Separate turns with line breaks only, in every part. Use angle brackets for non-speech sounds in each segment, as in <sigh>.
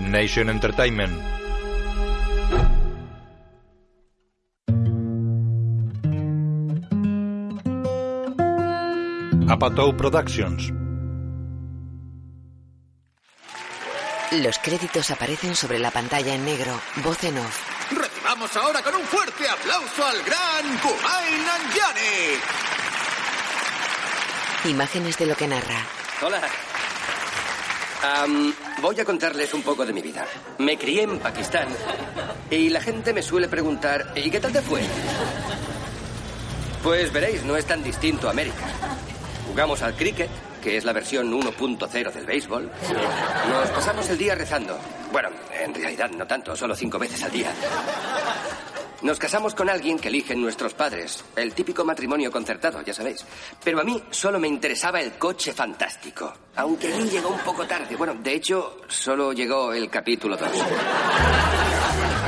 Nation Entertainment. Apatow Productions.
Los créditos aparecen sobre la pantalla en negro, voz en off.
Recibamos ahora con un fuerte aplauso al gran Kumail Nanjiani.
Imágenes de lo que narra.
Hola. Am, voy a contarles un poco de mi vida. Me crié en Pakistán y la gente me suele preguntar, ¿y qué tal te fue? Pues veréis, no es tan distinto a América. Jugamos al cricket, que es la versión 1.0 del béisbol. Nos pasamos el día rezando. Bueno, en realidad no tanto, solo cinco veces al día. Nos casamos con alguien que eligen nuestros padres, el típico matrimonio concertado, ya sabéis. Pero a mí solo me interesaba el coche fantástico, aunque a mí llegó un poco tarde. Bueno, de hecho, solo llegó el capítulo 2.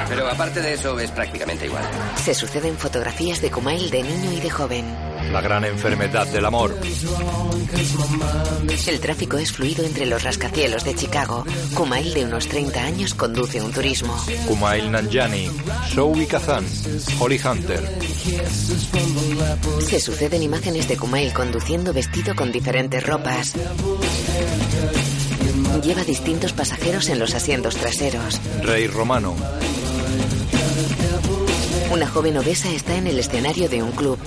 Pero aparte de eso, es prácticamente igual.
Se suceden fotografías de Kumail de niño y de joven.
La gran enfermedad del amor.
El tráfico es fluido entre los rascacielos de Chicago. Kumail, de unos 30 años, conduce un turismo.
Kumail Nanjiani, Zoe Kazan, Holly Hunter.
Se suceden imágenes de Kumail conduciendo vestido con diferentes ropas. Lleva distintos pasajeros en los asientos traseros.
Rey Romano,
Una joven obesa está en el escenario de un club.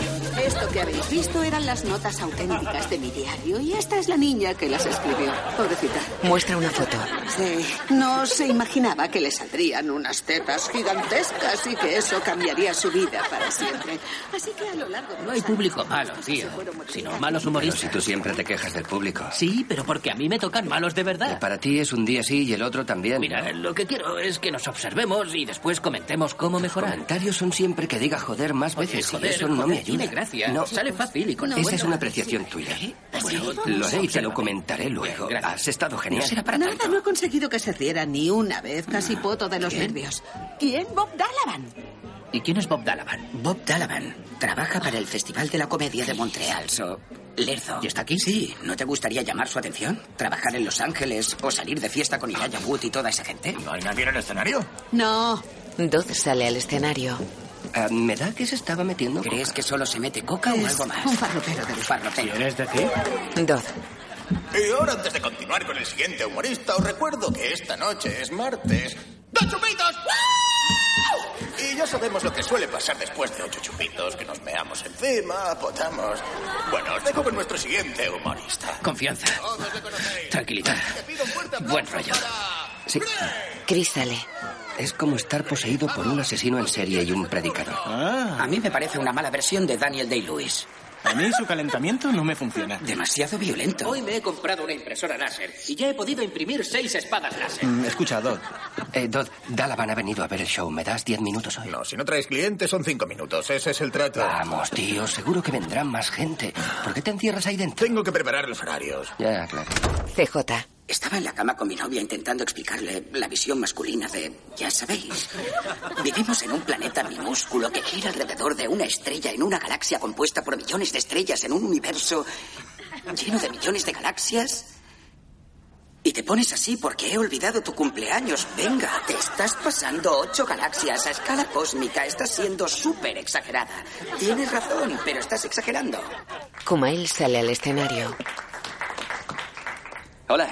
Esto que habéis visto eran las notas auténticas de mi diario y esta es la niña que las escribió. Pobrecita.
Muestra una foto.
Sí, no se imaginaba que le saldrían unas tetas gigantescas y que eso cambiaría su vida para siempre. Así que a lo largo de
No hay
los años,
público malo, tío, sino malos
Pero si
humoristas.
tú siempre te quejas del público.
Sí, pero porque a mí me tocan malos de verdad.
Para ti es un día sí y el otro también.
Mira,
¿no?
lo que quiero es que nos observemos y después comentemos Pues, cómo
Los
mejorar.
comentarios son siempre que diga joder más
Oye,
veces y
joder,
eso no
joder,
me ayuda.
tiene gracia.
No,
Sale fácil y con
Esa es una apreciación tuya. Bueno, lo haré y te lo comentaré luego.
gracias.
Has estado genial.
No será para
Nada, no
tanto.
he conseguido que se riera ni una vez, casi poto de los nervios. ¿Quién? Bob Dalavan.
¿Y quién es Bob Dalavan?
Bob Dalavan trabaja para el Festival de la Comedia de Montreal, so... Lerzo.
¿Y está aquí?
Sí. ¿No te gustaría llamar su atención? ¿Trabajar en Los Ángeles o salir de fiesta con Elijah Wood y toda esa gente?
¿No hay nadie en el escenario?
No,
Dodd sale al escenario.
Ah, me da que se estaba metiendo.
¿Crees
coca.
que solo se mete coca o
es
algo más?
un farropero de
Un farlopero.
decir?
Dodd.
Y ahora, antes de continuar con el siguiente humorista, os recuerdo que esta noche es martes. ¡Dos chupitos! ¡Woo! Y ya sabemos lo que suele pasar después de ocho chupitos, que nos meamos encima, potamos... Bueno, os dejo con nuestro siguiente humorista.
Confianza.
Todos le conocéis.
Tranquilidad.
Te pido un fuerte aplauso
Buen rollo.
para-
Sí.
Chris sale.
Es como estar poseído por un asesino en serie y un predicador.
Ah. A mí me parece una mala versión de Daniel Day-Lewis.
A mí su calentamiento no me funciona.
Demasiado violento.
me he comprado una impresora láser y ya he podido imprimir seis espadas láser.
Mm, Escucha, Dodd.
Eh, Dodd, Dalavan ha venido a ver el show. ¿Me das diez minutos hoy?
No, si no traes clientes son cinco minutos. Ese es el trato.
Vamos, tío. Seguro que vendrán más gente. ¿Por qué te encierras ahí dentro?
Tengo que preparar los horarios.
Ya, claro.
CJ.
Estaba en la cama con mi novia intentando explicarle la visión masculina de... Ya sabéis, vivimos en un planeta minúsculo que gira alrededor de una estrella en una galaxia compuesta por millones de estrellas en un universo lleno de millones de galaxias. Y te pones así porque he olvidado tu cumpleaños. Venga, te estás pasando ocho galaxias a escala cósmica. Estás siendo súper exagerada. Tienes razón, pero estás exagerando.
Kumail sale al escenario.
Hola.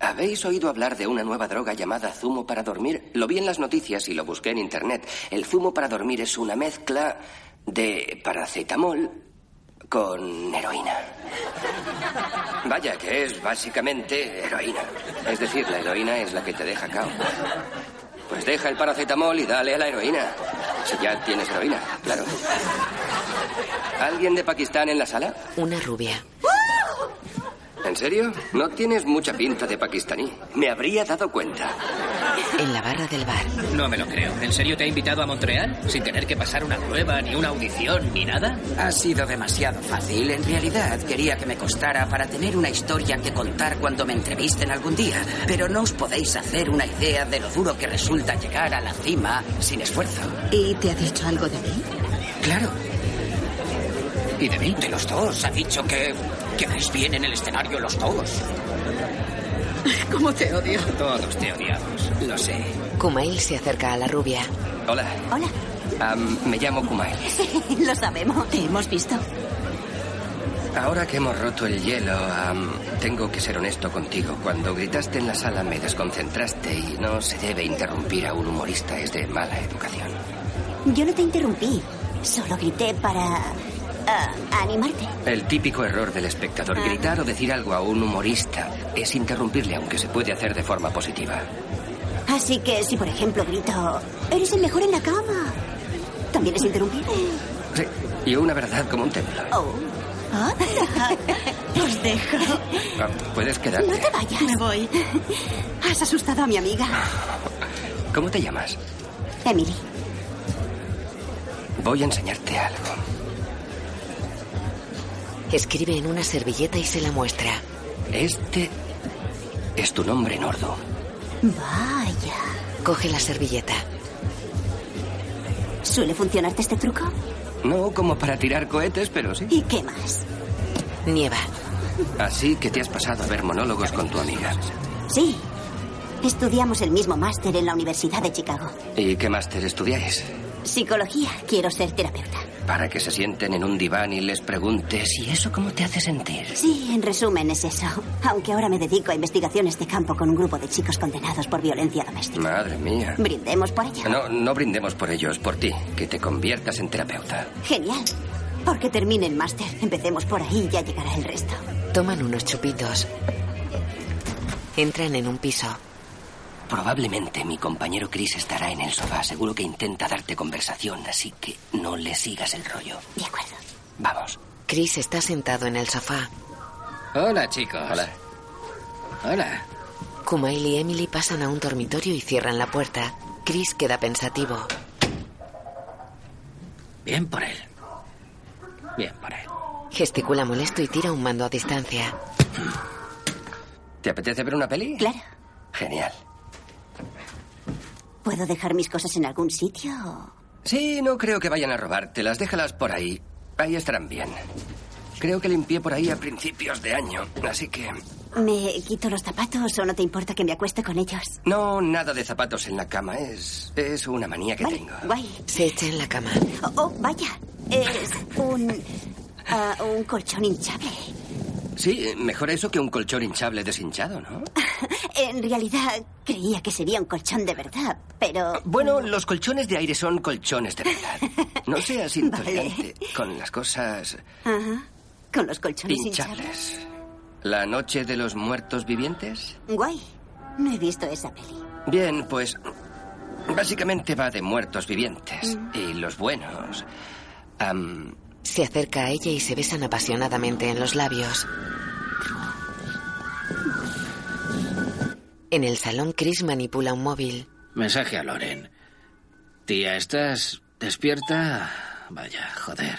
¿Habéis oído hablar de una nueva droga llamada zumo para dormir? Lo vi en las noticias y lo busqué en internet. El zumo para dormir es una mezcla de paracetamol con heroína. Vaya, que es básicamente heroína. Es decir, la heroína es la que te deja cao. Pues deja el paracetamol y dale a la heroína. Si ya tienes heroína, claro. ¿Alguien de Pakistán en la sala?
Una rubia.
¿En serio? No tienes mucha pinta de pakistaní. Me habría dado cuenta.
En la barra del bar.
No me lo creo. ¿En serio te ha invitado a Montreal sin tener que pasar una prueba, ni una audición, ni nada?
Ha sido demasiado fácil. En realidad quería que me costara para tener una historia que contar cuando me entrevisten algún día. Pero no os podéis hacer una idea de lo duro que resulta llegar a la cima sin esfuerzo.
¿Y te ha dicho algo de mí?
Claro. ¿Y de mí? De los dos. Ha dicho que quedáis bien en el escenario los dos.
<laughs> ¿Cómo te odio?
Todos te odiamos, lo sé.
Kumail se acerca a la rubia.
Hola.
Hola.
Am, me llamo Kumail.
Sí, <laughs> lo sabemos. Te hemos visto.
Ahora que hemos roto el hielo, am, tengo que ser honesto contigo. Cuando gritaste en la sala me desconcentraste y no se debe interrumpir a un humorista. Es de mala educación.
Yo no te interrumpí. Solo grité para ah, animarte.
El típico error del espectador.
Ah.
Gritar o decir algo a un humorista es interrumpirle, aunque se puede hacer de forma positiva.
Así que si, por ejemplo, grito, eres el mejor en la cama, también es interrumpir.
Sí, y una verdad como un templo.
Oh. ¿Ah? <laughs> Os dejo. Oh.
Ah, Puedes
No
quedarte.
te vayas. Me voy. Has asustado a mi amiga.
¿Cómo te llamas?
Emily.
Voy a enseñarte algo.
Escribe en una servilleta y se la muestra.
Este es tu nombre en ordo.
Vaya.
Coge la servilleta.
¿Suele funcionarte este truco?
No como para tirar cohetes, pero sí.
¿Y qué más?
Nieva.
Así que te has pasado a ver monólogos con tu amiga.
Sí. Estudiamos el mismo máster en la Universidad de Chicago.
¿Y qué máster estudiáis?
Psicología. Quiero ser terapeuta.
Para que se sienten en un diván y les preguntes, ¿y eso cómo te hace sentir?
Sí, en resumen es eso. Aunque ahora me dedico a investigaciones de campo con un grupo de chicos condenados por violencia doméstica.
Madre mía.
Brindemos por ello.
No, no brindemos por ellos, por ti, que te conviertas en terapeuta.
Genial. Porque termine el máster. Empecemos por ahí y ya llegará el resto.
Toman unos chupitos. Entran en un piso.
Probablemente mi compañero Chris estará en el sofá. Seguro que intenta darte conversación, así que no le sigas el rollo.
De acuerdo.
Vamos.
Chris está sentado en el sofá.
Hola, chicos. Hola. Hola.
Kumail y Emily pasan a un dormitorio y cierran la puerta. Chris queda pensativo.
Bien por él. Bien por él.
Gesticula molesto y tira un mando a distancia.
¿Te apetece ver una peli?
Claro.
Genial.
¿Puedo dejar mis cosas en algún sitio? o-
Sí, no creo que vayan a robártelas. Déjalas por ahí. Ahí estarán bien. Creo que limpié por ahí a principios de año, así que...
¿Me quito los zapatos o no te importa que me acueste con ellos?
No, nada de zapatos en la cama. Es, es una manía que
Vale,
tengo.
guay.
Se echa en la cama.
Oh, oh, vaya. Es un. ah, un colchón hinchable. <laughs>
Sí, mejor eso que un colchón hinchable deshinchado, ¿no?
En realidad creía que sería un colchón de verdad, pero.
Bueno, los colchones de aire son colchones de verdad. No seas intolerante con las cosas
Ajá. Con los colchones hinchables.
hinchables. La noche de los muertos vivientes.
Guay. No he visto esa peli.
Bien, pues básicamente va de muertos vivientes.
Mm.
Y los buenos... am,
Se acerca a ella y se besan apasionadamente en los labios. En el salón, Chris manipula un móvil.
Mensaje a Loren. Tía, ¿estás despierta? Vaya, joder.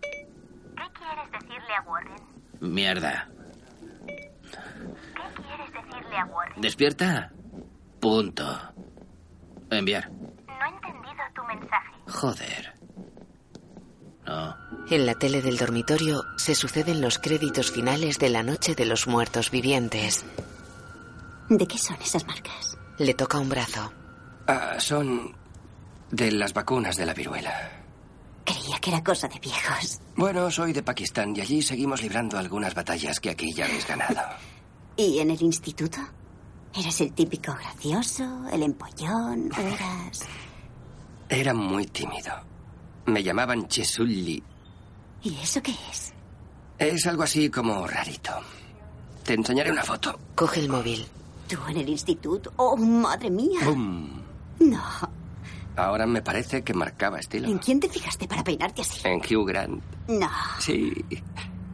¿Qué quieres decirle a Warren?
Mierda.
¿Qué quieres decirle a Warren?
¿Despierta? Punto. Enviar.
No he entendido tu mensaje.
Joder. No.
En la tele del dormitorio se suceden los créditos finales de La Noche de los Muertos Vivientes.
¿De qué son esas marcas?
Le toca un brazo.
ah, son de las vacunas de la viruela.
Creía que era cosa de viejos.
Bueno, soy de Pakistán y allí seguimos librando algunas batallas que aquí ya habéis ganado.
<laughs> ¿Y en el instituto? ¿Eras el típico gracioso, el empollón? ¿O eras.?
Era muy tímido. Me llamaban Chesulli.
¿Y eso qué es?
Es algo así como rarito. Te enseñaré una foto.
Coge el móvil.
¿Tú en el instituto? ¡Oh, madre mía!
¡Bum!
No.
Ahora me parece que marcaba
¿En
estilo.
quién te fijaste para peinarte así?
En Hugh Grant.
No.
Sí.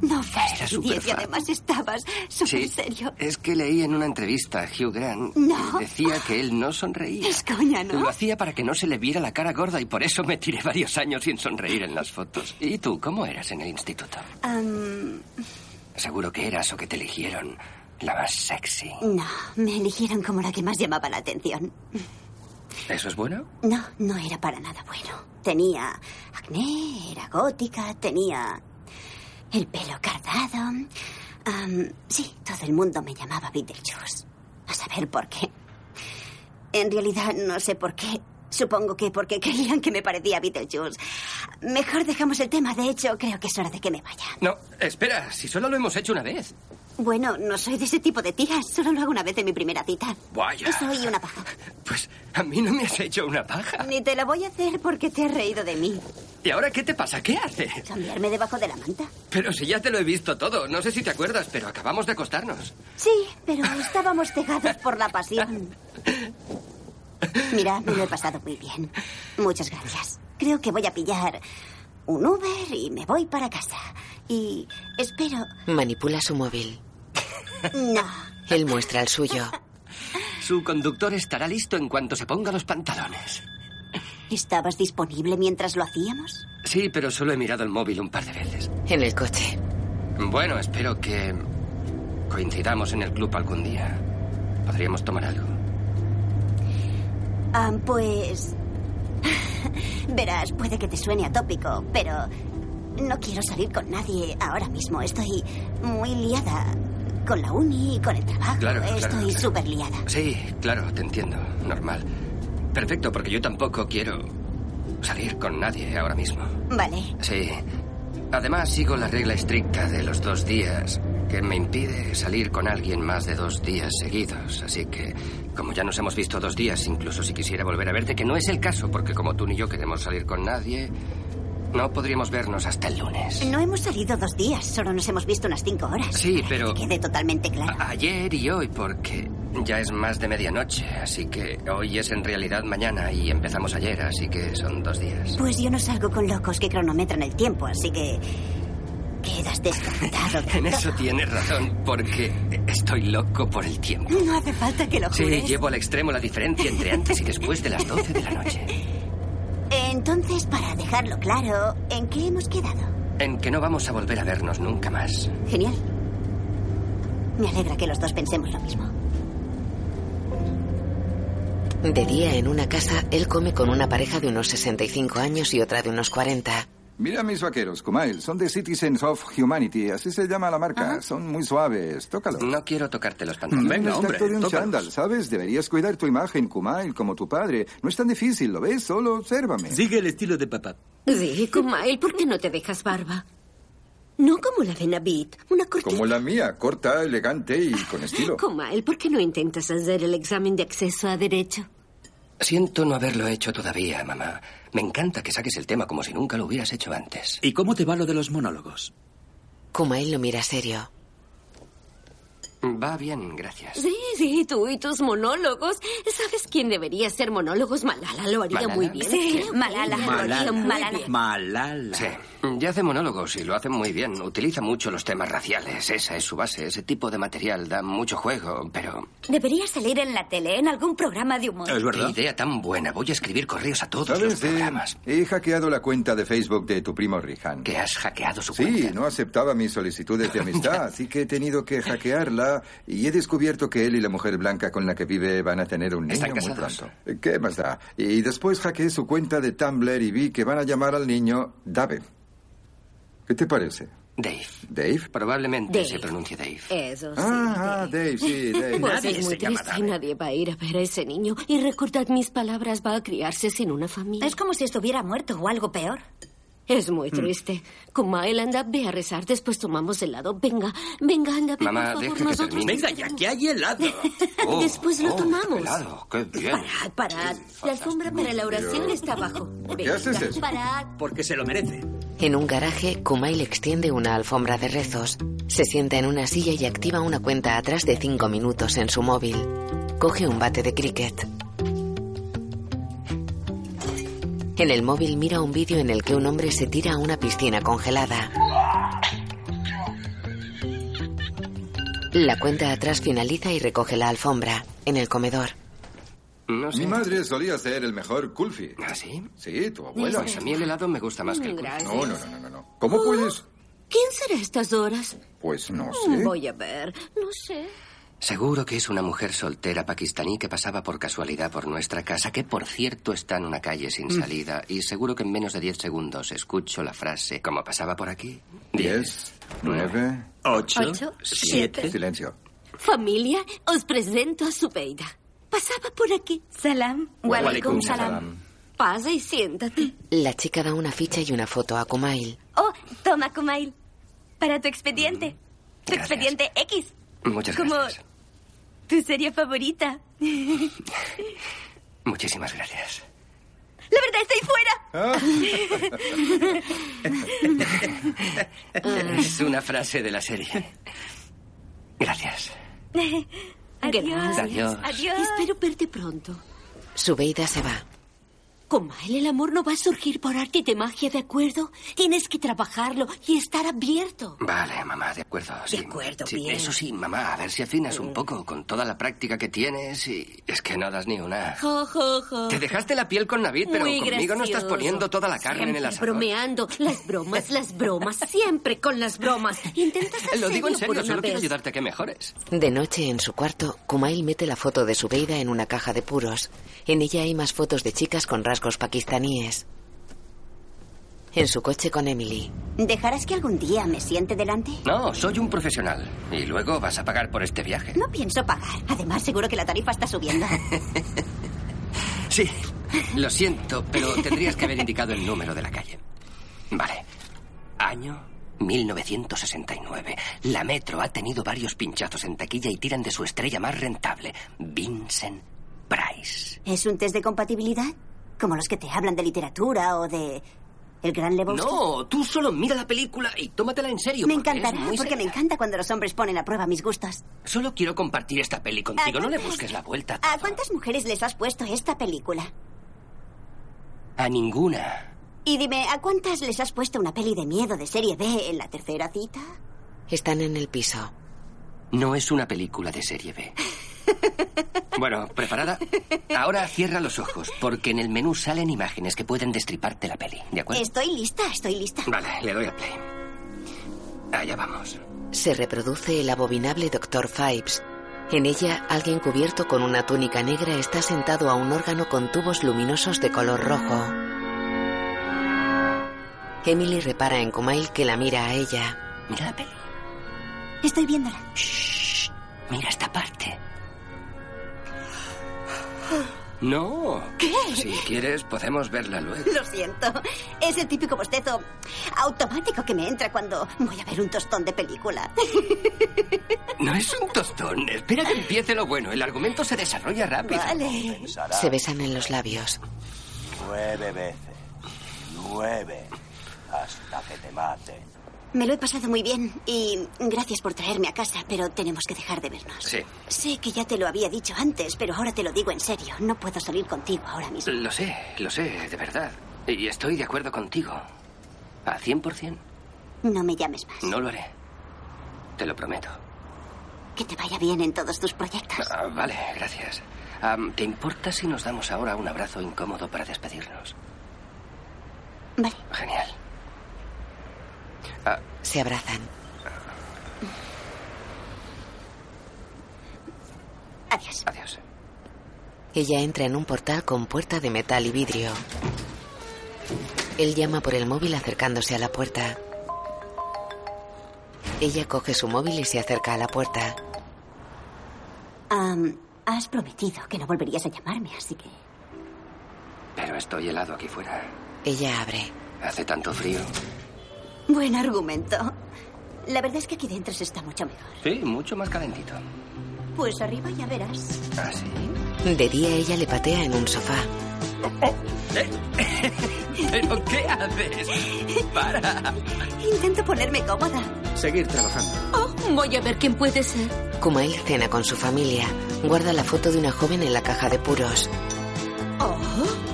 No fuiste
Era
diez y
superfan.
además estabas súper
Sí.
serio.
Es que leí en una entrevista a Hugh Grant
No.
que decía que él no sonreía.
Es coña, ¿no?
Lo hacía para que no se le viera la cara gorda y por eso me tiré varios años sin sonreír en las fotos. ¿Y tú cómo eras en el instituto?
Am,
Seguro que eras o que te eligieron la más sexy.
no, me eligieron como la que más llamaba la atención.
¿Eso es bueno?
No, no era para nada bueno. Tenía acné, era gótica, tenía el pelo cardado. Am, sí, todo el mundo me llamaba Beetlejuice. A saber por qué. En realidad no sé por qué. Supongo que porque creían que me parecía Beetlejuice. Mejor dejamos el tema. De hecho, creo que es hora de que me vaya.
No, espera, si solo lo hemos hecho una vez.
Bueno, no soy de ese tipo de tías. Solo lo hago una vez en mi primera cita.
Vaya.
Soy una paja.
A mí no me has hecho una paja.
Ni te la voy a hacer porque te has reído de mí.
¿Y ahora qué te pasa? ¿Qué haces?
¿Cambiarme debajo de la manta?
Pero si ya te lo he visto todo. No sé si te acuerdas, pero acabamos de acostarnos.
Sí, pero estábamos cegados por la pasión. Mira, me lo he pasado muy bien. Muchas gracias. Creo que voy a pillar un Uber y me voy para casa. Y espero...
Manipula su móvil.
No.
Él muestra el suyo.
<laughs> Su conductor estará listo en cuanto se ponga los pantalones.
¿Estabas disponible mientras lo hacíamos?
Sí, pero solo he mirado el móvil un par de veces.
En el coche.
Bueno, espero que coincidamos en el club algún día. Podríamos tomar algo.
Ah, pues... Verás, puede que te suene atópico, pero no quiero salir con nadie ahora mismo. Estoy muy liada con la uni y con el trabajo.
Claro, claro,
Estoy
claro.
súper liada.
Sí, claro, te entiendo. Normal. Perfecto, porque yo tampoco quiero salir con nadie ahora mismo.
Vale.
Sí. Además, sigo la regla estricta de los dos días, que me impide salir con alguien más de dos días seguidos. Así que, como ya nos hemos visto dos días, incluso si quisiera volver a verte, que no es el caso, porque como tú ni yo queremos salir con nadie, no podríamos vernos hasta el lunes.
No hemos salido dos días, solo nos hemos visto unas cinco horas.
Sí, pero
Quede totalmente claro.
a- ayer y hoy, porque ya es más de medianoche, así que hoy es en realidad mañana y empezamos ayer, así que son dos días.
Pues yo no salgo con locos que cronometran el tiempo, así que quedas descartado. de
En
todo.
eso tienes razón, porque estoy loco por el tiempo.
No hace falta que lo
Sí,
jures.
llevo al extremo la diferencia entre antes y después de las 12 de la noche.
Entonces, para dejarlo claro, ¿en qué hemos quedado?
En que no vamos a volver a vernos nunca más.
Genial. Me alegra que los dos pensemos lo mismo.
De día en una casa, él come con una pareja de unos 65 años y otra de unos 40.
Mira mis vaqueros, Kumail. Son de Citizens of Humanity. Así se llama la marca. Son muy suaves. Tócalo.
No quiero tocarte los pantalones.
Venga,
hombre,
de un
tócalos.
chándal, ¿sabes? Deberías cuidar tu imagen, Kumail, como tu padre. No es tan difícil, ¿lo ves? Solo obsérvame.
Sigue el estilo de papá.
Di, Kumail, ¿por qué no te dejas barba? No como la de Navid, una cortita.
Como la mía, corta, elegante y con estilo.
Kumail, ¿por qué no intentas hacer el examen de acceso a derecho?
Siento no haberlo hecho todavía, mamá. Me encanta que saques el tema como si nunca lo hubieras hecho antes.
¿Y cómo te va lo de los monólogos?
Kumail lo mira serio.
Va bien, gracias.
Sí, sí, tú y tus monólogos. ¿Sabes quién debería ser monólogos? Malala lo haría
¿Malala?
muy bien.
Sí,
Malala
Malala.
Sí, ya hace monólogos y lo hace muy bien. Utiliza mucho los temas raciales. Esa es su base. Ese tipo de material da mucho juego, pero...
Debería salir en la tele, en algún programa de humor.
Qué idea tan buena. Voy a escribir correos a todos los
¿Sabes? Eh,
programas.
he hackeado la cuenta de Facebook de tu primo Rihan.
¿Que has hackeado su
Sí, no aceptaba mis solicitudes
<laughs>
de amistad, así que he tenido que hackearla y he descubierto que él y la mujer blanca con la que vive van a tener un niño
¿Están
muy
casados?
pronto. ¿Qué más da? Y después hackeé su cuenta de Tumblr y vi que van a llamar al niño Dave. ¿Qué te parece?
Dave.
¿Dave?
Probablemente
Dave.
se pronuncia Dave.
Eso sí.
Ah, ah, Dave, sí, Dave.
Pues es muy triste y nadie va a ir a ver a ese niño. Y recordad mis palabras, va a criarse sin una familia. Es como si estuviera muerto o algo peor. Es muy
Mm.
triste. Kumail, anda, ve a rezar, después tomamos helado. Venga, venga, anda, ve,
Mamá,
por
deja
favor,
que
nosotros...
termine. Venga ya,
que hay helado.
<laughs> Después lo tomamos.
Claro, oh, qué
<laughs>
bien.
Parad, parad. La alfombra para la oración está abajo. Venga,
haces eso?
Parad.
Porque se lo
<laughs>
merece.
En un garaje, Kumail extiende una alfombra de rezos. Se sienta en una silla y activa una cuenta atrás de 5 minutos en su móvil. Coge un bate de cricket. En el móvil mira un vídeo en el que un hombre se tira a una piscina congelada. La cuenta atrás finaliza y recoge la alfombra. En el comedor,
Mi madre solía hacer el mejor kulfi.
¿Ah, sí?
Sí, tu
Bueno,
abuela.
pues a mí el helado me gusta más que el
Mm,
culpa.
gracias.
No, no, no, no, no, no. ¿Cómo puedes?
¿Quién será a estas horas?
Pues no
Mm,
sé.
Voy a ver. No sé.
Seguro que es una mujer soltera pakistaní que pasaba por casualidad por nuestra casa, que por cierto está en una calle sin
Mm.
salida, y seguro que en menos de 10 segundos escucho la frase, como pasaba por aquí?
Diez, nueve,
ocho,
Ocho, siete. siete.
Silencio.
Familia, os presento a Zubeida. Pasaba por aquí. Salam.
Walaikum
Pasa y siéntate.
La chica da una ficha y una foto a Kumail.
Oh, toma, Kumail. Para tu expediente. Tu expediente X.
Mm, Muchas
como
gracias.
tu serie favorita.
Muchísimas gracias.
La verdad,
Ah.
estoy fuera.
Es una frase de la serie.
<laughs>
Gracias.
Gracias.
Adiós.
Espero verte pronto.
Zubeida se va.
Kumail, el amor no va a surgir por arte de magia, ¿de acuerdo? Tienes que trabajarlo y estar abierto.
Vale, mamá, de acuerdo. sí.
acuerdo,
Sí,
bien. Mm.
Eso sí, mamá, a ver si afinas un poco con toda la práctica que tienes y es que no das ni una.
Jo, jo, jo.
Te dejaste la piel con Navid, pero
Muy
conmigo no estás
gracioso.
poniendo toda la carne en el
Siempre
asador.
bromeando. Las bromas, las bromas. Siempre con las bromas. Intentas
<laughs> Lo digo en
hacerlo por
serio,
una
solo quiero
vez.
ayudarte a que mejores.
De noche, en su cuarto, Kumail mete la foto de Zubeida en una caja de puros. En ella hay más fotos de chicas con rasgos pakistaníes. En su coche con Emily.
¿Dejarás que algún día me siente delante?
No, soy un profesional y luego vas a pagar por este viaje.
No pienso pagar. Además, seguro que la tarifa está
<laughs>
subiendo.
Sí, lo siento, pero tendrías que haber indicado el número de la calle. Vale. Año 1969. La Metro ha tenido varios pinchazos en taquilla y tiran de su estrella más rentable, Vincent Price.
¿Es un test de compatibilidad? Como los que te hablan de literatura o de... El gran Lebowski.
No, tú solo mira la película y tómatela en serio.
Me
porque es
encantará,
muy
porque me
seria.
encanta cuando los hombres ponen a prueba mis gustos.
Solo quiero compartir esta peli contigo.
Ah,
No le
¿cuántas?
busques la vuelta.
¿A cuántas mujeres les has puesto esta película?
A ninguna.
Y dime, ¿a cuántas les has puesto una peli de miedo de serie B en la tercera cita?
Están en el piso.
No es una película de
<laughs>
serie B. Bueno, ¿preparada? Ahora cierra los ojos, porque en el menú salen imágenes que pueden destriparte la peli, ¿de acuerdo?
Estoy lista, estoy lista.
Vale, le doy a play. Allá vamos.
Se reproduce el abominable Dr. Fibes. En ella, alguien cubierto con una túnica negra está sentado a un órgano con tubos luminosos de color rojo. Emily repara en Kumail que la mira a ella.
Mira la peli.
Estoy viéndola.
Mira esta parte. No.
<gasps> ¿Qué?
Si quieres, podemos verla luego.
Lo siento. Es el típico bostezo automático que me entra cuando voy a ver un tostón de película.
No es un tostón. Espera que empiece lo bueno. El argumento se desarrolla rápido.
Vale.
Se besan en los labios.
Nueve veces. Nueve. Hasta que te maten.
Me lo he pasado muy bien y gracias por traerme a casa, pero tenemos que dejar de vernos.
Sí.
Sé que ya te lo había dicho antes, pero ahora te lo digo en serio. No puedo salir contigo ahora mismo.
Lo sé, lo sé, de verdad. Y estoy de acuerdo contigo. A 100%.
No me llames más.
No lo haré. Te lo prometo.
Que te vaya bien en todos tus proyectos.
Ah, vale, gracias. Am, ¿Te importa si nos damos ahora un abrazo incómodo para despedirnos?
Vale.
Genial. Ah.
Se abrazan.
Adiós.
Adiós.
Ella entra en un portal con puerta de metal y vidrio. Él llama por el móvil acercándose a la puerta. Ella coge su móvil y se acerca a la puerta.
Am, has prometido que no volverías a llamarme, así que...
Pero estoy helado aquí fuera.
Ella abre.
Hace tanto frío.
Buen argumento. La verdad es que aquí dentro se está mucho mejor.
Sí, mucho más calentito.
Pues arriba ya verás.
¿Ah, sí?
De día ella le patea en un sofá.
<laughs> ¿Pero qué haces? ¡Para!
Intento ponerme cómoda.
Seguir trabajando.
Oh, voy a ver quién puede ser.
Kumail cena con su familia. Guarda la foto de una joven en la caja de puros.
Oh,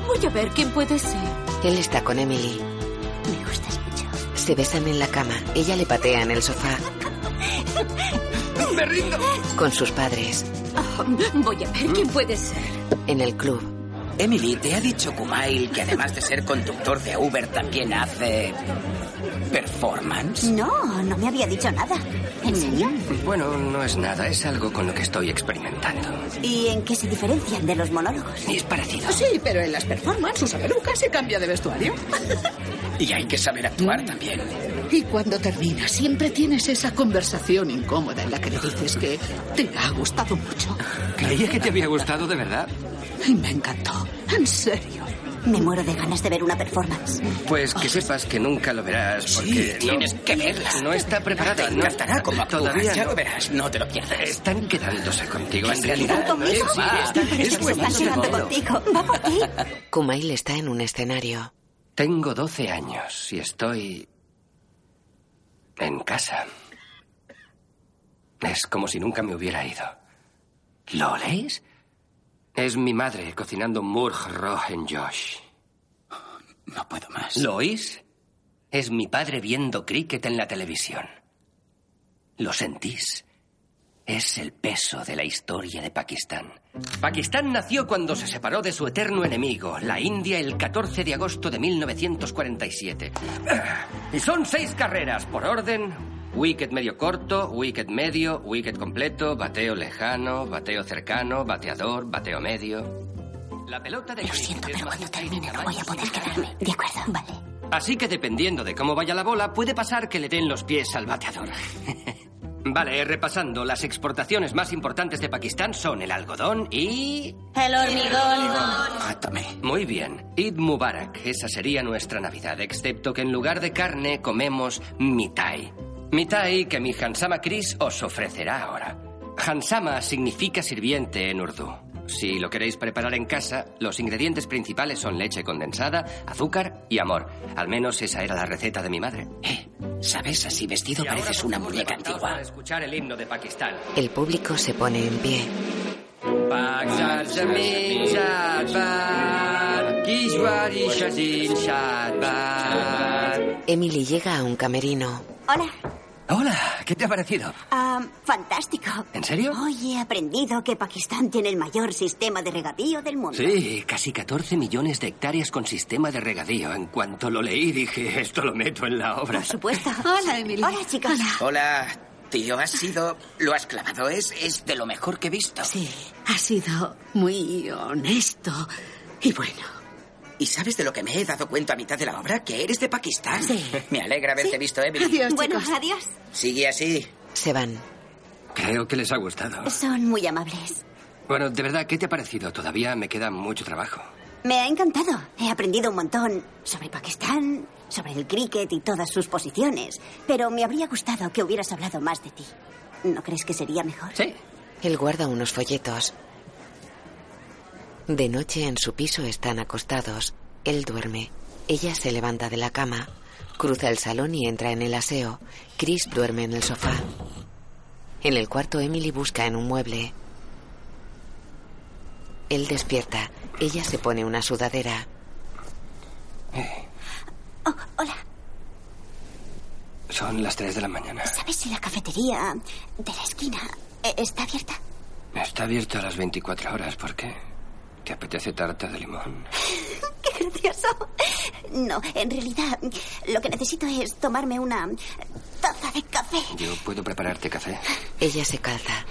voy a ver quién puede ser. <laughs>
Él está con Emily.
Me gustas mucho.
Se besan en la cama. Ella le patea en el sofá.
¡Me rindo!
Con sus padres.
Oh, voy a ver quién puede ser.
En el club.
Emily, ¿te ha dicho Kumail que además de ser conductor de Uber también hace performance?
No, no me había dicho nada. ¿En serio?
Bueno, no es nada, es algo con lo que estoy experimentando.
¿Y en qué se diferencian de los monólogos?
Es parecido.
Sí, pero en las performances usa peluca, se cambia de vestuario.
Y hay que saber actuar también.
Y cuando termina, siempre tienes esa conversación incómoda en la que le dices que te ha gustado mucho.
Creía que te había gustado de verdad.
Y me encantó. En serio.
Me muero de ganas de ver una performance.
Pues que sepas que nunca lo verás porque
Sí,
no-
tienes que verla.
No está preparada.
Te
no-
encantará como actúa,
Todavía
ya
no.
lo verás, no te lo pierdas.
Están quedándose contigo.
¿Están
En realidad,
conmigo?
no es-
Sí,
están- es buenísimo.
Va por ti.
Kumail está en un escenario.
Tengo 12 años y estoy en casa. Es como si nunca me hubiera ido. ¿Lo oléis? Es mi madre cocinando Murg Rohen Josh. No puedo más. ¿Lo oís? Es mi padre viendo cricket en la televisión. ¿Lo sentís? Es el peso de la historia de Pakistán. Pakistán nació cuando se separó de su eterno enemigo, la India, el 14 de agosto de 1947. Y son seis carreras, por orden. Wicket medio corto, wicket medio, wicket completo, bateo lejano, bateo cercano, bateador, bateo medio. La pelota de Lo siento, pero cuando termine no voy a poder quedarme.
De acuerdo, vale.
Así que dependiendo de cómo vaya la bola, puede pasar que le den los pies al bateador. <laughs> vale, repasando, las exportaciones más importantes de Pakistán son el algodón y...
El hormigón.
Muy bien, Eid Mubarak, esa sería nuestra Navidad, excepto que en lugar de carne comemos mitai. Mitai que mi Hansama Chris os ofrecerá ahora. Hansama significa sirviente en urdu. Si lo queréis preparar en casa, los ingredientes principales son leche condensada, azúcar y amor. Al menos esa era la receta de mi madre. Eh, ¿sabes? Así vestido pareces una muñeca antigua. Para escuchar el himno de Pakistán.
El público se pone en pie.
पाक सार जमीन शाद बार किश्वारी शजीन शाद बार
Emily llega a un camerino.
Hola.
Hola, ¿qué te ha parecido?
Ah, fantástico.
¿En serio?
Hoy he aprendido que Pakistán tiene el mayor sistema de regadío del mundo.
Sí, casi 14 millones de hectáreas con sistema de regadío. En cuanto lo leí dije, esto lo meto en la obra.
supuesto. Hola, Emily. Hola, chicos.
Hola, tío, has sido. Lo has clavado, es, es de lo mejor que he visto. Sí.
Ha sido muy honesto. Y bueno.
¿Y sabes de lo que me he dado cuenta a mitad de la obra? Que eres de Pakistán. Sí. Me alegra haberte visto, Emily.
bueno, adiós.
Sigue así.
Se van.
Creo que les ha gustado.
Son muy amables.
Bueno, de verdad, ¿qué te ha parecido? Todavía me queda mucho trabajo.
Me ha encantado. He aprendido un montón sobre Pakistán, sobre el cricket y todas sus posiciones. Pero me habría gustado que hubieras hablado más de ti. ¿No crees que sería mejor?
Sí.
Él guarda unos folletos. De noche en su piso están acostados. Él duerme. Ella se levanta de la cama, cruza el salón y entra en el aseo. Chris duerme en el sofá. En el cuarto Emily busca en un mueble. Él despierta. Ella se pone una sudadera.
Oh,
Son las 3 de la mañana.
¿Sabes si la cafetería de la esquina eh, está abierta? <laughs>
Está abierto a las 24 horas. ¿Por qué? ¿Te apetece tarta de limón?
¡Qué gracioso! No, en realidad lo que necesito es tomarme una taza de café.
Yo puedo prepararte café.
Ella se calza.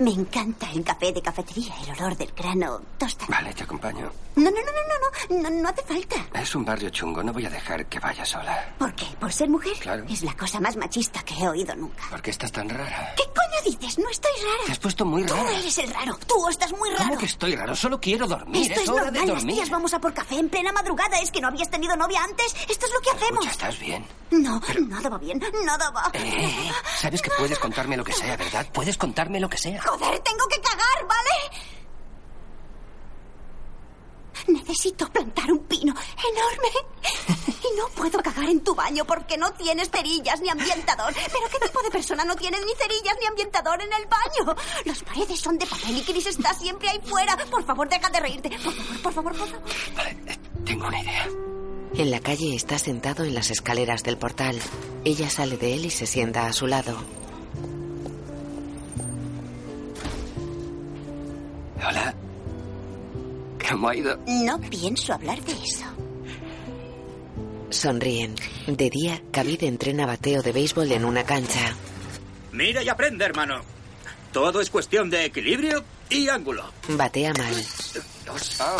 Me encanta el café de cafetería, el olor del grano tostado.
Vale, te acompaño.
No, no, no, no, no, no, no, no hace falta.
Es un barrio chungo, no voy a dejar que vaya sola.
¿Por qué? ¿Por ser mujer?
Claro.
Es la cosa más machista que he oído nunca.
¿Por qué estás tan rara?
¿Qué coño dices? No estoy rara.
Te has puesto muy
Tú
rara.
eres el raro. Tú estás muy raro.
¿Cómo que estoy raro? Solo quiero dormir.
Esto
es
es
hora
normal.
de
Las
dormir.
tías vamos a por café en plena madrugada. Es que no habías tenido novia antes. Esto es lo que hacemos.
Escucha, ¿estás bien?
No, nada va bien. Nada va.
Eh, eh, eh, Sabes que puedes contarme lo que sea, ¿verdad? Puedes contarme lo que sea.
Joder, tengo que cagar, ¿vale? Necesito plantar un pino enorme. Y no puedo cagar en tu baño porque no tienes cerillas ni ambientador. ¿Pero qué tipo de persona no tiene ni cerillas ni ambientador en el baño? Las paredes son de papel y Chris está siempre ahí fuera. Por favor, deja de reírte. Por favor, por favor, por favor.
eh, Tengo una idea.
En la calle está sentado en las escaleras del portal. Ella sale de él y se sienta a su lado.
Hola. Maida.
No pienso hablar de eso.
Sonríen. De día, Khabib entrena bateo de béisbol en una cancha.
Mira y aprende, hermano. Todo es cuestión de equilibrio y ángulo.
Batea mal.
Ah,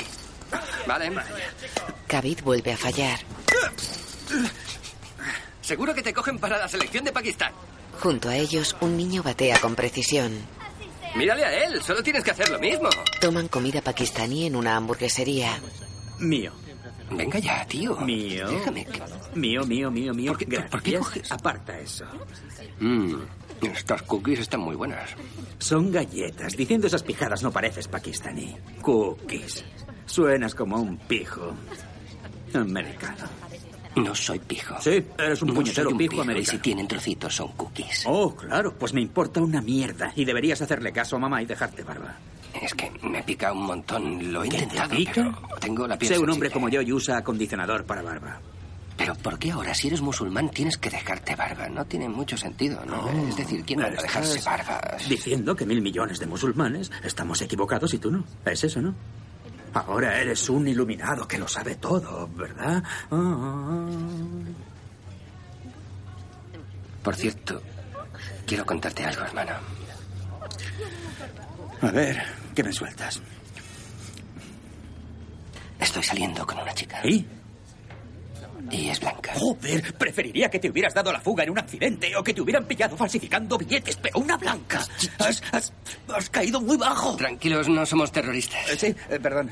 vale.
Khabib vuelve a fallar.
Seguro que te cogen para la selección de Pakistán.
Junto a ellos, un niño batea con precisión.
Mírale a él, solo tienes que hacer lo mismo.
Toman comida pakistaní en una hamburguesería.
Mío.
Venga ya, tío.
Mío.
Déjame
Mío, mío, mío, mío. Gracias. Aparta eso.
Mm, estas cookies están muy buenas.
Son galletas. Diciendo esas pijadas no pareces pakistaní. Cookies. Suenas como un pijo americano.
No soy pijo.
Sí, eres un
No
puñetero
soy un
pijo,
pijo,
americano.
y si tienen trocitos son cookies.
Oh, claro. Pues me importa una mierda. Y deberías hacerle caso a mamá y dejarte barba.
Es que me pica un montón. Lo he
¿Que te
intentado,
pica?
pero tengo la piel
Sé un
sensible.
hombre como yo y usa acondicionador para barba.
Pero ¿por qué ahora, si eres musulmán, tienes que dejarte barba? No tiene mucho sentido, ¿no? es decir, ¿quién va a
Estás
dejarse barba?
Pues, Diciendo que mil millones de musulmanes estamos equivocados y tú no. ¿Es eso, no? Ahora eres un iluminado que lo sabe todo, ¿verdad? Ah.
Por cierto, quiero contarte algo, hermano.
A ver, ¿qué me sueltas?
Estoy saliendo con una chica.
¿Y?
Y es blanca.
Joder, preferiría que te hubieras dado la fuga en un accidente o que te hubieran pillado falsificando billetes, pero una blanca. Has, has- has caído muy bajo.
Tranquilos, no somos terroristas.
Eh, Sí, eh, perdón.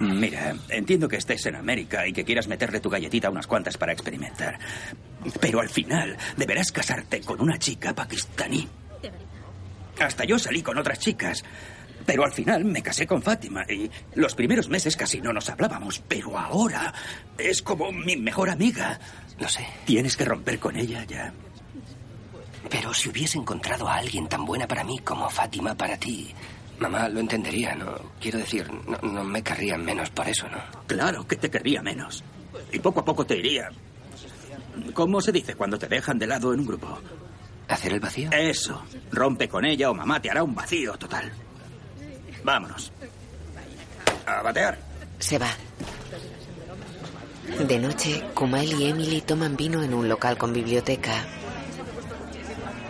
Mira, entiendo que estés en América y que quieras meterle tu galletita a unas cuantas para experimentar. Pero al final deberás casarte con una chica pakistaní. Hasta yo salí con otras chicas. Pero al final me casé con Fátima y los primeros meses casi no nos hablábamos. Pero ahora es como mi mejor amiga.
Lo sé.
Tienes que romper con ella ya.
Pero si hubiese encontrado a alguien tan buena para mí como Fátima para ti, mamá lo entendería, ¿no? Quiero decir, no, no me querrían menos por eso, ¿no?
Claro que te querría menos. Y poco a poco te iría. ¿Cómo se dice cuando te dejan de lado en un grupo?
¿Hacer el vacío?
Eso. Rompe con ella o mamá te hará un vacío total. Vámonos. A batear.
Se va. De noche, Kumail y Emily toman vino en un local con biblioteca.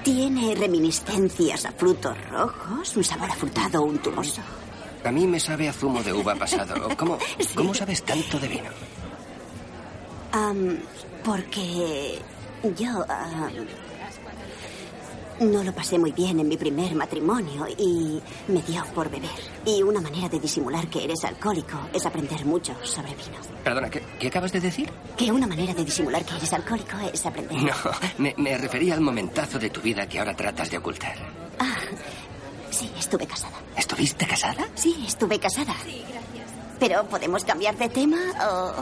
Tiene reminiscencias a frutos rojos, un sabor afrutado, untuoso.
A mí me sabe a zumo de uva
<laughs>
pasado. ¿Cómo, ¿cómo sabes tanto de vino?
Am, porque yo am, no lo pasé muy bien en mi primer matrimonio y me dio por beber. Y una manera de disimular que eres alcohólico es aprender mucho sobre vino.
Perdona, ¿qué, qué acabas de decir? Mm.
Que una manera de disimular que eres alcohólico es aprender.
<laughs> No, me, me refería al momentazo de tu vida que ahora tratas de ocultar.
Sí, estuve casada.
¿Estuviste casada?
Sí, estuve casada. Pero podemos cambiar de tema o...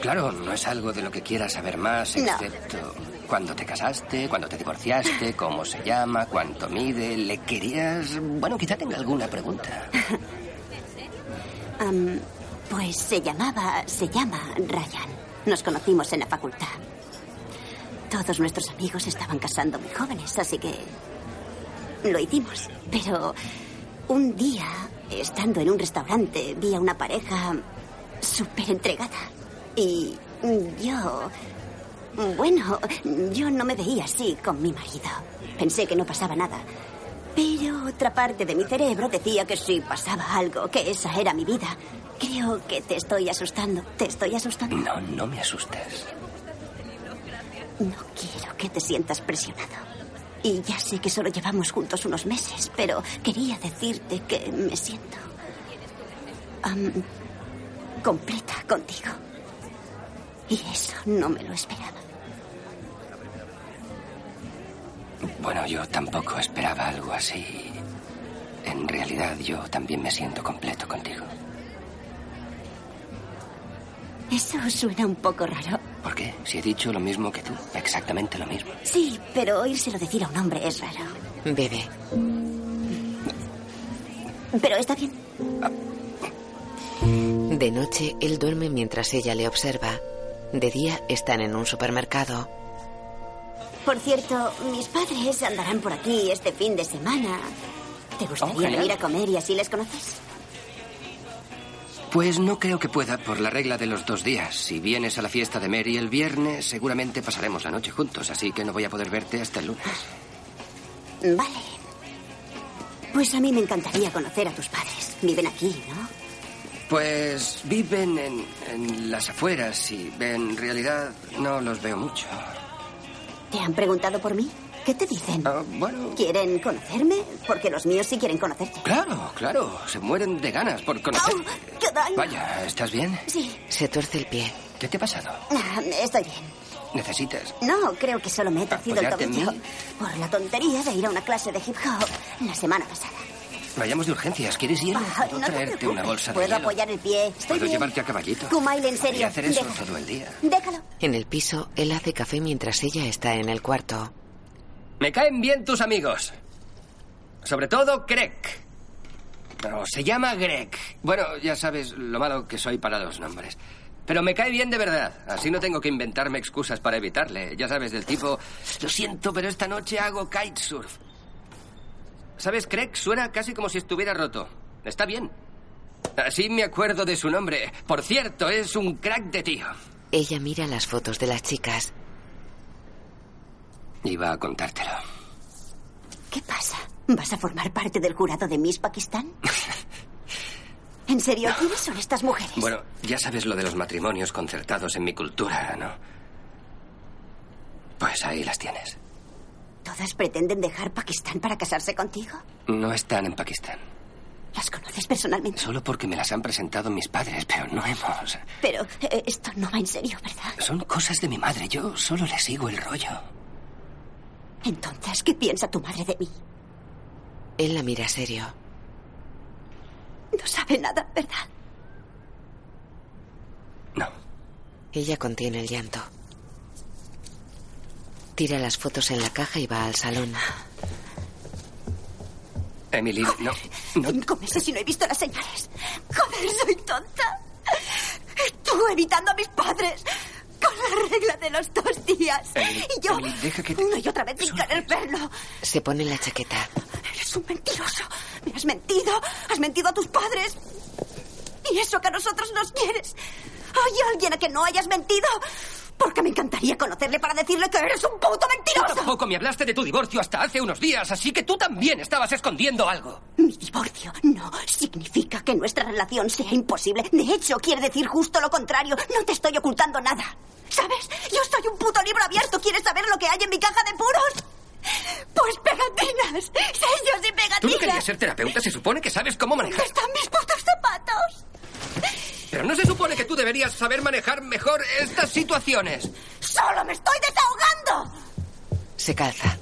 Claro, no es algo de lo que quieras saber más,
No.
excepto cuándo te casaste, cuándo te divorciaste, cómo se llama, cuánto mide, le querías... Bueno, quizá tenga alguna pregunta.
Am, pues se llamaba, se llama Ryan. Nos conocimos en la facultad. Todos nuestros amigos estaban casando muy jóvenes, así que lo hicimos. Pero un día, estando en un restaurante, vi a una pareja súper entregada. Y yo... Bueno, yo no me veía así con mi marido. Pensé que no pasaba nada. Pero otra parte de mi cerebro decía que sí pasaba algo, que esa era mi vida. Creo que te estoy asustando. ¿Te estoy asustando?
No, no me asustas.
No quiero que te sientas presionado. Y ya sé que solo llevamos juntos unos meses, pero quería decirte que me siento. am, completa contigo. Y eso no me lo esperaba.
Bueno, yo tampoco esperaba algo así. En realidad, yo también me siento completo contigo.
Eso suena un poco raro.
¿Por qué? Si he dicho lo mismo que tú, exactamente lo mismo.
Sí, pero oírselo decir a un hombre es raro.
Bebe.
Pero está bien.
De noche, él duerme mientras ella le observa. De día, están en un supermercado.
Por cierto, mis padres andarán por aquí este fin de semana. ¿Te gustaría
genial.
venir a comer y así les conoces?
Pues no creo que pueda por la regla de los dos días. Si vienes a la fiesta de Mary el viernes, seguramente pasaremos la noche juntos, así que no voy a poder verte hasta el lunes.
Vale. Pues a mí me encantaría conocer a tus padres. Viven aquí, ¿no?
Pues viven en, en las afueras y en realidad no los veo mucho.
¿Te han preguntado por mí? ¿Qué te dicen?
Ah,
¿Quieren conocerme? Porque los míos sí quieren conocerte.
Claro, claro, se mueren de ganas por conocer.
¡Qué daño!
Vaya, ¿estás bien?
Sí.
Se tuerce el pie.
¿Qué te ha pasado?
Ah, Estoy bien.
¿Necesitas?
No, creo que solo me he torcido el
¿Apoyarte en
tobillo
mí?
por la tontería de ir a una clase de hip hop la semana pasada.
Vayamos de urgencias. ¿Quieres ir?
Ah,
Puedo
no te
traerte
preocupes.
una bolsa de
Puedo
hielo.
apoyar el pie. Estoy
Puedo
bien.
llevarte a caballito.
Kumail, en
Podría
serio.
hacer eso
Déjalo.
todo el día.
Déjalo.
En el piso, él hace café mientras ella está en el cuarto.
Me caen bien tus amigos. Sobre todo Greg. Pero se llama Greg. Bueno, ya sabes lo malo que soy para los nombres. Pero me cae bien de verdad. Así no tengo que inventarme excusas para evitarle. Ya sabes, del tipo, lo siento, pero esta noche hago kitesurf. ¿Sabes, Greg? Suena casi como si estuviera roto. Está bien. Así me acuerdo de su nombre. Por cierto, es un crack de tío.
Ella mira las fotos de las chicas.
Iba a contártelo.
¿Qué pasa? ¿Vas a formar parte del jurado de Miss Pakistán? ¿En serio? ¿Quiénes son estas mujeres?
Bueno, ya sabes lo de los matrimonios concertados en mi cultura, ¿no? Pues ahí las tienes.
¿Todas pretenden dejar Pakistán para casarse contigo?
No están en Pakistán.
¿Las conoces personalmente?
Solo porque me las han presentado mis padres, pero no hemos.
Pero eh, esto no va en serio, ¿verdad?
Son cosas de mi madre. Yo solo le sigo el rollo.
Entonces, ¿qué piensa tu madre de mí?
Él la mira serio.
No sabe nada, ¿verdad?
Ella contiene el llanto. Tira las fotos en la caja y va al salón.
Emily, no.
¿Cómo es si no he visto las señales? Joder, soy tonta. Tú evitando a mis padres con la regla de los dos días.
Eh,
y yo una y otra vez sin querer verlo.
Se pone la chaqueta.
Eres un mentiroso. Me has mentido. Has mentido a tus padres. Y eso que a nosotros nos quieres. ¿Hay alguien a que no hayas mentido? Porque me encantaría conocerle para decirle que eres un puto mentiroso.
Tampoco me hablaste de tu divorcio hasta hace unos días, así que tú también estabas escondiendo algo.
Mi divorcio no significa que nuestra relación sea imposible. De hecho, quiere decir justo lo contrario. No te estoy ocultando nada. ¿Sabes? Yo soy un puto libro abierto. ¿Quieres saber lo que hay en mi caja de puros? Pues pegatinas. Sellos y pegatinas.
Tú no querías ser terapeuta, se supone que sabes cómo manejar.
están mis putos zapatos?
Pero no se supone que tú deberías saber manejar mejor estas situaciones.
¡Solo me estoy desahogando!
Se calza.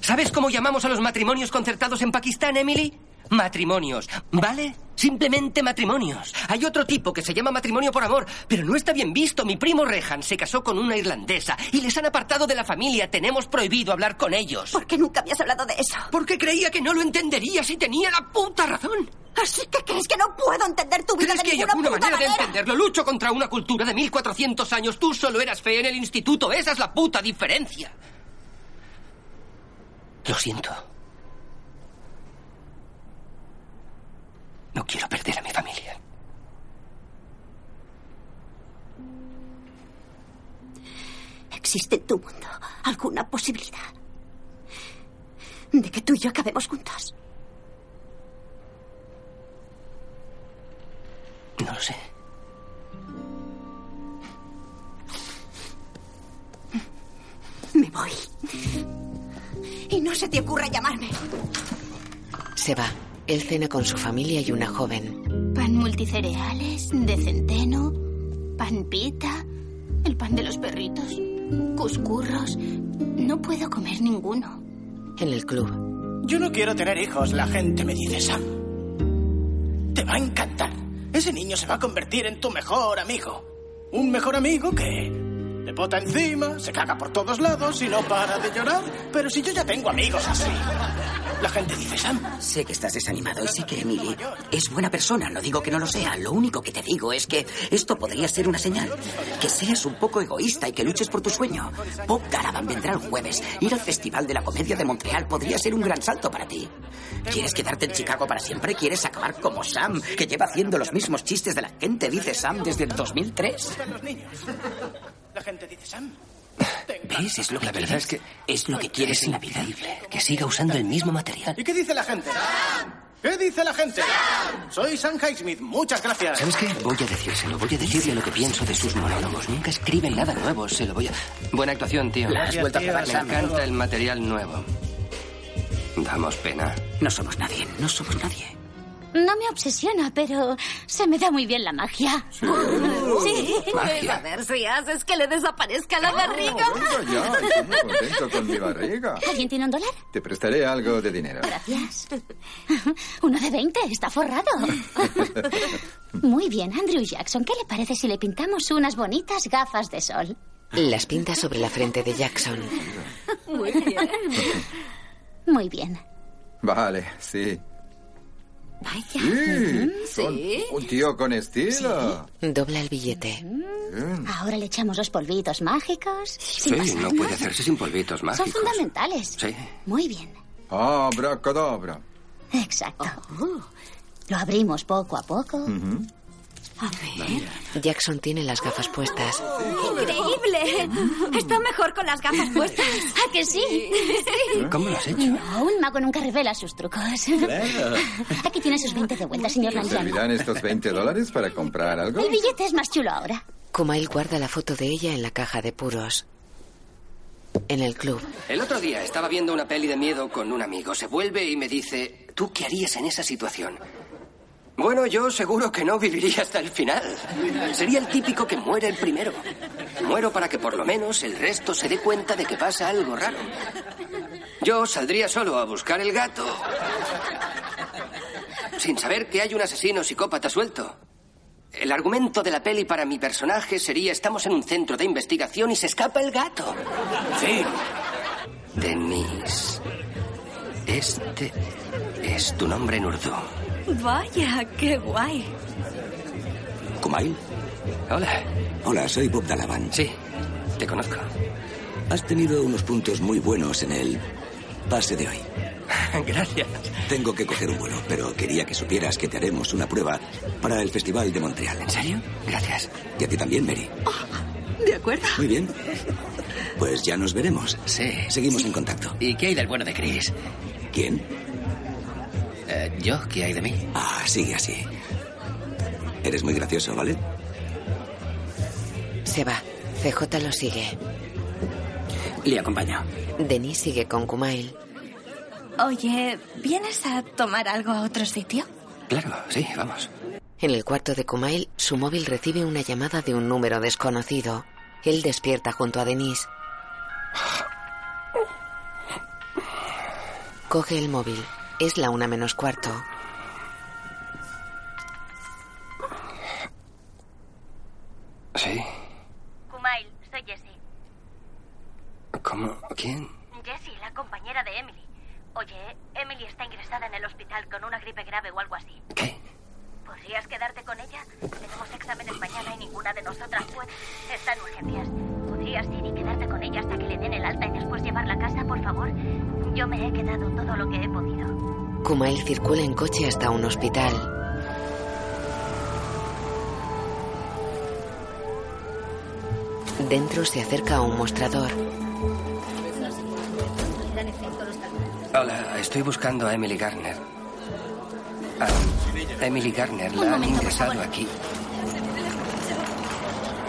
¿Sabes cómo llamamos a los matrimonios concertados en Pakistán, Emily? Matrimonios, ¿vale? Simplemente matrimonios. Hay otro tipo que se llama matrimonio por amor, pero no está bien visto. Mi primo Rehan se casó con una irlandesa y les han apartado de la familia. Tenemos prohibido hablar con ellos.
¿Por qué nunca habías hablado de eso?
Porque creía que no lo entenderías y tenía la puta razón.
Así que crees que no puedo entender tu vida
¿Crees
de
que hay
ninguna
alguna
puta
manera, de
manera?
entenderlo? Lucho contra una cultura de 1400 años. Tú solo eras fe en el instituto. Esa es la puta diferencia. Lo siento. No quiero perder a mi familia.
¿Existe en tu mundo alguna posibilidad de que tú y yo acabemos juntos?
No lo sé.
Me voy. Y no se te ocurra llamarme.
Se va. Él cena con su familia y una joven.
Pan multicereales, de centeno, pan pita, el pan de los perritos, cuscurros. No puedo comer ninguno.
En el club,
Yo no quiero tener hijos, la gente me dice, Sam. Te va a encantar. Ese niño se va a convertir en tu mejor amigo. Un mejor amigo que te bota encima, se caga por todos lados y no para de llorar. Pero si yo ya tengo amigos así. La gente dice Sam.
Sé que estás desanimado y sé que Emily es buena persona. No digo que no lo sea. Lo único que te digo es que esto podría ser una señal. Que seas un poco egoísta y que luches por tu sueño. Bob Caravan vendrá el jueves. Ir al Festival de la Comedia de Montreal podría ser un gran salto para ti. ¿Quieres quedarte en Chicago para siempre? ¿Quieres acabar como Sam, que lleva haciendo los mismos chistes de la gente, dice Sam, desde el 2003?
Buscan los niños. La gente dice Sam.
¿Ves? Es lo que
La verdad es que
es lo que quieres en la vida.
que siga usando el mismo material.
¿Y qué dice la gente? ¿Qué dice la gente? Soy Sam Highsmith. Muchas gracias.
¿Sabes qué? Voy a decírselo, voy a decirle lo que pienso de sus monólogos. Nunca escriben nada nuevo, se lo voy a...
Buena actuación, tío.
La has Gracias, vuelto a tío, pegar,
Me
Sam.
encanta el material nuevo. Damos pena.
No somos nadie, no somos nadie.
No me obsesiona, pero se me da muy bien la magia. <laughs> Sí.
A ver si haces que le desaparezca la barriga.
Venga ya, estoy muy contento con mi barriga.
¿Alguien tiene un dólar?
Te prestaré algo de dinero.
Gracias. <laughs> Uno de 20, está forrado. <laughs> Muy bien, Andrew Jackson, ¿qué le parece si le pintamos unas bonitas gafas de sol?
Las pinta sobre la frente de Jackson.
Muy bien. <laughs> Muy bien.
Vale, sí.
Vaya.
Sí,
Ujú,
son
sí.
un tío con estilo.
Dobla el billete.
Ahora le echamos los polvitos mágicos. sin
Sí,
pasar
no
nada.
puede hacerse sin polvitos
Son
mágicos.
fundamentales.
Sí.
Muy bien,
Oh,
Abracadabra.
exacto.
Oh,
Lo abrimos poco a poco.
Jackson tiene las gafas puestas.
¡Increíble! <laughs> Está mejor con las gafas
<laughs>
puestas.
¿A Ah, que sí?
¿Eh? ¿Cómo lo has hecho?
No, un mago nunca revela sus trucos. Aquí tiene sus 20 de vuelta, señor
¿Nos
Lanzano.
servirán estos 20 dólares para comprar algo?
El billete es más chulo ahora.
Kumail guarda la foto de ella en la caja de puros. En el club,
El otro día estaba viendo una peli de miedo con un amigo. Se vuelve y me dice, ¿tú qué harías en esa situación? Bueno, yo seguro que no viviría hasta el final. Sería el típico que muere el primero. Muero para que por lo menos el resto se dé cuenta de que pasa algo raro. Yo saldría solo a buscar el gato. Sin saber que hay un asesino psicópata suelto. El argumento de la peli para mi personaje sería estamos en un centro de investigación y se escapa el gato. Sí. De mis. Este es tu nombre en urdu.
Vaya, qué guay.
Kumail. Hola.
Hola, soy Bob Dalavan.
Sí, te conozco.
Has tenido unos puntos muy buenos en el pase de hoy.
<laughs> Gracias.
Tengo que coger un vuelo, pero quería que supieras que te haremos una prueba para el Festival de Montreal. ¿En
serio? Gracias.
Y a ti también, Mary.
Ah, De acuerdo.
Muy bien. Pues ya nos veremos.
Sí.
Seguimos en contacto.
¿Y qué hay del bueno de Chris?
¿Quién?
Eh, ¿Yo? ¿Qué hay de mí?
Ah, sí, así. Eres muy gracioso, ¿vale?
se va. CJ lo sigue.
Le acompaño.
Denis sigue con Kumail.
Oye, ¿vienes a tomar algo a otro sitio?
Claro, sí, vamos.
En el cuarto de Kumail, su móvil recibe una llamada de un número desconocido. Él despierta junto a Denise. Coge el móvil. Es la una menos cuarto.
Sí.
Kumail, soy Jessie.
¿Cómo? ¿Quién?
Jessie, la compañera de Emily. Oye, Emily está ingresada en el hospital con una gripe grave o algo así.
¿Qué?
¿Podrías quedarte con ella? Tenemos exámenes mañana y ninguna de nosotras puede. Está en urgencias. ¿Podrías ir y quedarte con ella hasta que le den el alta y después llevarla a casa, por favor? Yo me he quedado todo lo que he podido.
Kumail circula en coche hasta un hospital. Dentro se acerca a un mostrador.
Hola, estoy buscando a Emily Garner. Ah, Emily Garner,
Un
la han
momento, por
ingresado
favor.
aquí.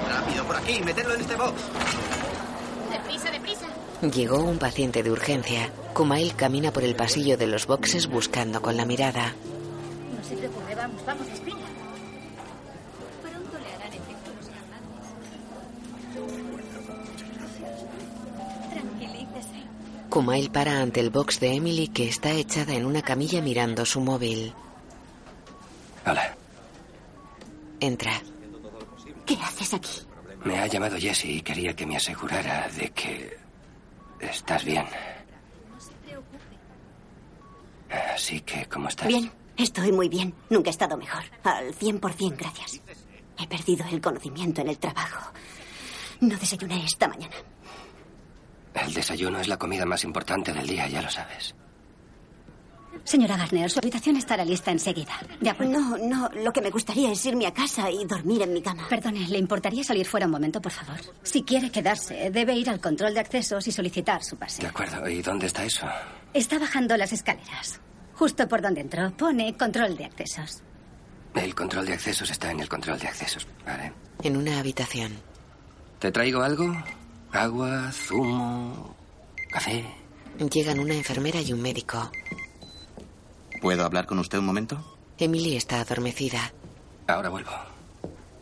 Rápido, por aquí, meterlo en este box.
Deprisa, deprisa.
Llegó un paciente de urgencia. Kumail camina por el pasillo de los boxes buscando con la mirada.
No se preocupe, vamos, vamos, espera. Pronto le harán efecto los
Tranquilícese.
Kumail para ante el box de Emily que está echada en una camilla mirando su móvil.
Hola.
Entra.
¿Qué haces aquí?
Me ha llamado Jessie y quería que me asegurara de que estás bien. Así que, ¿cómo estás?
Bien, estoy muy bien. Nunca he estado mejor. Al 100%, gracias. He perdido el conocimiento en el trabajo. No desayuné esta mañana.
El desayuno es la comida más importante del día, ya lo sabes.
Señora Garner, su habitación estará lista enseguida. De acuerdo. No, no. Lo que me gustaría es irme a casa y dormir en mi cama. Perdone, ¿le importaría salir fuera un momento, por favor? Si quiere quedarse, debe ir al control de accesos y solicitar su pase.
De acuerdo, ¿y dónde está eso?
Está bajando las escaleras. Justo por donde entró, pone control de accesos.
El control de accesos está en el control de accesos, ¿vale?
En una habitación.
¿Te traigo algo? Agua, zumo, café.
Llegan una enfermera y un médico.
¿Puedo hablar con usted un momento?
Emily está adormecida.
Ahora vuelvo.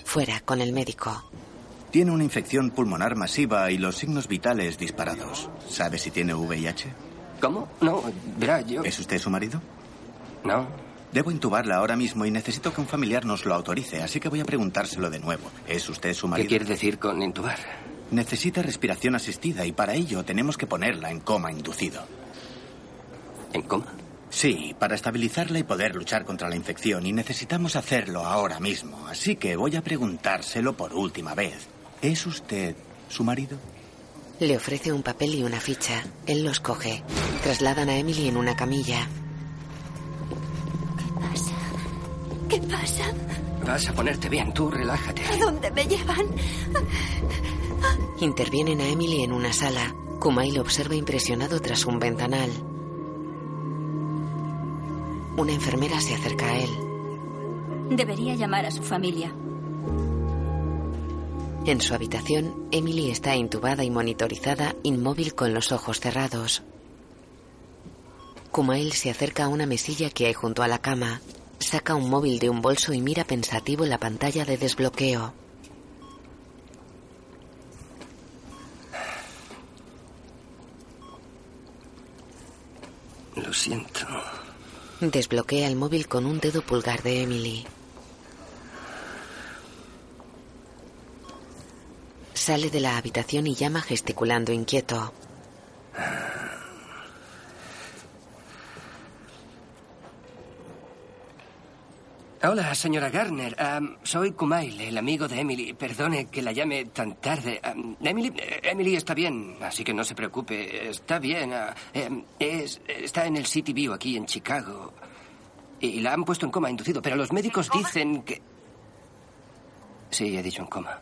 Fuera, con el médico.
Tiene una infección pulmonar masiva y los signos vitales disparados. ¿Sabe si tiene VIH?
¿Cómo? No, verá, yo...
¿Es usted su marido?
No.
Debo intubarla ahora mismo y necesito que un familiar nos lo autorice, así que voy a preguntárselo de nuevo. ¿Es usted su marido?
¿Qué quiere decir con intubar?
Necesita respiración asistida y para ello tenemos que ponerla en coma inducido.
¿En coma?
Sí, para estabilizarla y poder luchar contra la infección y necesitamos hacerlo ahora mismo, así que voy a preguntárselo por última vez. ¿Es usted su marido?
Le ofrece un papel y una ficha. Él los coge. Trasladan a Emily en una camilla.
pasa? ¿Qué pasa?
Vas a ponerte bien, tú relájate.
¿A dónde me llevan?
Intervienen a Emily en una sala. Kumai lo observa impresionado tras un ventanal. Una enfermera se acerca a él.
Debería llamar a su familia.
En su habitación, Emily está intubada y monitorizada, inmóvil con los ojos cerrados. Kumail se acerca a una mesilla que hay junto a la cama, saca un móvil de un bolso y mira pensativo la pantalla de desbloqueo.
Lo siento.
Desbloquea el móvil con un dedo pulgar de Emily. Sale de la habitación y llama gesticulando inquieto.
Ah. Hola, señora Garner. Am, soy Kumail, el amigo de Emily. Perdone que la llame tan tarde. Am, Emily, eh, Emily está bien, así que no se preocupe. Está bien. ah, em, es- está en el City View aquí en Chicago. Y la han puesto en coma inducido, pero los médicos dicen que... Sí, he dicho en coma.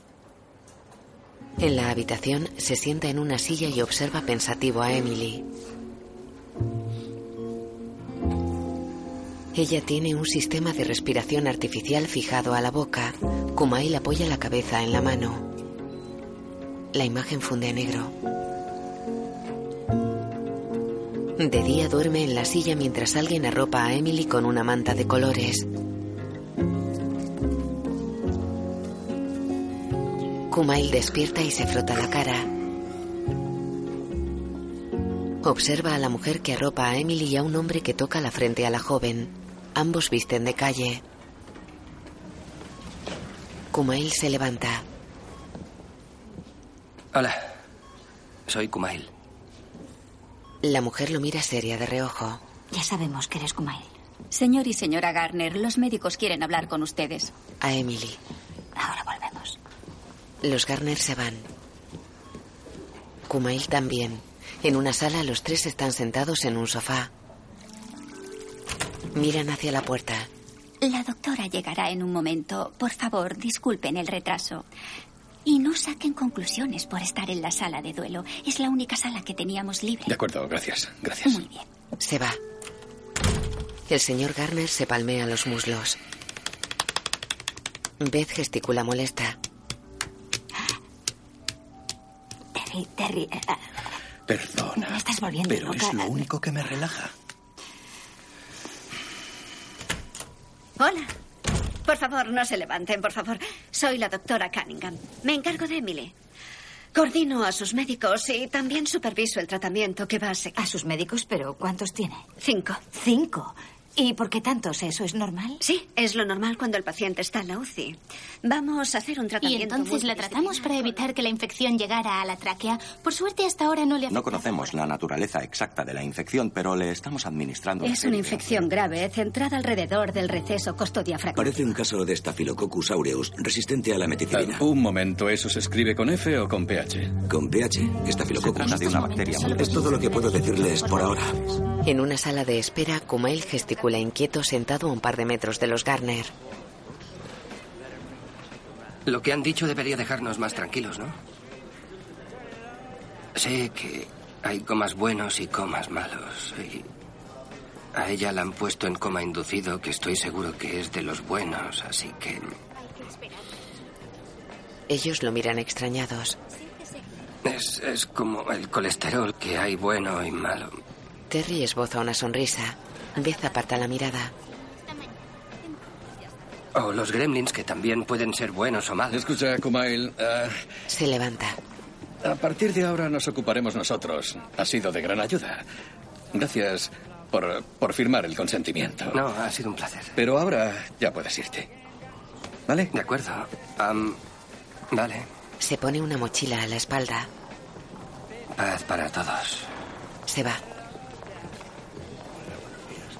En la habitación se sienta en una silla y observa pensativo a Emily. Ella tiene un sistema de respiración artificial fijado a la boca. Kumail apoya la cabeza en la mano. La imagen funde a negro. De día duerme en la silla mientras alguien arropa a Emily con una manta de colores. Kumail despierta y se frota la cara. Observa a la mujer que arropa a Emily y a un hombre que toca la frente a la joven. Ambos visten de calle. Kumail se levanta.
Hola, soy Kumail.
La mujer lo mira seria de reojo.
Ya sabemos que eres Kumail. Señor y señora Garner, los médicos quieren hablar con ustedes.
A Emily.
Ahora volvemos.
Los Garner se van. Kumail también. En una sala los tres están sentados en un sofá. Miran hacia la puerta.
La doctora llegará en un momento. Por favor, disculpen el retraso. Y no saquen conclusiones por estar en la sala de duelo. Es la única sala que teníamos libre.
De acuerdo, gracias, gracias.
Muy bien.
Se va. El señor Garner se palmea los muslos. Beth gesticula molesta.
Terry, Terry.
eh,
Perdona.
Te estás volviendo
Pero
loca.
es lo único que me relaja.
Hola. Por favor, no se levanten, por favor. Soy la doctora Cunningham. Me encargo de Emily. Coordino a sus médicos y también superviso el tratamiento que va a seguir. ¿A sus médicos? ¿Pero cuántos tiene? Cinco. ¿Cinco?
¿Y por qué tantos? ¿Eso es normal?
Sí, es lo normal cuando el paciente está en la UCI. Vamos a hacer un
Y
tratamiento.
entonces la
multidisciplinar.
tratamos para evitar que la infección llegara a la tráquea. Por suerte hasta ahora no le
No conocemos la naturaleza exacta de la infección, pero le estamos administrando.
Es una infección grave centrada alrededor del receso costodiafragmático.
Parece un caso de Staphylococcus aureus, resistente a la meticilina.
Ah, Un momento, ¿eso se escribe con F o con PH?
Con pH, Staphylococcus.
de una bacteria muy
Es todo lo que puedo decirles por ahora.
En una sala de espera, Kumail gesticula inquieto sentado a un par de metros de los Garner.
Lo que han dicho debería dejarnos más tranquilos, ¿no? Sé que hay comas buenos y comas malos. Y a ella la han puesto en coma inducido, que estoy seguro que es de los buenos, así que...
Ellos lo miran extrañados.
Es, es como el colesterol que hay bueno y malo.
Terry esboza una sonrisa. Beth aparta la mirada.
O los gremlins que también pueden ser buenos o malos.
Escucha, Kumail, ah,
Se levanta.
a partir de ahora nos ocuparemos nosotros. Ha sido de gran ayuda. Gracias por, por firmar el consentimiento.
No, ha sido un placer.
Pero ahora ya puedes irte. ¿Vale?
De acuerdo. Am, vale.
Se pone una mochila a la espalda.
Paz para todos.
Se va.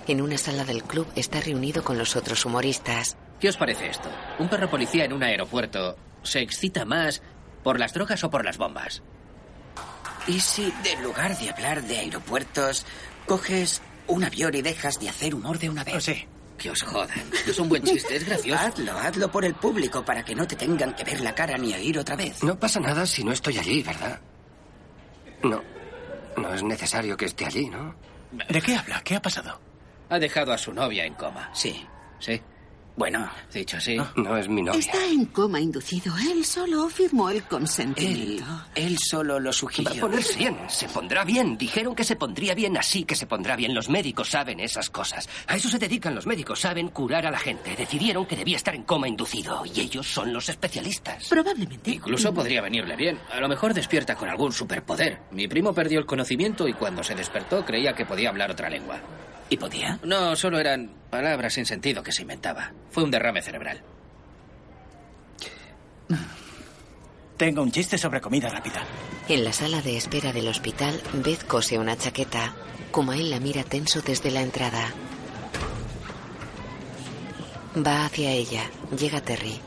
En una sala del club está reunido con los otros humoristas.
¿Qué os parece esto? ¿Un perro policía en un aeropuerto se excita más por las drogas o por las bombas?
¿Y si, en lugar de hablar de aeropuertos, coges un avión y dejas de hacer humor de una vez? Oh, sí.
Que os jodan. Es un buen chiste, es
<laughs>
gracioso.
Hazlo, hazlo por el público para que no te tengan que ver la cara ni oír otra vez.
No pasa nada si no estoy allí, ¿verdad? No. No es necesario que esté allí, ¿no?
¿De qué habla? ¿Qué ha pasado?
Ha dejado a su novia en coma. Sí. Sí. Bueno, dicho así.
Ah.
No es mi
Está en coma inducido. Él solo firmó el consentimiento.
Él solo lo sugirió. Va a ponerse bien, se pondrá bien. Dijeron que se pondría bien, así que se pondrá bien. Los médicos saben esas cosas. A eso se dedican los médicos, saben curar a la gente. Decidieron que debía estar en coma inducido y ellos son los especialistas.
Probablemente.
Incluso podría venirle bien. A lo mejor despierta con algún superpoder. Mi primo perdió el conocimiento y cuando se despertó creía que podía hablar otra lengua.
¿Y podía?
No, solo eran palabras sin sentido que se inventaba. Fue un derrame cerebral.
Tengo un chiste sobre comida rápida.
En la sala de espera del hospital, Beth cose una chaqueta. Kumail la mira tenso desde la entrada. Va hacia ella. Llega Terry.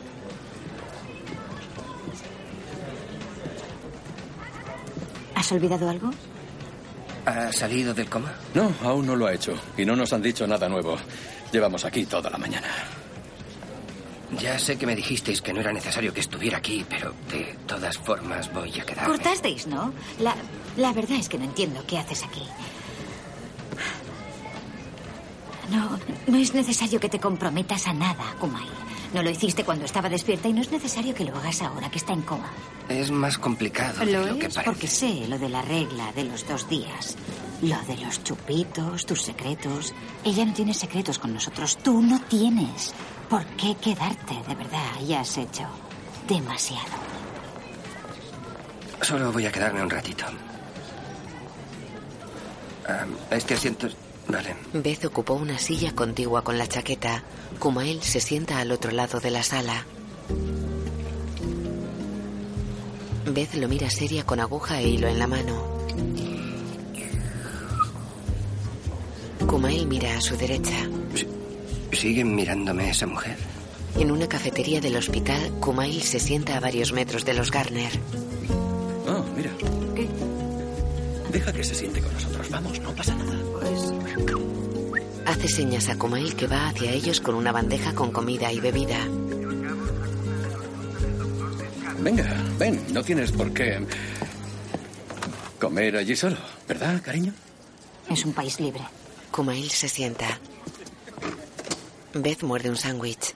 ¿Has olvidado algo?
ah,
¿Ha salido del coma?
No, aún no lo ha hecho. Y no nos han dicho nada nuevo. Llevamos aquí toda la mañana.
Ya sé que me dijisteis que no era necesario que estuviera aquí, pero de todas formas voy a quedarme.
Cortasteis, ¿no? La, la verdad es que no entiendo qué haces aquí. No, no es necesario que te comprometas a nada, Kumail. No lo hiciste cuando estaba despierta y no es necesario que lo hagas ahora que está en coma.
Es más complicado de
Lo
lo que
es
parece.
porque sé lo de la regla de los dos días. Lo de los chupitos, tus secretos. Ella no tiene secretos con nosotros. Tú no tienes. ¿Por qué quedarte? De verdad, ya has hecho demasiado.
Solo voy a quedarme un ratito. Ah, este asiento. Vale.
Beth ocupó una silla contigua con la chaqueta. Kumail se sienta al otro lado de la sala. Beth lo mira seria con aguja e hilo en la mano. Kumail mira a su derecha.
¿Sigue mirándome esa mujer?
En una cafetería del hospital, Kumail se sienta a varios metros de los Garner.
Oh, mira. Deja que se siente con nosotros. Vamos, no pasa nada.
Pues,
Hace señas a Kumail que va hacia ellos con una bandeja con comida y bebida.
Venga, ven. No tienes por qué comer allí solo, ¿verdad, cariño?
Es un país libre.
Kumail se sienta. Beth muerde un sándwich.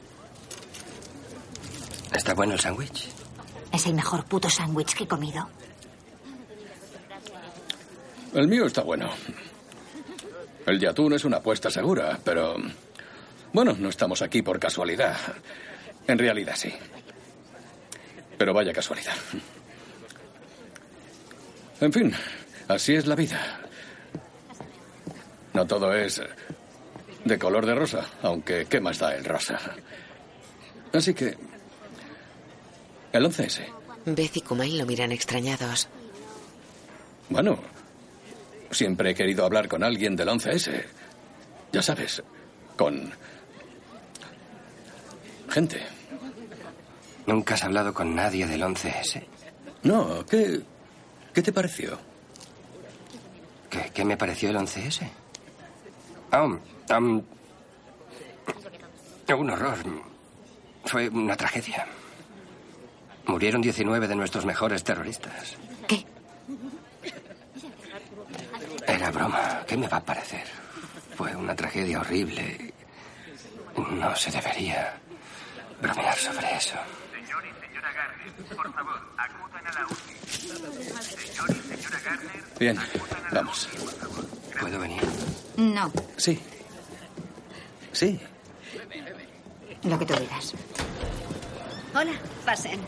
¿Está bueno el sándwich?
Es el mejor puto sándwich que he comido.
El mío está bueno. El de atún es una apuesta segura, pero... Bueno, no estamos aquí por casualidad. En realidad sí. Pero vaya casualidad. En fin, así es la vida. No todo es De color de rosa, aunque ¿qué más da el rosa? Así que... El 11S.
Beth y Kumail lo miran extrañados.
Bueno, siempre he querido hablar con alguien del 11S. Ya sabes, con... Gente.
¿Nunca has hablado con nadie del 11S?
No, ¿qué, qué te pareció?
¿Qué, qué me pareció el 11S? Ah, um, un horror. Fue una tragedia. Murieron 19 de nuestros mejores terroristas.
¿Qué?
Era broma. ¿Qué me va a parecer? Fue una tragedia horrible. No se debería bromear sobre eso.
Señor y señora Gardner, por favor, acudan a la UCI. Señor y señora Gardner,
Bien, vamos.
¿Puedo venir?
No,
Sí. Sí.
lo que tú digas.
Hola, pasen.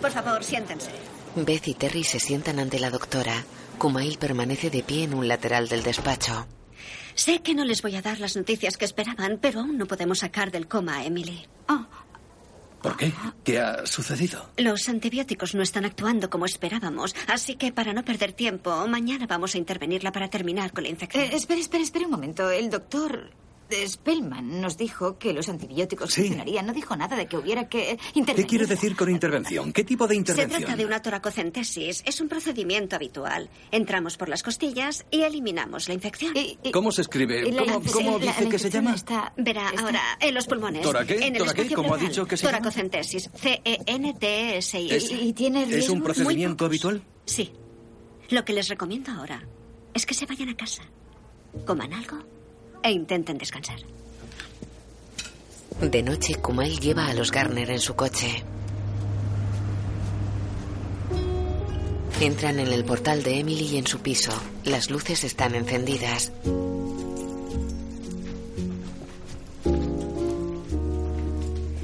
Por favor, siéntense.
Beth y Terry se sientan ante la doctora. Kumail permanece de pie en un lateral del despacho.
Sé que no les voy a dar las noticias que esperaban, pero aún no podemos sacar del coma a Emily.
¿Por qué? ¿Qué ha sucedido?
Los antibióticos no están actuando como esperábamos, así que para no perder tiempo, mañana vamos a intervenirla para terminar con la infección.
espera, espera, espera un momento. El doctor eh, Spellman nos dijo que los antibióticos funcionarían. No dijo nada de que hubiera que intervenir.
¿Qué quiere decir con intervención? ¿Qué tipo de
Se
intervención?
trata de una toracocentesis. Es un procedimiento habitual. Entramos por las costillas y eliminamos la infección.
Eh,
¿Cómo se escribe?
La
¿Cómo,
infección-
cómo
la-
dice
la
que se
infección
llama?
está- Verá, ahora, en los pulmones.
¿Tora qué?
En el
¿Tora qué?
espacio
¿Cómo ha
pleural.
dicho que se llama?
Toracocentesis. C-E-N-T-S-I.
¿Es- ¿Es un procedimiento habitual?
Sí. Lo que les recomiendo ahora es que se vayan a casa, coman algo e intenten descansar.
De noche, Kumail lleva a los Garner en su coche. Entran en el portal de Emily y en su piso. Las luces están encendidas.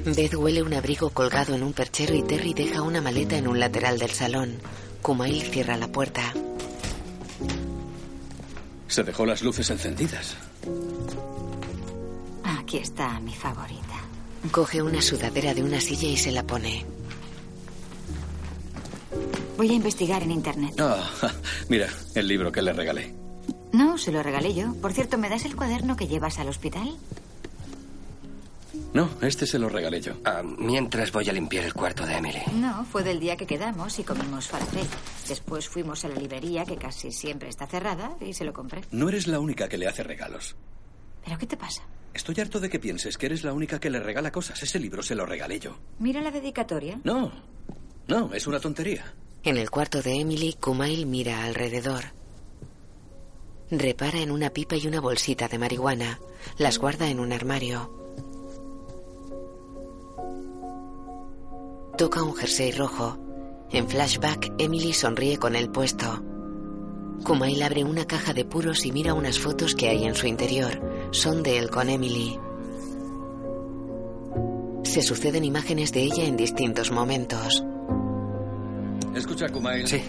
Beth huele un abrigo colgado en un perchero y Terry deja una maleta en un lateral del salón. Kumail cierra la puerta.
Se dejó las luces encendidas. <laughs>
Aquí está mi favorita.
Coge una sudadera de una silla y se la pone.
Voy a investigar en internet.
Ah, ja, mira, el libro que le regalé.
No, se lo regalé yo. Por cierto, ¿me das el cuaderno que llevas al hospital?
No, este se lo regalé yo. mientras voy a limpiar el cuarto de Emily.
No, fue del día que quedamos y comimos falafel. Después fuimos a la librería, que casi siempre está cerrada, y se lo compré.
No eres la única que le hace regalos.
¿Pero qué te pasa?
Estoy harto de que pienses que eres la única que le regala cosas. Ese libro se lo regalé yo.
Mira la dedicatoria.
No, no, es una tontería.
En el cuarto de Emily, Kumail mira alrededor. Repara en una pipa y una bolsita de marihuana. Las guarda en un armario. Toca un jersey rojo. En flashback, Emily sonríe con el puesto. Kumail abre una caja de puros y mira unas fotos que hay en su interior. Son de él con Emily. Se suceden imágenes de ella en distintos momentos.
Escucha, Kumail. Sí.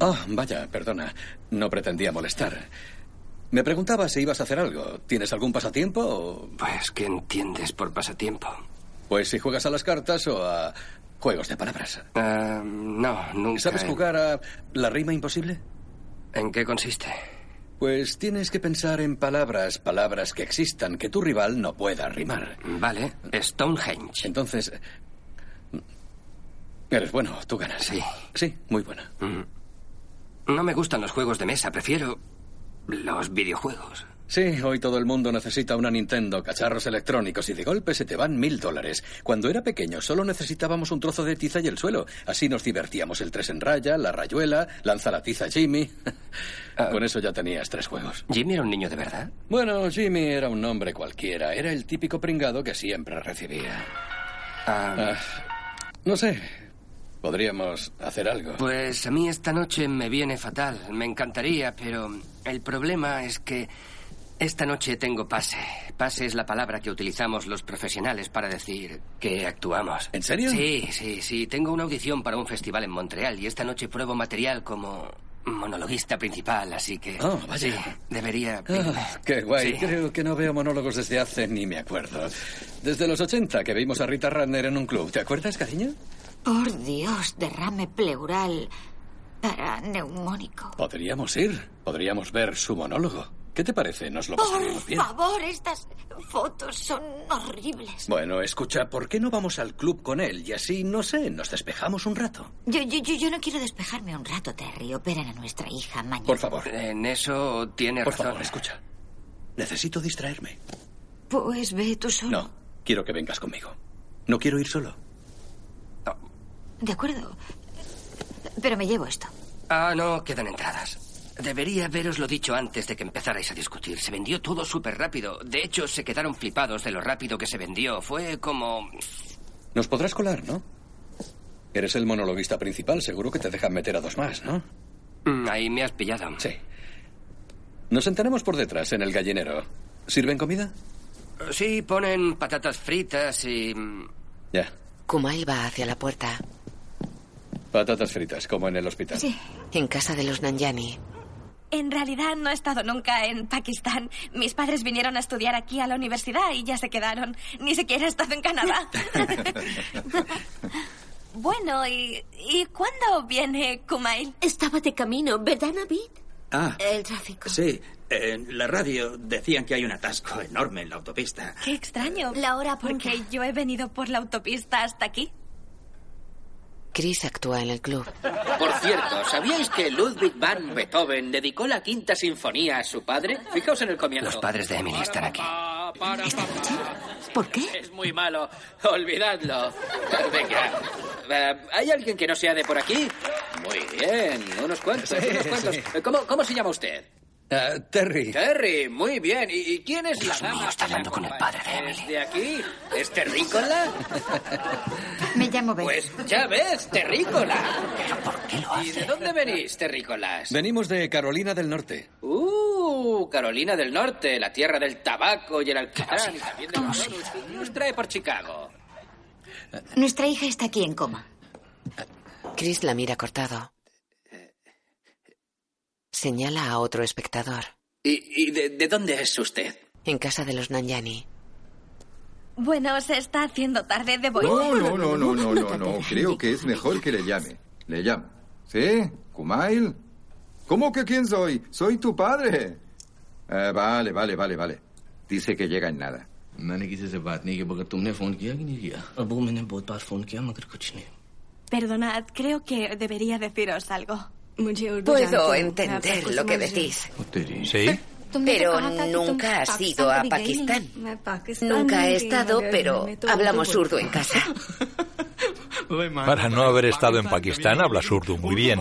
Ah, vaya, perdona. No pretendía molestar. Me preguntaba si ibas a hacer algo. ¿Tienes algún pasatiempo o...?
Pues, ¿qué entiendes por pasatiempo?
Pues si juegas a las cartas o a juegos de palabras.
Ah, no, nunca.
¿Sabes
he-
jugar a la rima imposible?
¿En qué consiste?
Pues tienes que pensar en palabras, palabras que existan, que tu rival no pueda rimar.
Vale, Stonehenge.
Entonces, eres bueno, tú ganas.
Sí. Mm.
Sí, muy buena.
No me gustan los juegos de mesa, prefiero los videojuegos.
Sí, hoy todo el mundo necesita una Nintendo, cacharros electrónicos y de golpe se te van mil dólares. Cuando era pequeño solo necesitábamos un trozo de tiza y el suelo. Así nos divertíamos el tres en raya, la rayuela, lanza la tiza Jimmy. Con eso ya tenías tres juegos.
Ah. ¿Jimmy era un niño de verdad?
Bueno, Jimmy era un nombre cualquiera. Era el típico pringado que siempre recibía. Ah, no sé. Podríamos hacer algo.
Pues a mí esta noche me viene fatal. Me encantaría, pero el problema es que esta noche tengo pase. Pase es la palabra que utilizamos los profesionales para decir que actuamos.
¿En serio?
Sí, sí, sí. Tengo una audición para un festival en Montreal y esta noche pruebo material como monologuista principal, así que.
Oh, vaya.
Sí, debería.
Ah, qué guay.
Sí.
Creo que no veo monólogos desde hace ni me acuerdo. Desde los 80 que vimos a Rita Radner en un club. ¿Te acuerdas, cariño?
Por Dios, derrame pleural para neumónico.
Podríamos ir. Podríamos ver su monólogo. ¿Qué te parece? Nos lo
Por
pasaríamos bien.
favor, estas fotos son horribles.
Bueno, escucha, ¿por qué no vamos al club con él? Y así, no sé, nos despejamos un rato.
Yo, yo, yo, yo no quiero despejarme un rato, Terry. Operan a nuestra hija mañana.
Por favor. En eso tiene
Por
razón.
favor, escucha. Necesito distraerme.
Pues ve tú solo.
No, quiero que vengas conmigo. No quiero ir solo.
De acuerdo. Pero me llevo esto.
Ah, no, quedan entradas. Debería haberos lo dicho antes de que empezarais a discutir. Se vendió todo súper rápido. De hecho, se quedaron flipados de lo rápido que se vendió. Fue como...
Nos podrás colar, ¿no? Eres el monologuista principal, seguro que te dejan meter a dos más, ¿no?
Mm, Ahí me has pillado.
Sí. Nos sentaremos por detrás, en el gallinero. ¿Sirven comida?
Sí, ponen patatas fritas y... mm,
Ya.
Kumail va hacia la puerta.
Patatas fritas, como en el hospital.
En casa de los Nanyani.
En realidad no he estado nunca en Pakistán. Mis padres vinieron a estudiar aquí a la universidad y ya se quedaron. Ni siquiera he estado en
<laughs>
Canadá. bueno, ¿y, y cuándo viene Kumail?
Estaba de camino, ¿verdad, Navid?
Ah,
El tráfico.
sí. En la radio decían que hay un atasco enorme en la autopista.
Qué extraño. La hora porque yo he venido por la autopista hasta aquí.
Chris actúa en el club.
Por cierto, ¿sabíais que Ludwig van Beethoven dedicó la quinta sinfonía a su padre? Fijaos en el comienzo.
Los padres de Emily están aquí.
¿Por qué? Es muy malo. Olvidadlo. Venga. Eh, ¿Hay alguien que no sea de por aquí? Muy bien. Unos cuantos,
Sí,
unos cuantos.
sí.
Eh, ¿Cómo, cómo se llama usted?
Ah, Terry.
Terry, muy bien. ¿Y, y quién es la dama? está hablando
con el padre
de Emily. ¿De aquí? ¿Es Terrícola?
Me llamo Ben.
Pues ya ves, Terrícola. ¿Pero por qué lo hace? ¿Y de dónde venís, Terrícolas?
Venimos de Carolina del Norte.
Uh, Carolina del Norte, la tierra del tabaco y el alquitrán. y también del valor. ¿Qué nos trae por Chicago?
Nuestra hija está aquí en coma.
Chris la mira cortado. Señala a otro espectador.
¿Y, y de, de dónde es usted?
En casa de los Nanyani.
Bueno, se está haciendo tarde, debo ir.
No, no, no, no,
<laughs>
no, no, no. Creo que es mejor que le llame. Le llamo. ¿Sí? ¿Kumail? ¿Cómo que quién soy? Soy tu padre. Ah, vale, vale, vale, vale. Dice que llega en nada. मैंने किसी से बात नहीं की मगर तुमने फोन किया कि नहीं किया अबू मैंने बहुत बार फोन किया मगर कुछ नहीं
Perdonad, creo que debería deciros algo.
Puedo entender lo que decís,
¿Sí?
pero nunca has ido a Pakistán.
Ah,
Nunca he estado, pero hablamos urdu en casa.
<laughs>
<laughs>
Para no haber estado en Pakistán, hablas urdu muy bien.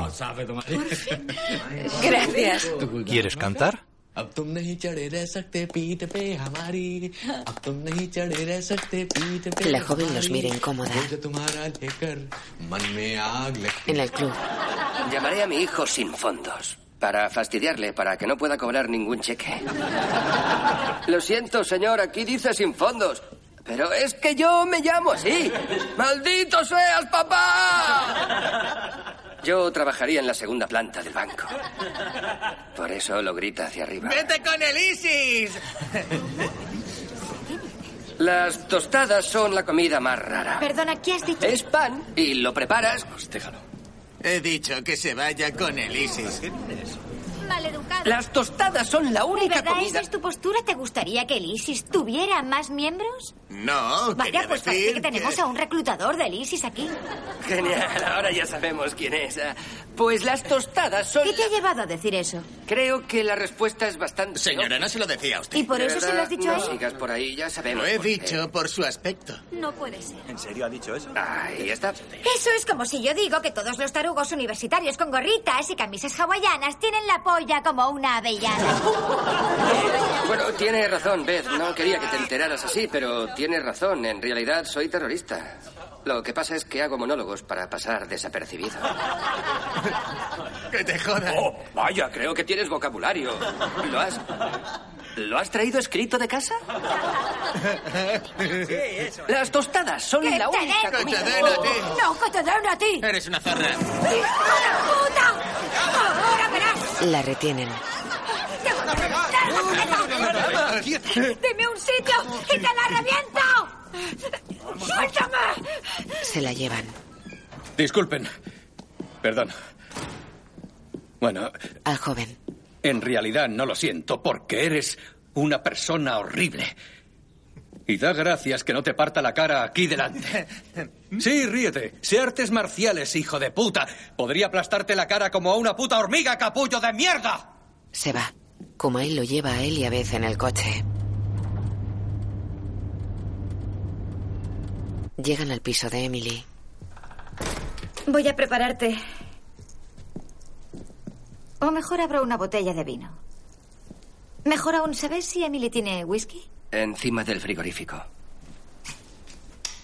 <laughs> Gracias.
¿Quieres cantar?
अब तुम नहीं चढ़े रह सकते पीठ पे हमारी अब तुम नहीं चढ़े रह सकते पीठ पे
La joven los mira incómoda.
मुझे तुम्हारा लेकर मन में आग लगी
En el club.
Llamaré a mi hijo sin fondos. Para fastidiarle, para que no pueda cobrar ningún cheque. Lo siento, señor, aquí dice sin fondos. Pero es que yo me llamo así. ¡Maldito seas, papá! Yo trabajaría en la segunda planta del banco. Por eso lo grita hacia arriba.
¡Vete con el ISIS!
Las tostadas son la comida más rara.
Perdona, ¿qué has dicho?
Es pan y lo preparas.
Déjalo. He dicho que se vaya con el ISIS.
Maleducado.
Las tostadas son la única
¿De verdad
comida-
esa es tu postura? ¿Te gustaría que el ISIS tuviera más miembros?
Oh,
No,
Vaya, pues parece que tenemos a un reclutador del ISIS aquí.
Genial, ahora ya sabemos quién es. Ah, Pues las tostadas son.
¿Qué te ha llevado a decir eso?
Creo que la respuesta es bastante.
Señora, no se lo decía a usted.
¿Y por eso se lo has dicho
no
a él?
sigas por ahí, ya sabemos.
Lo he
por qué.
dicho por su aspecto.
No puede ser.
¿En serio ha dicho eso?
Ahí está.
Eso es como si yo digo que todos los tarugos universitarios con gorritas y camisas hawaianas tienen la polla como una avellana.
Bueno, tiene razón, Beth. No quería que te enteraras así, pero tienes razón. En realidad soy terrorista. Lo que pasa es que hago monólogos para pasar desapercibido.
<laughs> ¡Que te jodan!
Oh, vaya, creo que tienes vocabulario. ¿Lo has. ¿Lo has traído escrito de casa? Las tostadas son la única comida.
¡No, que te den a ti!
Eres una zorra.
¡Hijo de puta! ¡Ahora me
La retienen.
¡Te voy a reventar la cabeza! ¡Deme un sitio y te la reviento! ¡Suéltame!
Se la llevan.
Disculpen. Perdón. Bueno.
Al joven.
En realidad no lo siento porque eres una persona horrible. Y da gracias que no te parta la cara aquí delante. Sí, ríete. Sé artes marciales, hijo de puta. Podría aplastarte la cara como a una puta hormiga, capullo de mierda.
Se va. Kumail lo lleva a él y a Beth en el coche. Llegan al piso de Emily.
Voy a prepararte. O mejor abro una botella de vino. Mejor aún, ¿sabes si Emily tiene whisky?
Encima del frigorífico.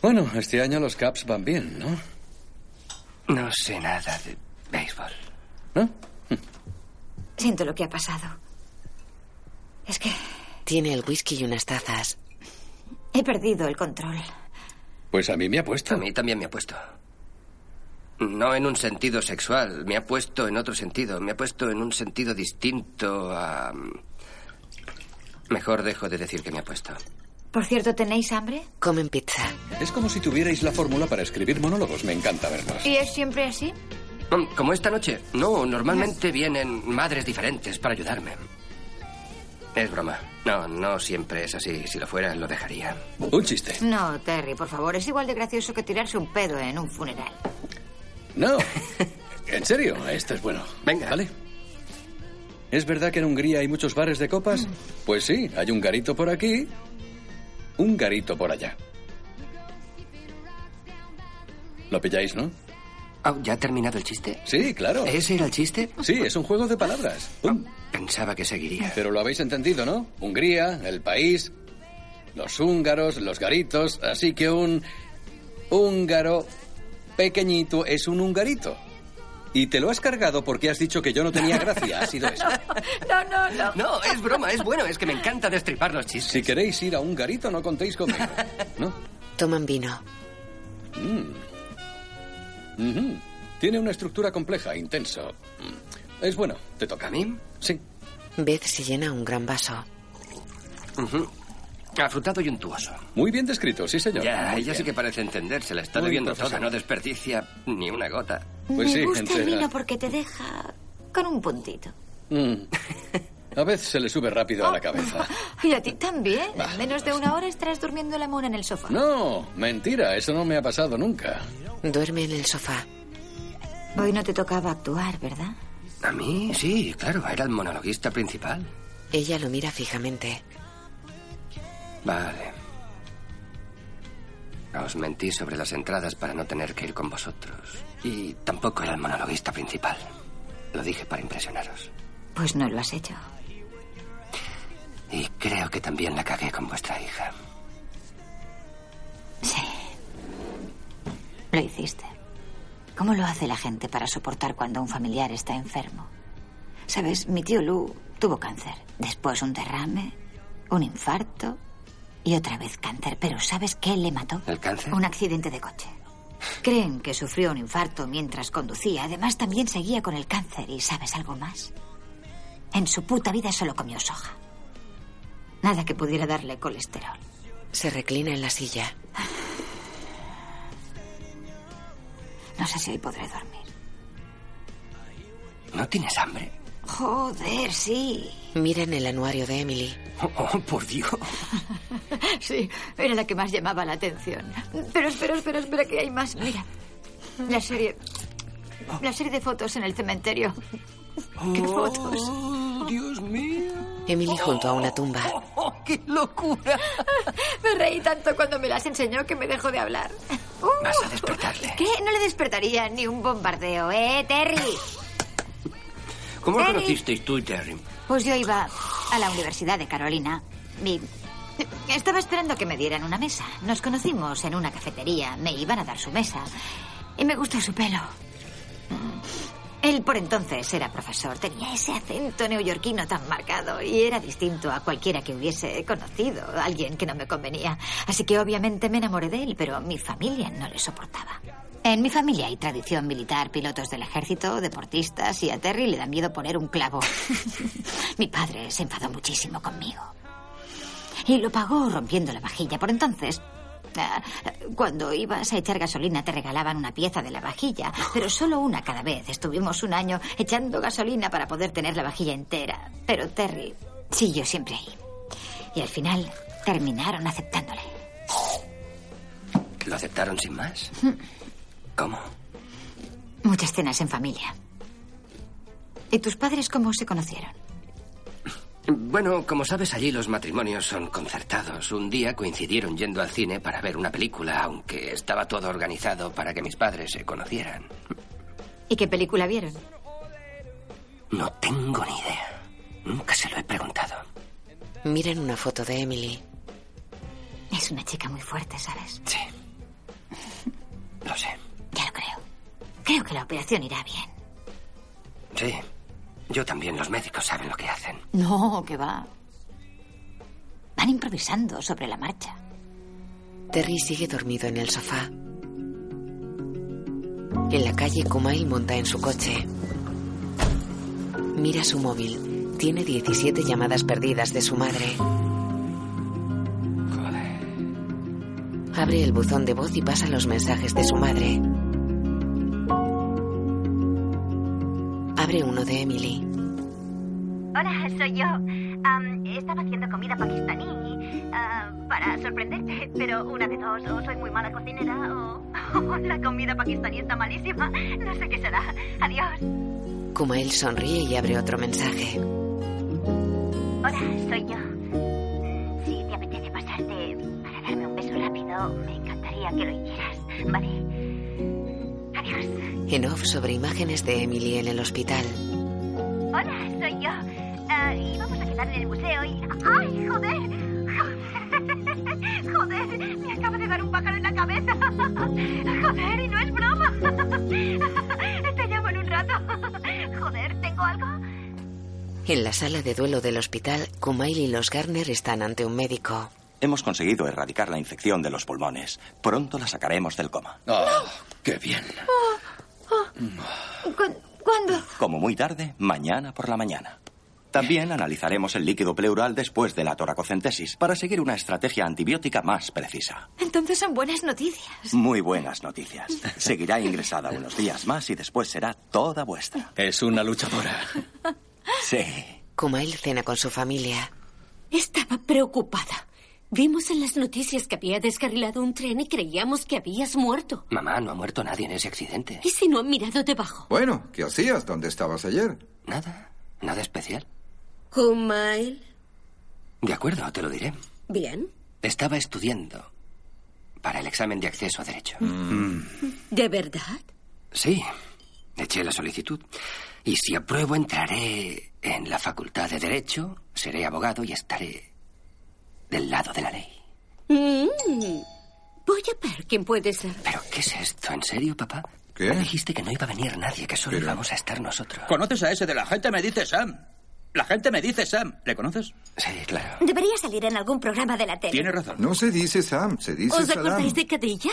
Bueno, este año los Caps van bien, ¿no?
No sé nada de béisbol.
Siento lo que ha pasado. Es que
Tiene el whisky y unas tazas.
he perdido el control.
Pues a mí me ha puesto.
A mí también me ha puesto. No en un sentido sexual, me ha puesto en otro sentido, me ha puesto en un sentido distinto a... mm, Mejor dejo de decir que me ha puesto.
Por cierto, ¿tenéis hambre?
Comen pizza.
Es como si tuvierais la fórmula para escribir monólogos. Me encanta verlos.
¿Y es siempre así?
Mm, Como esta noche. No, normalmente vienen madres diferentes para ayudarme. Es broma. No, no siempre es así. Si lo fuera, lo dejaría.
Un chiste.
No, Terry, por favor, es igual de gracioso que tirarse un pedo en un funeral.
<laughs>
No. En serio, esto es bueno. Venga. Vale. ¿Es verdad que en Hungría hay muchos bares de copas?
Mm.
Pues sí, hay un garito por aquí, un garito por allá. ¿Lo pilláis, no?
Ah, ¿Ya ha terminado el chiste?
Sí, claro.
¿Ese era el chiste?
Sí, es un juego de palabras.
Pensaba que seguiría.
Pero lo habéis entendido, ¿no? Hungría, el país, los húngaros, los garitos. Así que un húngaro pequeñito es un hungarito. Y te lo has cargado porque has dicho que yo
<laughs>
no tenía gracia. Ha sido eso.
No, no, no.
No, es broma, es bueno. Es que me encanta destripar los chistes.
Si queréis ir a un garito, no contéis
<laughs>
conmigo.
Toman vino.
Mm. Ujú. Tiene una estructura compleja, intenso. Mm. Es bueno, te toca. ¿A mí? Sí.
Beth se llena un gran vaso.
Ujú. Afrutado y untuoso.
Muy bien descrito, sí, señor.
Ya,
Muy
ella sí
bien.
que parece entender. Se la está
Muy
bebiendo toda,
profesional.
no desperdicia ni una gota.
Pues
me
sí,
gusta el
entrega.
vino porque te deja con un puntito.
Mm. A veces se le sube rápido a la cabeza.
Y a ti también. En menos de una hora estarás durmiendo la mona en el sofá.
No, mentira, eso no me ha pasado nunca.
Duerme en el sofá.
Hoy no te tocaba actuar, ¿verdad?
A mí, sí, claro. Era el monologuista principal.
Ella lo mira fijamente.
Vale. Os mentí sobre las entradas para no tener que ir con vosotros. Y tampoco era el monologuista principal. Lo dije para impresionaros.
Pues no lo has hecho.
Y creo que también la cagué con vuestra hija.
Sí. Lo hiciste. ¿Cómo lo hace la gente para soportar cuando un familiar está enfermo? Sabes, mi tío Lou tuvo cáncer, después un derrame, un infarto y otra vez cáncer. Pero ¿sabes qué le mató?
¿El cáncer?
Un accidente de coche. Creen que sufrió un infarto mientras conducía. Además, también seguía con el cáncer. ¿Y sabes algo más? En su puta vida solo comió soja. Nada que pudiera darle colesterol.
Se reclina en la silla.
No sé si hoy podré dormir.
¿No tienes hambre?
Joder, sí.
Mira en el anuario de Emily.
Oh, oh, por Dios.
<laughs> Sí, era la que más llamaba la atención. Pero espera, espera, espera, que hay más. Mira, la serie. La serie de fotos en el cementerio. ¡Qué
Oh,
fotos!
Dios mío.
Emily junto a una
Oh,
tumba.
¡Qué locura!
<laughs> Me reí tanto cuando me las enseñó que me dejó de hablar.
Vas a despertarle.
¿Qué? No le despertaría ni un bombardeo, ¿eh, Terry?
<gasps> ¿Cómo lo
Terry.
conocisteis tú y Terry?
Pues yo iba
a la Universidad de Carolina y estaba esperando que me dieran una mesa. Nos conocimos en una cafetería, me iban a dar su mesa y me gustó su pelo. Él por entonces era profesor, tenía ese acento neoyorquino tan marcado y era distinto a cualquiera que hubiese conocido, alguien que no me convenía. Así que obviamente me enamoré de él, pero mi familia no le soportaba. En mi familia hay tradición militar, pilotos del ejército, deportistas y a Terry le da miedo poner un clavo. mi padre se enfadó muchísimo conmigo. Y lo pagó rompiendo la vajilla. Por entonces, ah, cuando ibas a echar gasolina te regalaban una pieza de la vajilla, pero solo una cada vez. Estuvimos un año echando gasolina para poder tener la vajilla entera. Pero Terry siguió siempre ahí. Y al final terminaron aceptándole.
¿Lo aceptaron sin más? ¿Cómo?
Muchas cenas en familia. ¿Y tus padres cómo se conocieron?
Bueno, como sabes, allí los matrimonios son concertados. Un día coincidieron yendo al cine para ver una película, aunque estaba todo organizado para que mis padres se conocieran.
¿Y qué película vieron?
No tengo
Pues
ni idea. Nunca se lo he preguntado.
Miren una foto de Emily.
Es una chica muy fuerte, ¿sabes?
Sí. Lo sé.
Ya lo creo. Creo que la operación irá bien.
Sí. Yo también. Los médicos saben lo que hacen.
No, que va. Van improvisando sobre la marcha.
Terry sigue dormido en el sofá. En la calle, Kumail monta en su coche. Mira su móvil. Tiene 17 llamadas perdidas de su madre. Abre el buzón de voz y pasa los mensajes de su madre. Abre uno de Emily.
Hola, soy yo. Am, estaba haciendo comida pakistaní ah, para sorprenderte, pero una de dos, o soy muy mala cocinera o, <laughs> o la comida pakistaní está malísima. No sé qué será. Adiós.
Kumail sonríe y abre otro mensaje.
Hola, soy yo. Si te apetece pasarte para darme un beso rápido, me encantaría que lo hicieras, ¿vale? Adiós.
En off sobre imágenes de Emily en el hospital.
Hola, soy yo. Ah, y vamos a quedar en el museo y... ¡Ay, joder! ¡Joder! <laughs> ¡Joder! Me acaba de dar un pájaro en la cabeza. <laughs> ¡Joder! Y no es broma. <laughs> Te llamo en un rato. <laughs> ¡Joder! ¿Tengo algo?
En la sala de duelo del hospital, Kumail y los Garner están ante un médico.
Hemos conseguido erradicar la infección de los pulmones. Pronto la sacaremos del coma.
Ah,
Oh, qué bien.
Ah,
Mm.
¿Cuándo?
Como muy tarde, mañana por la mañana. También analizaremos el líquido pleural después de la toracocentesis para seguir una estrategia antibiótica más precisa.
Entonces son buenas noticias.
Muy buenas noticias. Seguirá ingresada unos días más y después será toda vuestra.
Es una luchadora.
Sí.
Kumail cena con su familia.
Estaba preocupada. Vimos en las noticias que había descarrilado un tren y creíamos que habías muerto.
Mamá, no ha muerto nadie en ese accidente.
¿Y si no han mirado debajo?
Bueno, ¿qué hacías? ¿Dónde estabas ayer?
Nada. Nada especial.
Kumail.
De acuerdo, te lo diré.
Bien.
Estaba estudiando para el examen de acceso a derecho.
¿De verdad?
Sí, eché la solicitud. Y si apruebo, entraré en la facultad de derecho, seré abogado y estaré del lado de la ley.
Mm. Voy a ver quién puede ser.
¿Pero qué es esto? ¿En serio, papá?
¿Qué?
Dijiste que no iba a venir nadie, que solo íbamos a estar nosotros.
¿Conoces a ese de la gente me dice Sam? La gente me dice Sam. ¿Le conoces?
Sí, claro.
Debería salir en algún programa de la tele.
Tiene razón.
No se dice Sam, se dice
¿Os
Salam.
acordáis de Cadilla?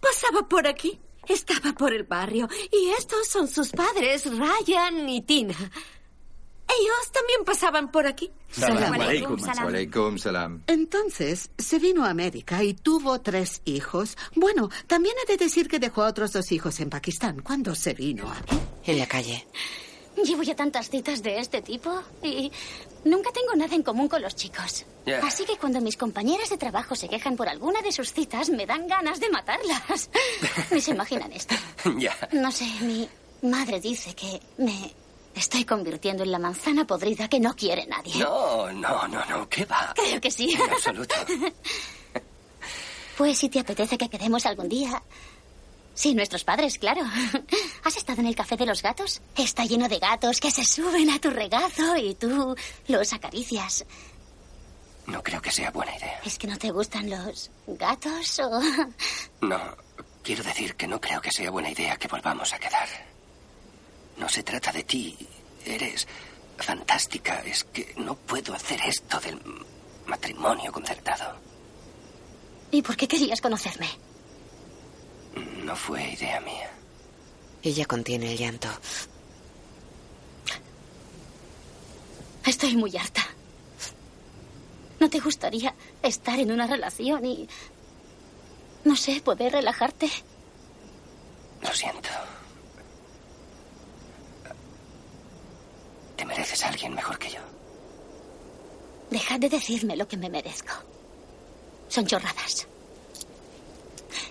Pasaba por aquí. Estaba por el barrio. Y estos son sus padres, Ryan y Tina. Ellos también pasaban por aquí.
Salam.
Alaikum, salam.
Walaikum salam.
Entonces, se vino a América y tuvo tres hijos. Bueno, también he de decir que dejó a otros dos hijos en Pakistán cuando se vino aquí.
En la calle.
Llevo ya tantas citas de este tipo y nunca tengo nada en común con los chicos.
Ya.
Así que cuando mis compañeras de trabajo se quejan por alguna de sus citas, me dan ganas de
<laughs>
matarlas. Ni se imaginan esto.
ya.
No sé, mi madre dice que me estoy convirtiendo en la manzana podrida que no quiere nadie.
No, no, no, no. ¿Qué va?
Creo que sí.
En absoluto.
Pues si te apetece que quedemos algún día. Sí, nuestros padres, claro. ¿Has estado en el café de los gatos? Está lleno de gatos que se suben a tu regazo y tú los acaricias.
No creo que sea buena idea.
¿Es que no te gustan los gatos o...? <laughs>
No, quiero decir que no creo que sea buena idea que volvamos a quedar. No se trata de ti. Eres fantástica. Es que no puedo hacer esto del matrimonio concertado.
¿Y por qué querías conocerme?
No fue idea mía.
Ella contiene el llanto.
Estoy muy harta. ¿No te gustaría estar en una relación y... No sé, poder relajarte?
Lo siento. Te mereces a alguien mejor que yo.
Deja de decirme lo que me merezco. Son chorradas.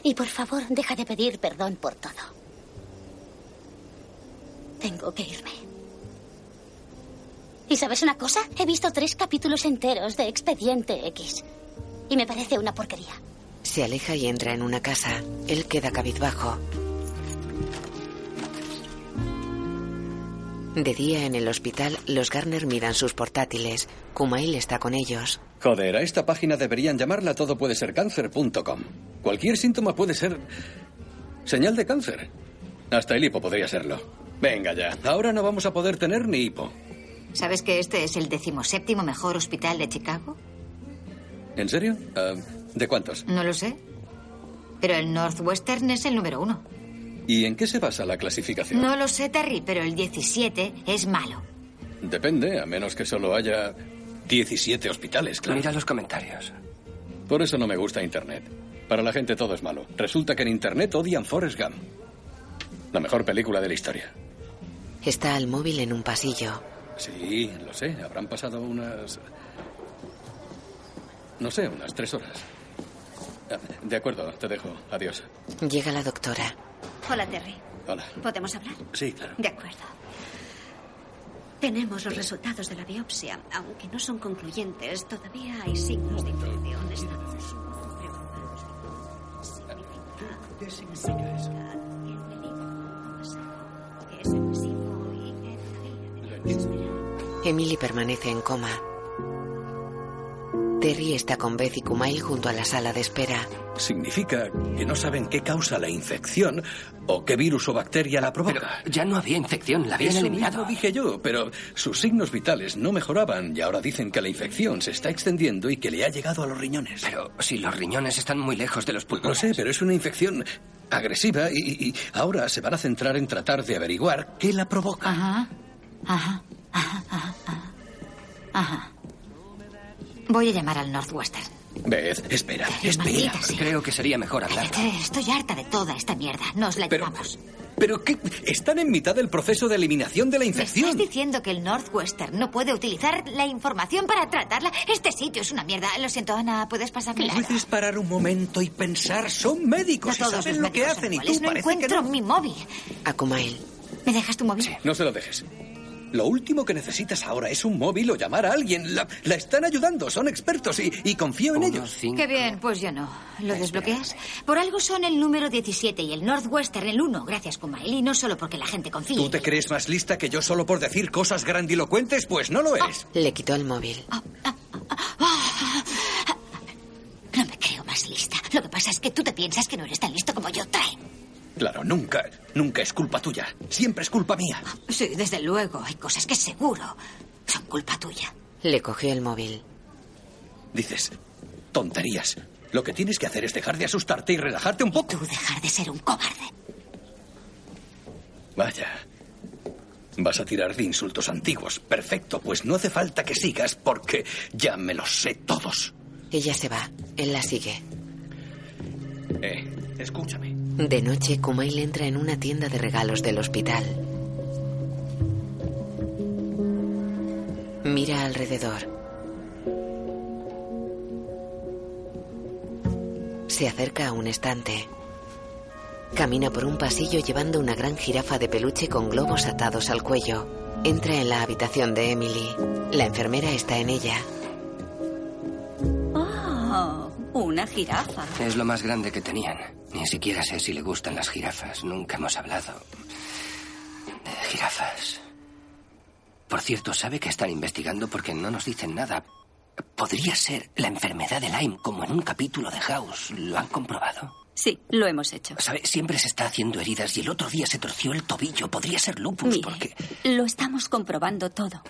Y por favor, deja de pedir perdón por todo. Tengo que irme. ¿Y sabes una cosa? He visto tres capítulos enteros de Expediente X. Y me parece una porquería.
Se aleja y entra en una casa. Él queda cabizbajo. De día en el hospital, los Garner miran sus portátiles. Kumail está con ellos.
Joder, a esta página deberían llamarla todopuedesercáncer.com. Cualquier síntoma puede ser señal de cáncer. Hasta el hipo podría serlo. Venga ya, ahora no vamos a poder tener ni hipo.
¿Sabes que este es el decimoséptimo mejor hospital de Chicago?
¿En serio? Ah, ¿De cuántos?
No lo sé. Pero el Northwestern es el número uno.
¿Y en qué se basa la clasificación?
No lo sé, Terry, pero el 17 es malo.
Depende, a menos que solo haya 17 hospitales, claro.
Mira los comentarios.
Por eso no me gusta Internet. Para la gente todo es malo. Resulta que en Internet odian Forrest Gump. La mejor película de la historia.
Está al móvil en un pasillo.
Sí, lo sé. Habrán pasado unas... No sé, unas tres horas. Ah, De acuerdo, te dejo. Adiós.
Llega la doctora.
Hola, Terry.
Hola.
¿Podemos hablar?
Sí, claro.
De acuerdo. Tenemos los resultados de la biopsia, aunque no son concluyentes. Todavía hay signos de infección. Estamos preocupados. ¿Qué significa eso?
Emily permanece en coma. Terry está con Beth y Kumail junto a la sala de espera.
Significa que no saben qué causa la infección o qué virus o bacteria la provoca.
ya no había infección, la habían
Eso
eliminado.
mismo dije yo, pero sus signos vitales no mejoraban y ahora dicen que la infección se está extendiendo y que le ha llegado a los riñones. Pero si los riñones están muy lejos de los pulmones. No sé, pero es una infección agresiva y, y- y ahora se van a centrar en tratar de averiguar qué la provoca.
Ajá. Ajá. Ajá. Ajá. ajá. Ajá. Voy a llamar al Northwestern.
Beth, espera,
espera.
Creo que sería mejor hablar.
Cállate, estoy harta de toda esta mierda. Nos la
Pero-
llevamos.
¿Pero qué? Están en mitad del proceso de eliminación de la
¿Me
infección.
estás diciendo que el Northwestern no puede utilizar la información para tratarla? Este sitio es una mierda. Lo siento, Ana, ¿puedes pasarme?
Puedes parar un momento y pensar, son
No
médicos y
todos
saben
los
lo que
médicos son
hacen y tú
iguales. no
parece que
encuentro
no.
mi móvil.
A Kumail.
¿Me dejas tu móvil?
No se lo dejes. Lo último que necesitas ahora es un móvil o llamar a alguien. La, la están ayudando, son expertos y, y confío en ellos.
Qué bien, pues yo no. ¿Lo desbloqueas? Por algo son el número 17 y el Northwestern el 1, gracias, Kumail. Y no solo porque la gente confía.
¿Tú te crees más lista que yo solo por decir cosas grandilocuentes? Pues no lo eres.
Le quitó el móvil.
No me creo más lista. Lo que pasa es que tú te piensas que no eres tan listo como yo. Trae.
Claro, nunca, nunca es culpa tuya. Siempre es culpa mía.
Sí, desde luego. Hay cosas que seguro son culpa tuya.
Le cogió el móvil.
Dices, tonterías. Lo que tienes que hacer es dejar de asustarte y relajarte un poco.
tú dejar de ser un cobarde.
Vaya. Vas a tirar de insultos antiguos. Perfecto, pues no hace falta que sigas porque ya me los sé todos.
Ella se va. Él la sigue.
Eh, escúchame.
De noche, Kumail entra en una tienda de regalos del hospital. Mira alrededor. Se acerca a un estante. Camina por un pasillo llevando una gran jirafa de peluche con globos atados al cuello. Entra en la habitación de Emily. La enfermera está en ella.
Oh, una jirafa.
Es lo más grande que tenían. Ni siquiera sé si le gustan las jirafas. Nunca hemos hablado de jirafas. Por cierto, sabe que están investigando porque no nos dicen nada. Podría ser la enfermedad de Lyme, como en un capítulo de House. ¿Lo han comprobado?
Sí, lo hemos hecho.
¿Sabe? Siempre se está haciendo heridas y el otro día se torció el tobillo. Podría ser lupus,
Mire,
porque...
Lo estamos comprobando todo.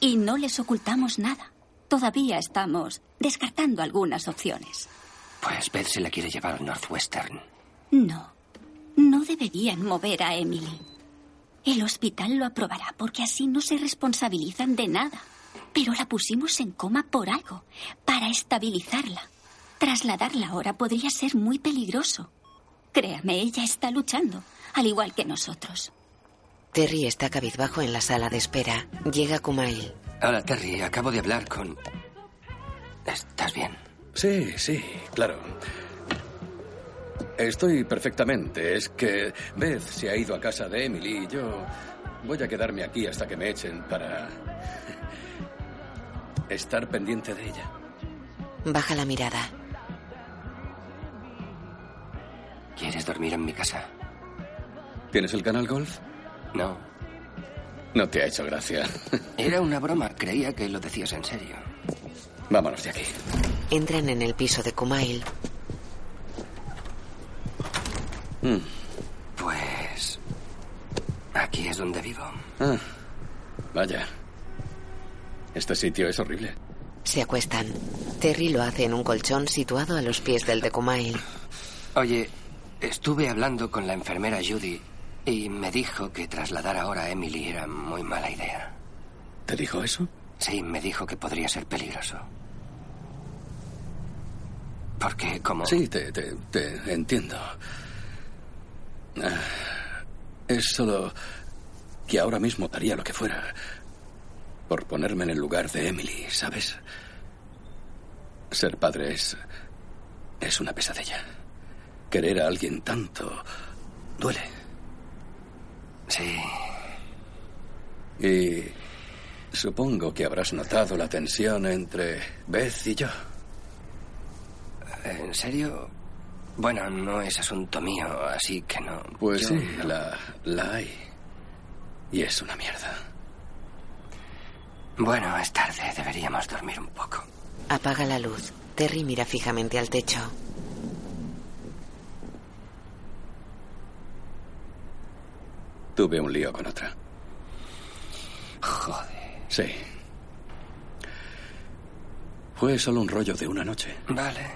Y no les ocultamos nada. Todavía estamos descartando algunas opciones.
Pues Beth se la quiere llevar al Northwestern.
No.
No deberían mover a Emily. El hospital lo aprobará porque así no se responsabilizan de nada. Pero la pusimos en coma por algo, para estabilizarla. Trasladarla ahora podría ser muy peligroso. Créame, ella está luchando, al igual que nosotros.
Terry está cabizbajo en la sala de espera. Llega Kumail.
Hola, Terry. Acabo de hablar con... ¿Estás bien?
Sí, sí, claro. Estoy perfectamente. Es que Beth se ha ido a casa de Emily y yo voy a quedarme aquí hasta que me echen para estar pendiente de ella.
Baja la mirada.
¿Quieres dormir en mi casa?
¿Tienes el canal golf?
No.
No te ha hecho gracia. <laughs>
Era una broma. Creía que lo decías en serio.
Vámonos de aquí.
Entran en el piso de Kumail.
Mm.
Pues... Aquí es donde vivo.
Ah, vaya. Este sitio es horrible.
Se acuestan. Terry lo hace en un colchón situado a los pies del de Kumail.
Oye, estuve hablando con la enfermera Judy y me dijo que trasladar ahora a Emily era muy mala idea.
¿Te dijo eso?
Sí, me dijo que podría ser peligroso. Porque como...
Sí, te, te- te entiendo. Ah, Es solo que ahora mismo daría lo que fuera por ponerme en el lugar de Emily, ¿sabes? Ser padre es... es una pesadilla. Querer a alguien tanto duele.
Sí.
Y supongo que habrás notado la tensión entre Beth y yo.
Eh, ¿En serio? Bueno, no es asunto mío, así que no.
Pues
yo
sí,
no.
la, la hay. Y es una mierda.
Bueno, es tarde, deberíamos dormir un poco.
Apaga la luz. Terry mira fijamente al techo.
Tuve un lío con otra.
Joder.
Sí. Fue solo un rollo de una noche.
Vale.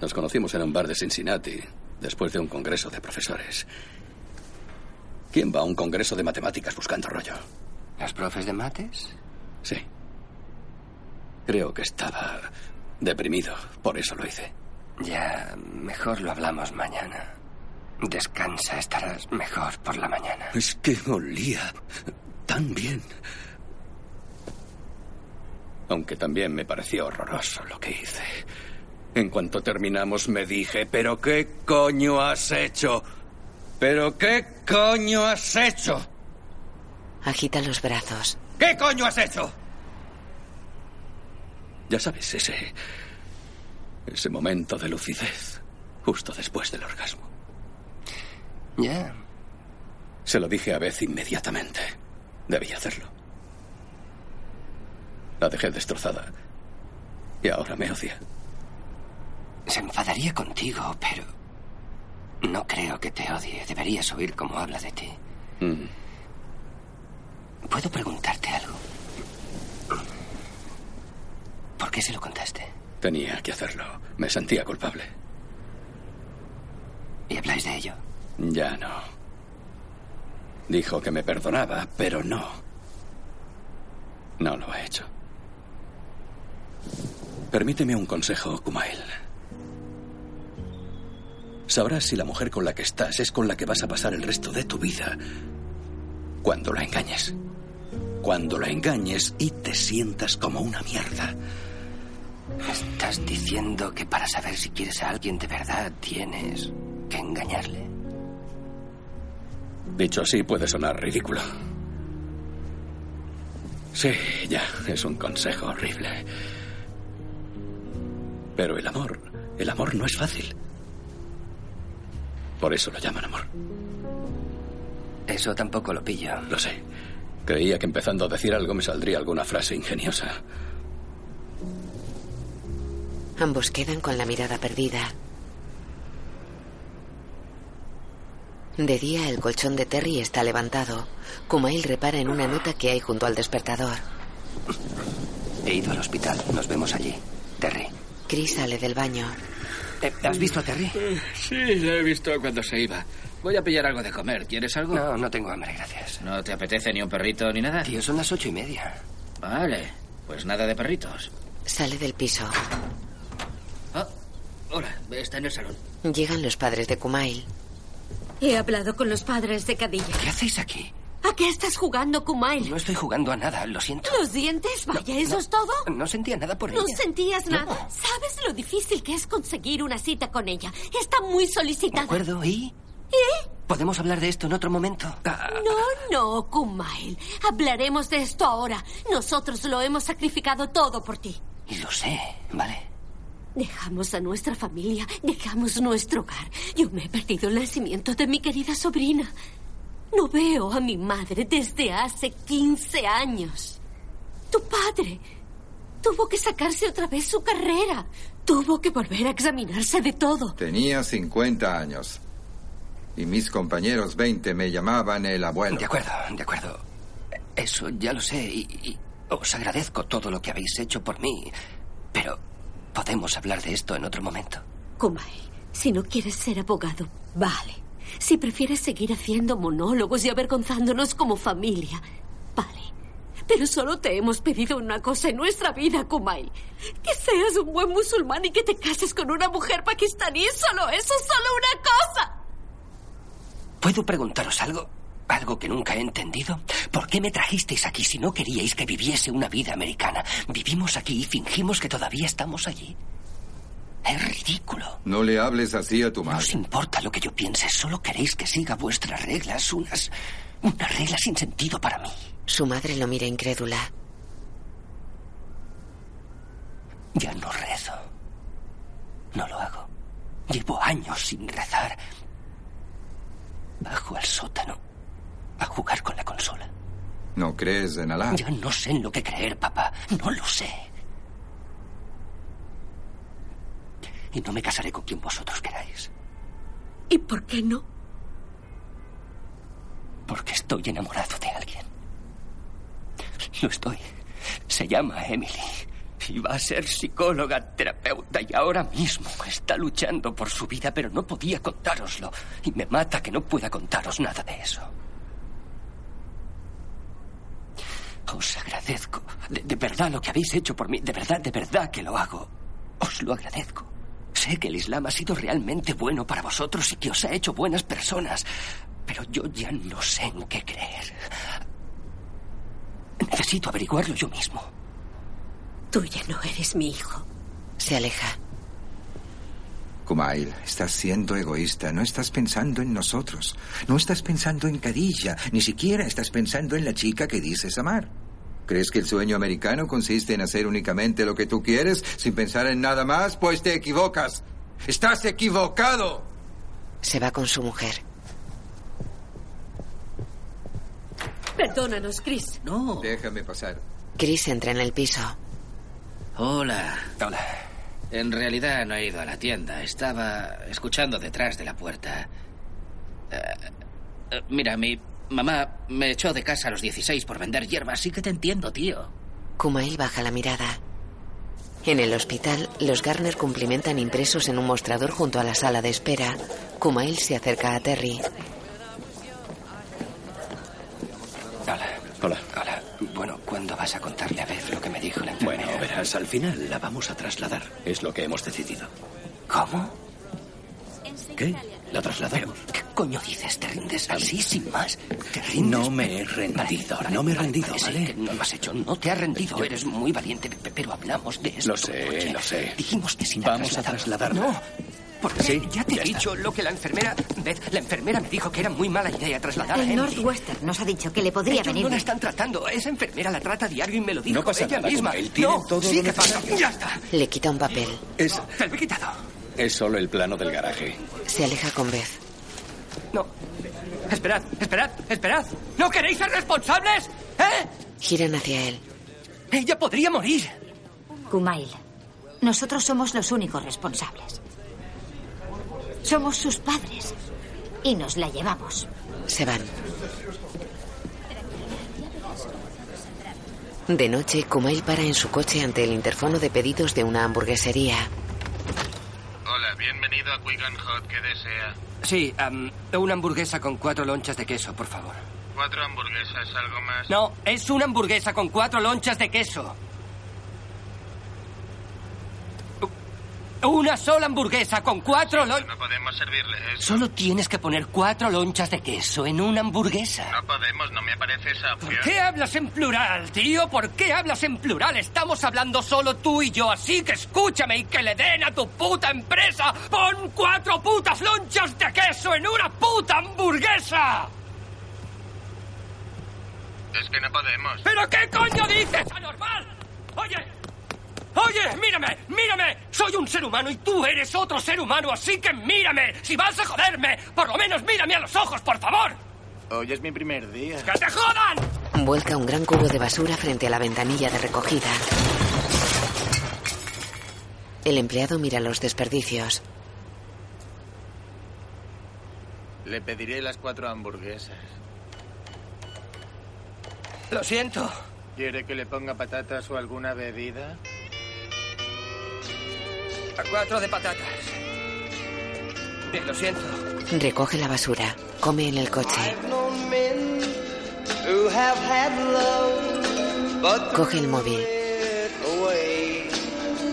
Nos conocimos en un bar de Cincinnati, después de un congreso de profesores. ¿Quién va a un congreso de matemáticas buscando rollo?
¿Los profes de mates?
Sí. Creo que estaba deprimido, por eso lo hice.
Ya, mejor lo hablamos mañana. Descansa, estarás mejor por la mañana.
Es que olía tan bien. Aunque también me pareció horroroso lo que hice. En cuanto terminamos me dije, pero ¿qué coño has hecho? ¿Pero qué coño has hecho?
Agita los brazos.
¿Qué coño has hecho? Ya sabes, ese... Ese momento de lucidez, justo después del orgasmo.
Ya.
Se lo dije a Beth inmediatamente. Debía hacerlo. La dejé destrozada. Y ahora me odia.
Se enfadaría contigo, pero... No creo que te odie. Deberías oír cómo habla de ti.
Mm.
¿Puedo preguntarte algo? ¿Por qué se lo contaste?
Tenía que hacerlo. Me sentía culpable.
¿Y habláis de ello?
Ya no. Dijo que me perdonaba, pero no. No lo ha hecho. Permíteme un consejo, Kumail. Sabrás si la mujer con la que estás es con la que vas a pasar el resto de tu vida cuando la engañes. Cuando la engañes y te sientas como una mierda.
¿Estás diciendo que para saber si quieres a alguien de verdad tienes que engañarle?
Dicho así, puede sonar ridículo. Sí, ya, es un consejo horrible. Pero el amor, el amor no es fácil. Por eso lo llaman amor.
Eso tampoco lo pillo.
Lo sé. Creía que empezando a decir algo me saldría alguna frase ingeniosa.
Ambos quedan con la mirada perdida. De día el colchón de Terry está levantado. Kumail repara en una nota que hay junto al despertador.
He ido al hospital. Nos vemos allí. Terry.
Chris sale del baño.
¿Has visto a Terry?
Sí, lo he visto cuando se iba.
Voy a pillar algo de comer. ¿Quieres algo?
No, no tengo hambre, gracias.
¿No te apetece ni un perrito ni nada?
Tío, son las ocho y media.
Vale, pues nada de perritos.
Sale del piso.
Hola, está en el salón.
Llegan los padres de Kumail.
He hablado con los padres de Cadilla.
¿Qué hacéis aquí?
¿A qué estás jugando, Kumail?
No estoy jugando a nada, lo siento.
¿Los dientes? Vaya, ¿eso es todo?
No sentía nada por
No
ella.
sentías
No.
nada. ¿Sabes lo difícil que es conseguir una cita con ella? Está muy
De
solicitada.
acuerdo, ¿y?
¿Eh?
Podemos hablar de esto en otro momento. Ah,
No, no, Kumail. Hablaremos de esto ahora. Nosotros lo hemos sacrificado todo por ti.
y lo sé, vale.
Dejamos a nuestra familia, dejamos nuestro hogar. Yo me he perdido el nacimiento de mi querida sobrina. No veo a mi madre desde hace 15 años. Tu padre tuvo que sacarse otra vez su carrera. Tuvo que volver a examinarse de todo.
Tenía 50 años. Y mis compañeros 20 me llamaban el abuelo.
De acuerdo, de acuerdo. Eso ya lo sé y, y os agradezco todo lo que habéis hecho por mí. Pero podemos hablar de esto en otro momento.
Kumail, si no quieres ser abogado, vale. Si prefieres seguir haciendo monólogos y avergonzándonos como familia, vale. Pero solo te hemos pedido una cosa en nuestra vida, Kumail. Que seas un buen musulmán y que te cases con una mujer pakistaní. Solo eso, solo una cosa.
¿Puedo preguntaros algo? Algo que nunca he entendido. ¿Por qué me trajisteis aquí si no queríais que viviese una vida americana? Vivimos aquí y fingimos que todavía estamos allí. Es ridículo.
No le hables así a tu
No os
madre.
importa lo que yo piense, solo queréis que siga vuestras reglas, unas. unas reglas sin sentido para mí.
Su madre lo mira incrédula.
Ya no rezo. No lo hago. Llevo años sin rezar. Bajo al sótano a jugar con la consola.
No crees en Alá.
Ya no sé en lo que creer, papá. No lo sé. Y no me casaré con quien vosotros queráis.
¿Y por qué no?
Porque estoy enamorado de alguien. Lo estoy. Se llama Emily. Y va a ser psicóloga, terapeuta y ahora mismo está luchando por su vida, pero no podía contároslo. Y me mata que no pueda contaros nada de eso. Os agradezco. De, de verdad lo que habéis hecho por mí. De verdad, de verdad que lo hago. Os lo agradezco. Sé que el Islam ha sido realmente bueno para vosotros y que os ha hecho buenas personas. Pero yo ya no sé en qué creer. Necesito averiguarlo yo mismo.
Tú ya no eres mi hijo.
Se aleja.
Kumail, estás siendo egoísta. No estás pensando en nosotros. No estás pensando en Kadilla. Ni siquiera estás pensando en la chica que dices amar. ¿Crees que el sueño americano consiste en hacer únicamente lo que tú quieres sin pensar en nada más? Pues te equivocas. ¡Estás equivocado!
Se va con su mujer.
Perdónanos, Chris.
No.
Déjame pasar.
Chris entra en el piso.
Hola. Hola. En realidad no he ido a la tienda. Estaba escuchando detrás de la puerta. Eh, eh, mira, mi mamá me echó de casa a los 16 por vender hierba, así que te entiendo, tío.
Kumail baja la mirada. En el hospital, los Garner cumplimentan impresos en un mostrador junto a la sala de espera. Kumail se acerca a Terry.
Hola.
Hola.
Hola. Bueno, ¿cuándo vas a contarle a Beth lo que me dijo la enfermera?
Bueno, verás, al final la vamos a trasladar. Es lo que hemos decidido.
¿Cómo?
¿Qué? La trasladamos.
¿Qué coño dices? ¿Te rindes así sin más? ¿Te rindes?
No me he rendido,
Vale,
no me he
vale,
rendido,
vale, sí, que
¿vale?
no lo has hecho, no te has rendido. Eres muy valiente, pe- pero hablamos de esto.
Lo sé, lo sé.
Dijimos que si la
Vamos a trasladarla.
No, porque
Sí,
ya te
ya
he
está.
dicho lo que la enfermera... Beth, la enfermera me dijo que era muy mala idea trasladar a
El
Emily.
Northwestern nos ha dicho que le podría
Ellos
venir
no la
bien.
están tratando. Esa enfermera la trata diario y me lo dijo
No pasa
ella
nada,
misma.
Kumail, tiene
no,
todo
sí
lo
que pasa.
necesario.
Ya está.
Le quita un papel.
Es,
Te lo he quitado.
es solo el plano del garaje.
Se aleja con Beth.
Esperad, esperad, esperad. ¿No queréis ser responsables? ¿Eh?
Giran hacia él.
Ella podría morir.
Kumail, nosotros somos los únicos responsables. Somos sus padres y nos la llevamos.
Se van. De noche, Kumail para en su coche ante el interfono de pedidos de una hamburguesería.
Hola, bienvenido a Quigan Hot, ¿qué desea?
Sí, am, una hamburguesa con cuatro lonchas de queso, por favor.
Cuatro hamburguesas, algo más.
No, es una hamburguesa con cuatro lonchas de queso. Una sola hamburguesa con cuatro lonchas.
No podemos servirle. es-
Solo tienes que poner cuatro lonchas de queso en una hamburguesa.
No podemos, no me parece esa opción.
¿Por qué hablas en plural, tío? ¿Por qué hablas en plural? Estamos hablando solo tú y yo, así que escúchame y que le den a tu puta empresa. ¡Pon cuatro putas lonchas de queso en una puta hamburguesa!
Es que no podemos.
¿Pero qué coño dices, anormal? Oye, oye, mírame, mírame. Soy un ser humano y tú eres otro ser humano, así que mírame. Si vas a joderme, por lo menos mírame a los ojos, por favor.
Hoy es mi primer día.
¡Que te jodan!
Vuelca un gran cubo de basura frente a la ventanilla de recogida. El empleado mira los desperdicios.
Le pediré las cuatro hamburguesas.
Lo siento.
¿Quiere que le ponga patatas o alguna bebida?
A cuatro de patatas. Eh, lo siento.
Recoge la basura. Come en el coche.
known men who have had love, but
Coge el móvil.
away.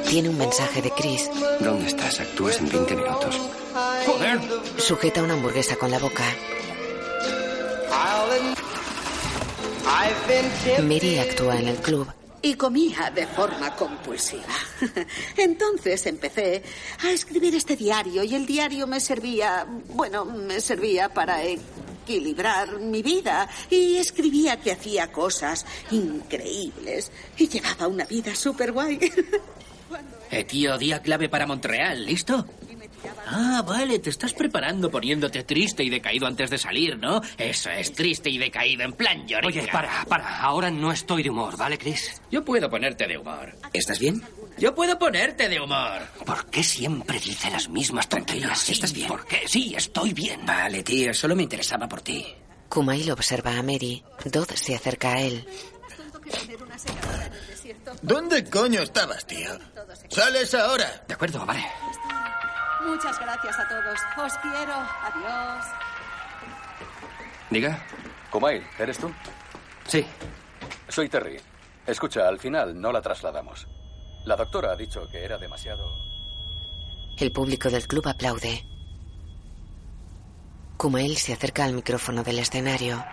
Tiene un mensaje de Chris.
¿Dónde estás? Actúas en 20 minutos.
¡Joder! Sujeta una hamburguesa con la boca.
I'll en- I've been tempted.
Mary actúa en el club.
Y comía de forma compulsiva. <laughs> Entonces empecé a escribir este diario y el diario me servía, bueno, me servía para equilibrar mi vida y escribía que hacía cosas increíbles y llevaba una vida súper <laughs> guay.
Eh, tío, día clave para Montreal, ¿listo? Ah, vale, te estás preparando poniéndote triste y decaído antes de salir, ¿no? Eso es, triste y decaído, en plan llorar.
Oye, para, para. Ahora no estoy de humor, ¿vale, Chris?
Yo puedo ponerte de humor.
¿Estás bien?
Yo puedo ponerte de humor.
¿Por qué siempre dice las mismas tonterías? ¿Estás bien? ¿Por qué? Sí, estoy bien.
Vale, tío, solo me interesaba por ti.
Kumail observa a Mary. Dodd se acerca a él.
¿Dónde coño estabas, tío? ¡Sales ahora!
De acuerdo, vale.
Muchas gracias a todos. Os quiero. Adiós.
Diga.
Kumail, ¿eres tú?
Sí.
Soy Terry. Escucha, al final no la trasladamos. La doctora ha dicho que era demasiado...
El público del club aplaude. Kumail se acerca al micrófono del escenario.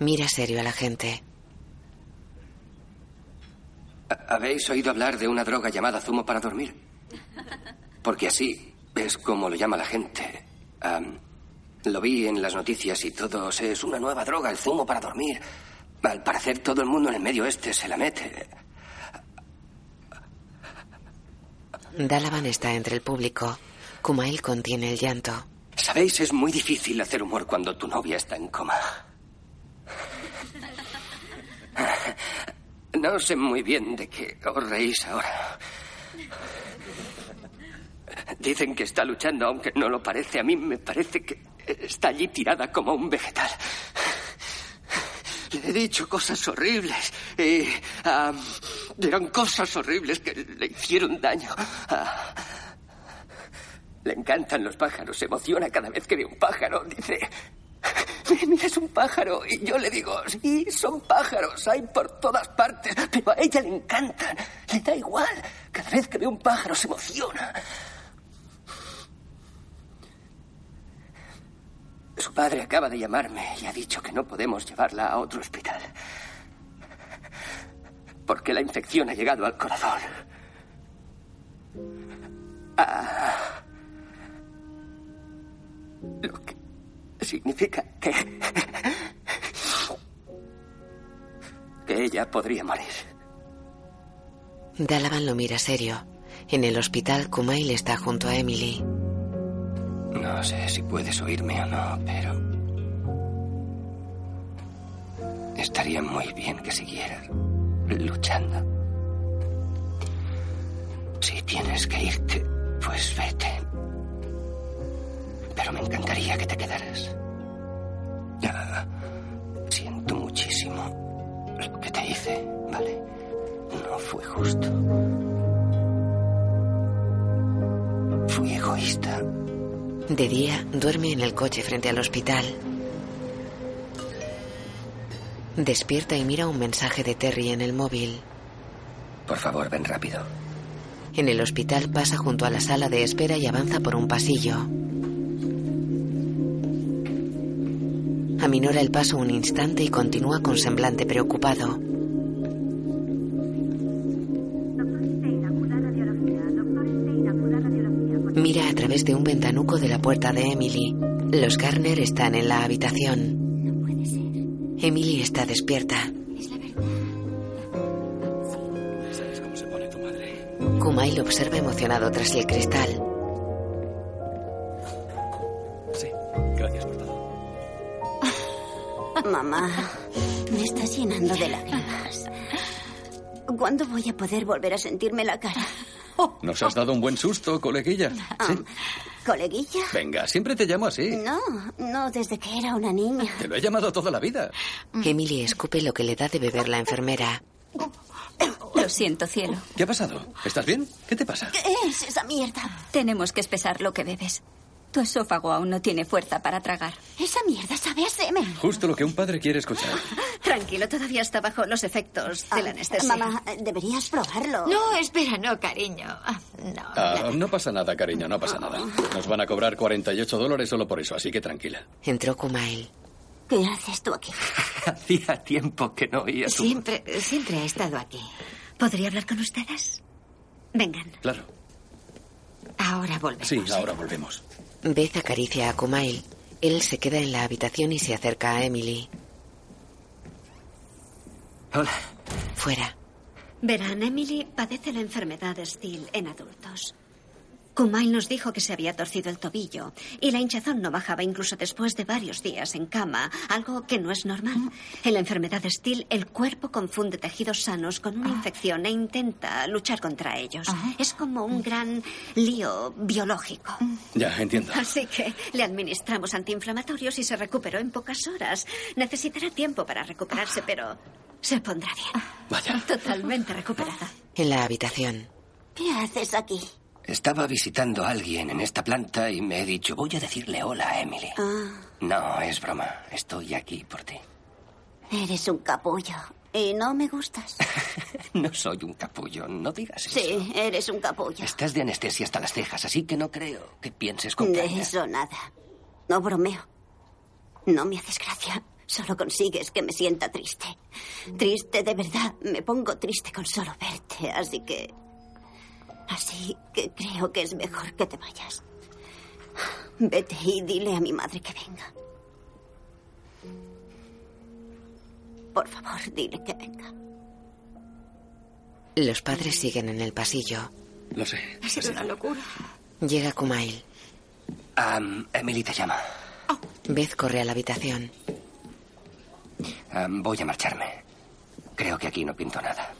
Mira serio a la gente.
¿Habéis oído hablar de una droga llamada zumo para dormir? Porque así es como lo llama la gente. Am, lo vi en las noticias y todos es una nueva droga, el zumo para dormir. Al parecer todo el mundo en el medio este se la mete.
Dalavan está entre el público. Kumail contiene el llanto.
Sabéis, es muy difícil hacer humor cuando tu novia está en coma. No sé muy bien de qué os reís ahora. Dicen que está luchando, aunque no lo parece. A mí me parece que está allí tirada como un vegetal. Le he dicho cosas horribles. Y, ah, eran cosas horribles que le hicieron daño. Ah, le encantan los pájaros, se emociona cada vez que ve un pájaro. Dice, mira, es un pájaro. Y yo le digo, sí, son pájaros, hay por todas partes, pero a ella le encantan. Le da igual. Cada vez que ve un pájaro se emociona. Su padre acaba de llamarme y ha dicho que no podemos llevarla a otro hospital. Porque la infección ha llegado al corazón. Ah. significa que. que ella podría morir.
Dalavan lo mira serio. En el hospital, Kumail está junto a Emily.
No sé si puedes oírme o no, pero. Estaría muy bien que siguieras luchando. Si tienes que irte, pues vete. Pero me encantaría que te quedaras. Ah, Siento muchísimo lo que te hice, ¿vale? No fue justo. vista.
De día, duerme en el coche frente al hospital. Despierta y mira un mensaje de Terry en el móvil.
Por favor, ven rápido.
En el hospital pasa junto a la sala de espera y avanza por un pasillo. Aminora el paso un instante y continúa con semblante preocupado. Mira a través de un ventanuco de la puerta de Emily. Los Garner están en la habitación.
No puede ser.
Emily está despierta.
Es la verdad.
Kumail observa emocionado tras el cristal.
Sí, gracias por todo.
Mamá, me estás llenando de lágrimas. ¿Cuándo voy a poder volver a sentirme la cara?
Nos has dado un buen susto, coleguilla. Sí.
¿Coleguilla?
Venga, siempre te llamo así.
No, no, desde que era una niña.
Te lo he llamado toda la vida.
Emily escupe lo que le da de beber la enfermera.
Lo siento, cielo.
¿Qué ha pasado? ¿Estás bien? ¿Qué te pasa?
¿Qué es esa mierda?
Tenemos que espesar lo que bebes. Tu esófago aún no tiene fuerza para tragar.
Esa mierda sabe a semen.
Justo lo que un padre quiere escuchar.
Tranquilo, todavía está bajo los efectos de la anestesia.
Ah, Mamá, deberías probarlo.
No, espera, no, cariño. Ah, No.
Ah, no pasa nada, cariño, no pasa nada. Nos van a cobrar 48 dólares solo por eso, así que tranquila.
Entró Kumail.
¿Qué haces tú aquí?
Hacía tiempo que no oía tu...
Siempre, siempre he estado aquí.
¿Podría hablar con ustedes? Vengan.
Claro.
Ahora volvemos.
Sí, ahora volvemos.
Beth acaricia a Kumail. Él se queda en la habitación y se acerca a Emily.
Hola.
Fuera.
Verán, Emily padece la enfermedad de Steele en adultos. Kumail nos dijo que se había torcido el tobillo y la hinchazón no bajaba incluso después de varios días en cama, algo que no es normal. En la enfermedad de Steele, el cuerpo confunde tejidos sanos con
Ah.
una infección e intenta luchar contra ellos. Es como un gran lío biológico.
Mm.
Ya, entiendo.
Así que le administramos antiinflamatorios y se recuperó en pocas horas. Necesitará tiempo para recuperarse, pero se pondrá bien.
Vaya.
Totalmente recuperada.
En la habitación.
¿Qué haces aquí?
Estaba visitando a alguien en esta planta y me he dicho, voy a decirle hola a Emily.
Ah,
No, es broma. Estoy aquí por ti.
eres un capullo. Y no me gustas.
<laughs> No soy un capullo, no digas eso.
Sí, eres un capullo.
Estás de anestesia hasta las cejas, así que no creo que pienses con
De
caña.
eso
<laughs>
nada. No bromeo. No me haces gracia. Solo consigues que me sienta triste. Triste de verdad. Me pongo triste con solo verte. Así que... Así que creo que es mejor que te vayas. Vete y dile a mi madre que venga. Por favor, dile que venga.
Los padres siguen en el pasillo.
Lo sé.
Ha sido una locura.
Llega Kumail.
Am, Emily te llama.
Beth corre a la habitación.
Am, voy a marcharme. Creo que aquí no pinto nada.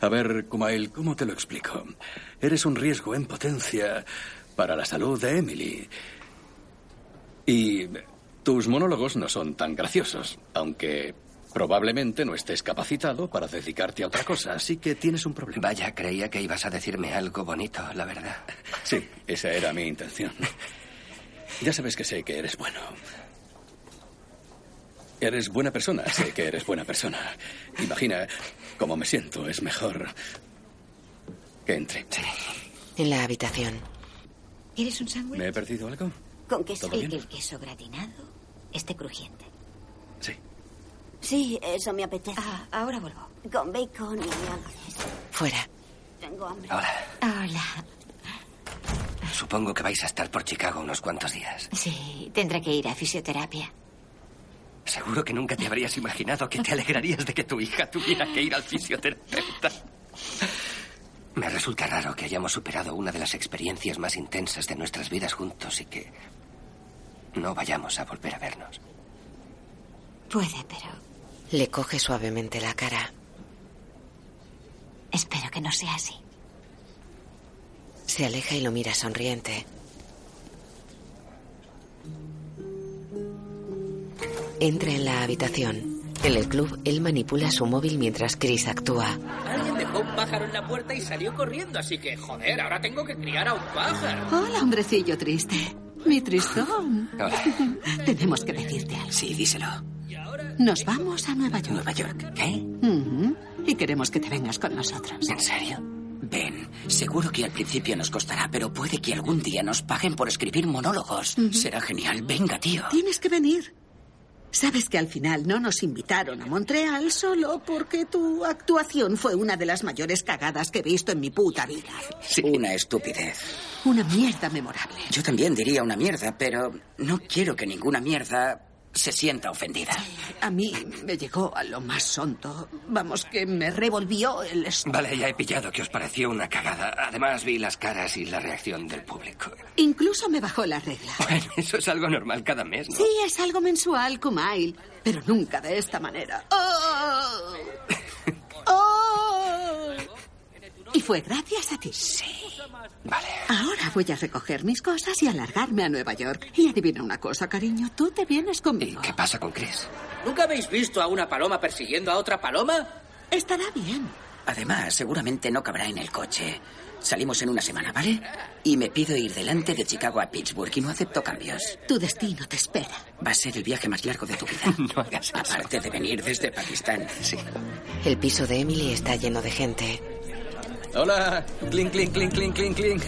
A ver, Kumail, ¿cómo te lo explico? Eres un riesgo en potencia para la salud de Emily. Y tus monólogos no son tan graciosos, aunque probablemente no estés capacitado para dedicarte a otra cosa, así que tienes un problema.
Vaya, creía que ibas a decirme algo bonito, la verdad.
Sí, esa era mi intención. Ya sabes que sé que eres bueno. Eres buena persona, sé que eres buena persona. Imagina cómo me siento, es mejor que entre.
En la habitación.
¿Quieres un sándwich?
¿Me he perdido algo?
Con queso.
¿Todo
Y
bien?
que el queso gratinado esté crujiente.
Sí, eso me apetece.
ahora vuelvo.
Con bacon y mayonesa.
Fuera.
Tengo hambre.
Hola.
Hola.
Supongo que vais a estar por Chicago unos cuantos días.
Sí, tendré que ir a fisioterapia.
Seguro que nunca te habrías imaginado que te alegrarías de que tu hija tuviera que ir al fisioterapeuta. Me resulta raro que hayamos superado una de las experiencias más intensas de nuestras vidas juntos y que no vayamos a volver a vernos.
Puede, pero
Le coge suavemente la cara.
espero que no sea así.
Se aleja y lo mira sonriente. Entra en la habitación. En el club, él manipula su móvil mientras Chris actúa.
Alguien dejó un un pájaro en la puerta y salió corriendo, así que, joder, ahora tengo que criar a un pájaro.
Hola, hombrecillo triste. Mi tristón. Tenemos que decirte algo.
Sí, díselo.
Nos vamos a Nueva York.
Nueva York, ¿qué?
Ujú. Y queremos que te vengas con nosotros.
¿En serio? Ven, seguro que al principio nos costará, pero puede que algún día nos paguen por escribir monólogos. Será genial. Venga, tío.
Tienes que venir. Sabes que al final no nos invitaron a Montreal solo porque tu actuación fue una de las mayores cagadas que he visto en mi puta vida.
Una estupidez.
Una mierda memorable.
Yo también diría una mierda, pero no quiero que ninguna mierda se sienta ofendida.
A mí me llegó a lo más sonto. Vamos, que me revolvió el estómago.
Vale, ya he pillado que os pareció una cagada. Además, vi las caras y la reacción del público.
Incluso me bajó la regla.
Bueno, <laughs> eso es algo normal cada mes, ¿no?
Sí, es algo mensual, Kumail, pero nunca de esta manera. ¡Oh! ¡Oh! Y fue gracias a ti. Sí. Vale. Ahora voy a recoger mis cosas y a largarme a Nueva York. Y adivina una cosa, cariño, tú te vienes conmigo.
¿Qué pasa con Chris?
¿Nunca habéis visto a una paloma persiguiendo a otra paloma?
Estará bien.
Además, seguramente no cabrá en el coche. Salimos en una semana, ¿vale? Y me pido ir delante de Chicago a Pittsburgh y no acepto cambios.
Tu destino te espera.
Va a ser el viaje más largo de tu
<laughs>
vida. No hagas Aparte de venir desde Pakistán. Sí.
El piso de Emily está lleno de gente.
Hola, clink, clink, clink, clink, clink, clink.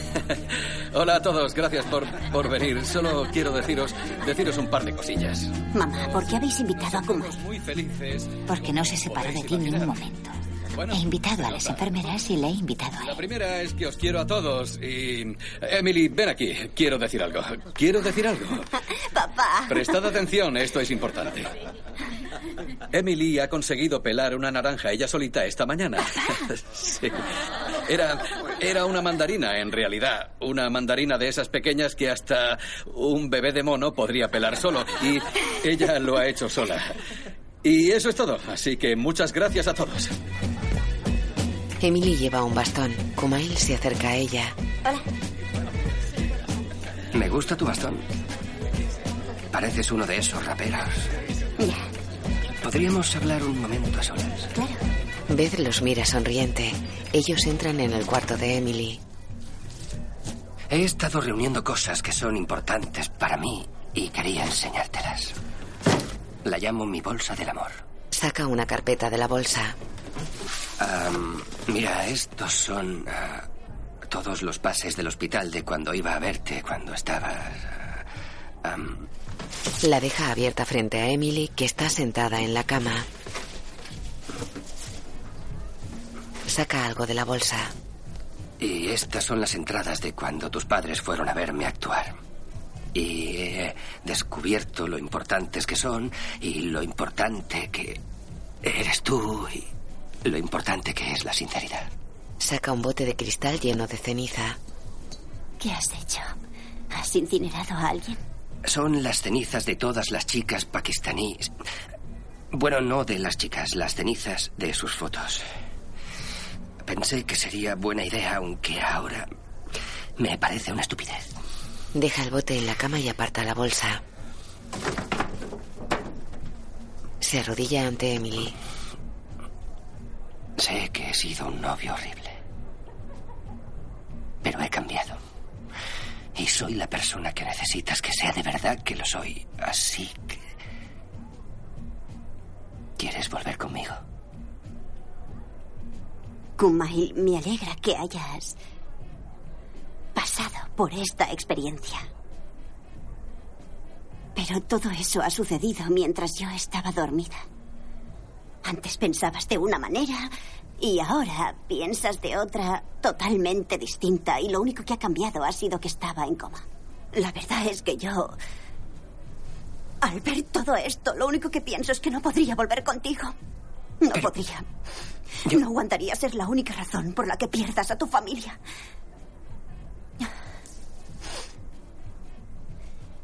<laughs> Hola a todos, gracias por, por venir. Solo quiero deciros, deciros un par de cosillas.
Mamá, ¿por qué habéis invitado a Kumar?
Muy felices.
Porque no se separó de ti ni un momento. He invitado a las enfermeras y le he invitado a él.
La primera es que os quiero a todos y... Emily, ven aquí, quiero decir algo. Quiero decir algo.
Papá.
Prestad atención, esto es importante. Emily ha conseguido pelar una naranja ella solita esta mañana. Sí. Era, era una mandarina, en realidad. Una mandarina de esas pequeñas que hasta un bebé de mono podría pelar solo. Y ella lo ha hecho sola. Y eso es todo. Así que muchas gracias a todos.
Emily lleva un bastón. Kumail se acerca a ella.
Me gusta tu bastón. Pareces uno de esos raperos. ¿Podríamos hablar un momento a solas?
Beth los mira sonriente. Ellos entran en el cuarto de Emily.
He estado reuniendo cosas que son importantes para mí y quería enseñártelas. La llamo mi bolsa del amor.
Saca una carpeta de la bolsa.
Am, mira, estos son ah, todos los pases del hospital de cuando iba a verte, cuando estabas... ah, am,
La deja abierta frente a Emily, que está sentada en la cama. Saca algo de la bolsa.
y estas son las entradas de cuando tus padres fueron a verme actuar. Y he descubierto lo importantes que son y lo importante que eres tú y lo importante que es la sinceridad.
Saca un bote de cristal lleno de ceniza.
¿Qué has hecho? ¿Has incinerado a alguien?
Son las cenizas de todas las chicas pakistaníes. Bueno, no de las chicas, las cenizas de sus fotos. Pensé que sería buena idea, aunque ahora me parece una estupidez.
Deja el bote en la cama y aparta la bolsa. Se arrodilla ante Emily.
Sé que he sido un novio horrible. Pero he cambiado. Y soy la persona que necesitas que sea de verdad que lo soy. Así que... ¿Quieres volver conmigo?
Kumail, me alegra que hayas pasado por esta experiencia. Pero todo eso ha sucedido mientras yo estaba dormida. Antes pensabas de una manera y ahora piensas de otra totalmente distinta y lo único que ha cambiado ha sido que estaba en coma. La verdad es que yo... Al ver todo esto, lo único que pienso es que no podría volver contigo. No podría. No aguantaría ser la única razón por la que pierdas a tu familia.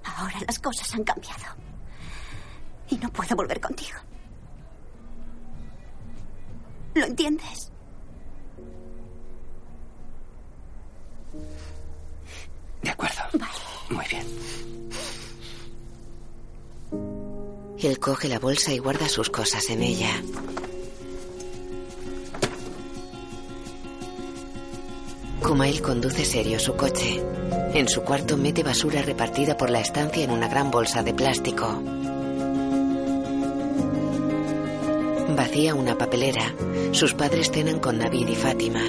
Ahora las cosas han cambiado. Y no puedo volver contigo. ¿Lo entiendes?
De acuerdo. Muy bien.
Él coge la bolsa y guarda sus cosas en ella. Kumail conduce serio su coche. En su cuarto mete basura repartida por la estancia en una gran bolsa de plástico. Vacía una papelera. Sus padres cenan con Navid y Fátima.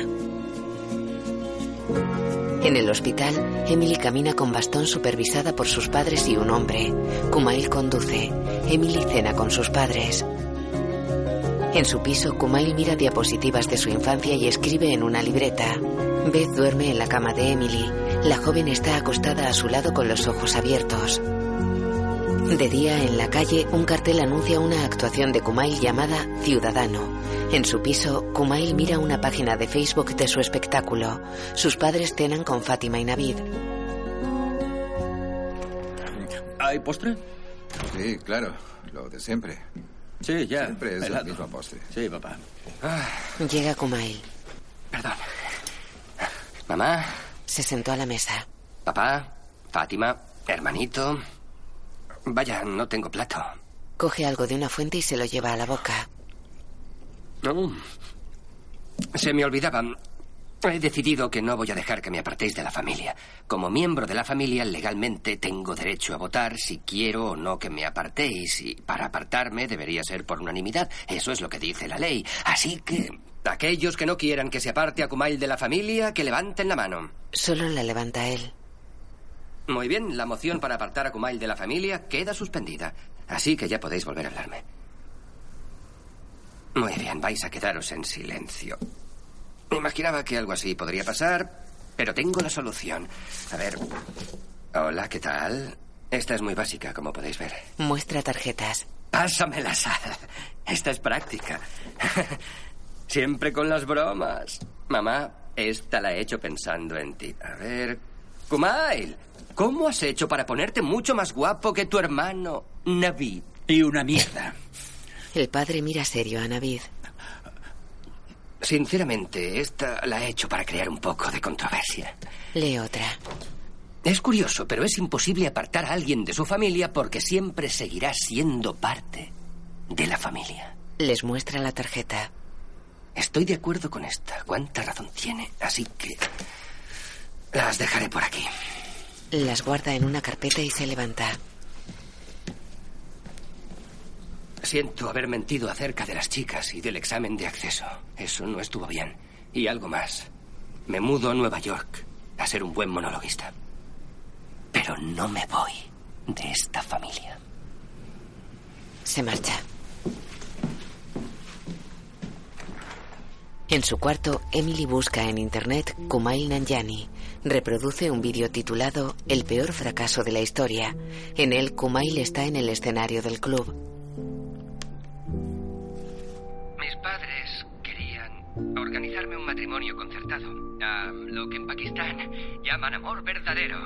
En el hospital, Emily camina con bastón supervisada por sus padres y un hombre. Kumail conduce. Emily cena con sus padres. En su piso, Kumail mira diapositivas de su infancia y escribe en una libreta. Beth duerme en la cama de Emily. La joven está acostada a su lado con los ojos abiertos. De día, en la calle, un cartel anuncia una actuación de Kumail llamada Ciudadano. En su piso, Kumail mira una página de Facebook de su espectáculo. Sus padres cenan con Fátima y Navid.
¿Hay postre?
Sí, claro, lo de siempre.
Sí, ya.
Siempre es
helado.
el mismo postre.
Sí, papá.
Llega Kumail.
Ah. Perdón. Mamá,
Se sentó a la mesa.
papá, Fátima, hermanito. Vaya, no tengo plato.
Coge algo de una fuente y se lo lleva a la boca.
Mm. Se me olvidaba. He decidido que no voy a dejar que me apartéis de la familia. Como miembro de la familia, legalmente tengo derecho a votar si quiero o no que me apartéis. Y para apartarme debería ser por unanimidad. Eso es lo que dice la ley. Así que... Aquellos que no quieran que se aparte a Kumail de la familia, que levanten la mano.
Solo la levanta él.
Muy bien, la moción para apartar a Kumail de la familia queda suspendida. Así que ya podéis volver a hablarme. Muy bien, vais a quedaros en silencio. Me imaginaba que algo así podría pasar, pero tengo la solución. A ver. Hola, ¿qué tal? Esta es muy básica, como podéis ver.
Muestra tarjetas.
Pásame la sal. Esta es práctica. <laughs> Siempre con las bromas. Mamá, esta la he hecho pensando en ti. A ver. Kumail, ¿cómo has hecho para ponerte mucho más guapo que tu hermano, Navid?
Y una mierda.
El padre mira serio a Navid.
Sinceramente, esta la he hecho para crear un poco de controversia.
Lee otra.
Es curioso, pero es imposible apartar a alguien de su familia porque siempre seguirá siendo parte de la familia.
Les muestra la tarjeta.
Estoy de acuerdo con esta. ¿Cuánta razón tiene? Así que... Las dejaré por aquí.
Las guarda en una carpeta y se levanta.
Siento haber mentido acerca de las chicas y del examen de acceso. Eso no estuvo bien. Y algo más. Me mudo a Nueva York a ser un buen monologuista. Pero no me voy de esta familia.
Se marcha. En su cuarto, Emily busca en internet Kumail Nanjiani. Reproduce un vídeo titulado El peor fracaso de la historia. En él, Kumail está en el escenario del club.
Mis padres querían organizarme un matrimonio concertado. A lo que en Pakistán llaman amor verdadero.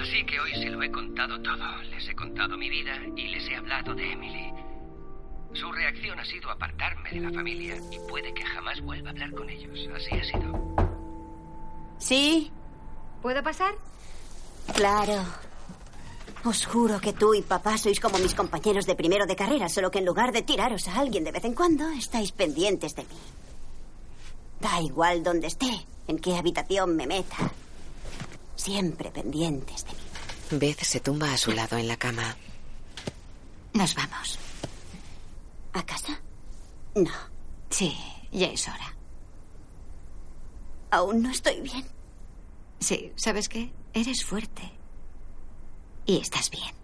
Así que hoy se lo he contado todo. Les he contado mi vida y les he hablado de Emily. Su reacción ha sido apartarme de la familia y puede que jamás vuelva a hablar con ellos. Así ha sido.
¿Sí?
¿Puedo pasar?
Claro. Os juro que tú y papá sois como mis compañeros de primero de carrera, solo que en lugar de tiraros a alguien de vez en cuando, estáis pendientes de mí. Da igual dónde esté, en qué habitación me meta. Siempre pendientes de mí.
Beth se tumba a su lado en la cama.
Nos vamos.
¿A casa? No.
Sí, ya es hora.
Aún no estoy bien.
Sí, ¿sabes qué? Eres fuerte. Y estás bien.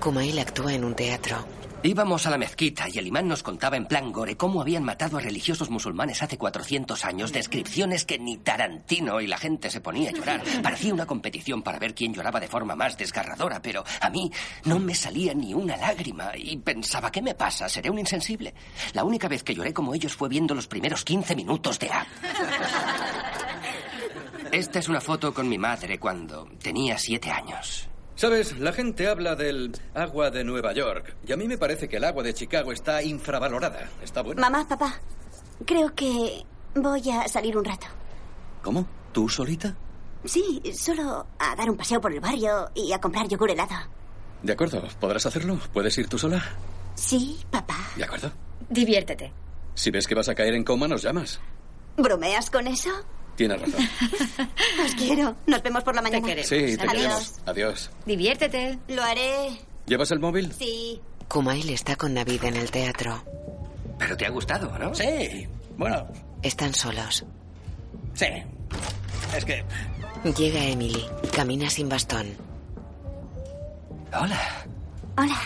Kumail actúa en un teatro.
Íbamos a la mezquita y el imán nos contaba en plan gore cómo habían matado a religiosos musulmanes hace 400 años, descripciones que ni Tarantino y la gente se ponía a llorar. Parecía una competición para ver quién lloraba de forma más desgarradora, pero a mí no me salía ni una lágrima y pensaba, ¿qué me pasa? ¿Seré un insensible? La única vez que lloré como ellos fue viendo los primeros 15 minutos de Up. Esta es una foto con mi madre cuando tenía siete años.
Sabes, la gente habla del agua de Nueva York y a mí me parece que el agua de Chicago está infravalorada. Está buena.
Mamá, papá, creo que voy a salir un rato.
¿Cómo? ¿Tú solita?
Sí, solo a dar un paseo por el barrio y a comprar yogur helado.
De acuerdo, ¿podrás hacerlo? ¿Puedes ir tú sola?
Sí, papá.
De acuerdo.
Diviértete.
Si ves que vas a caer en coma, nos llamas.
¿Bromeas con eso?
Tienes razón.
Os quiero. Nos vemos por la mañana.
Sí, te
Adiós.
queremos. Adiós.
Diviértete. Lo haré.
¿Llevas el móvil?
Sí.
Kumail está con Navid en el teatro.
Pero te ha gustado, ¿no?
Sí. Bueno,
Están solos.
sí. Es que.
Llega Emily. Camina sin bastón.
Hola.
Hola.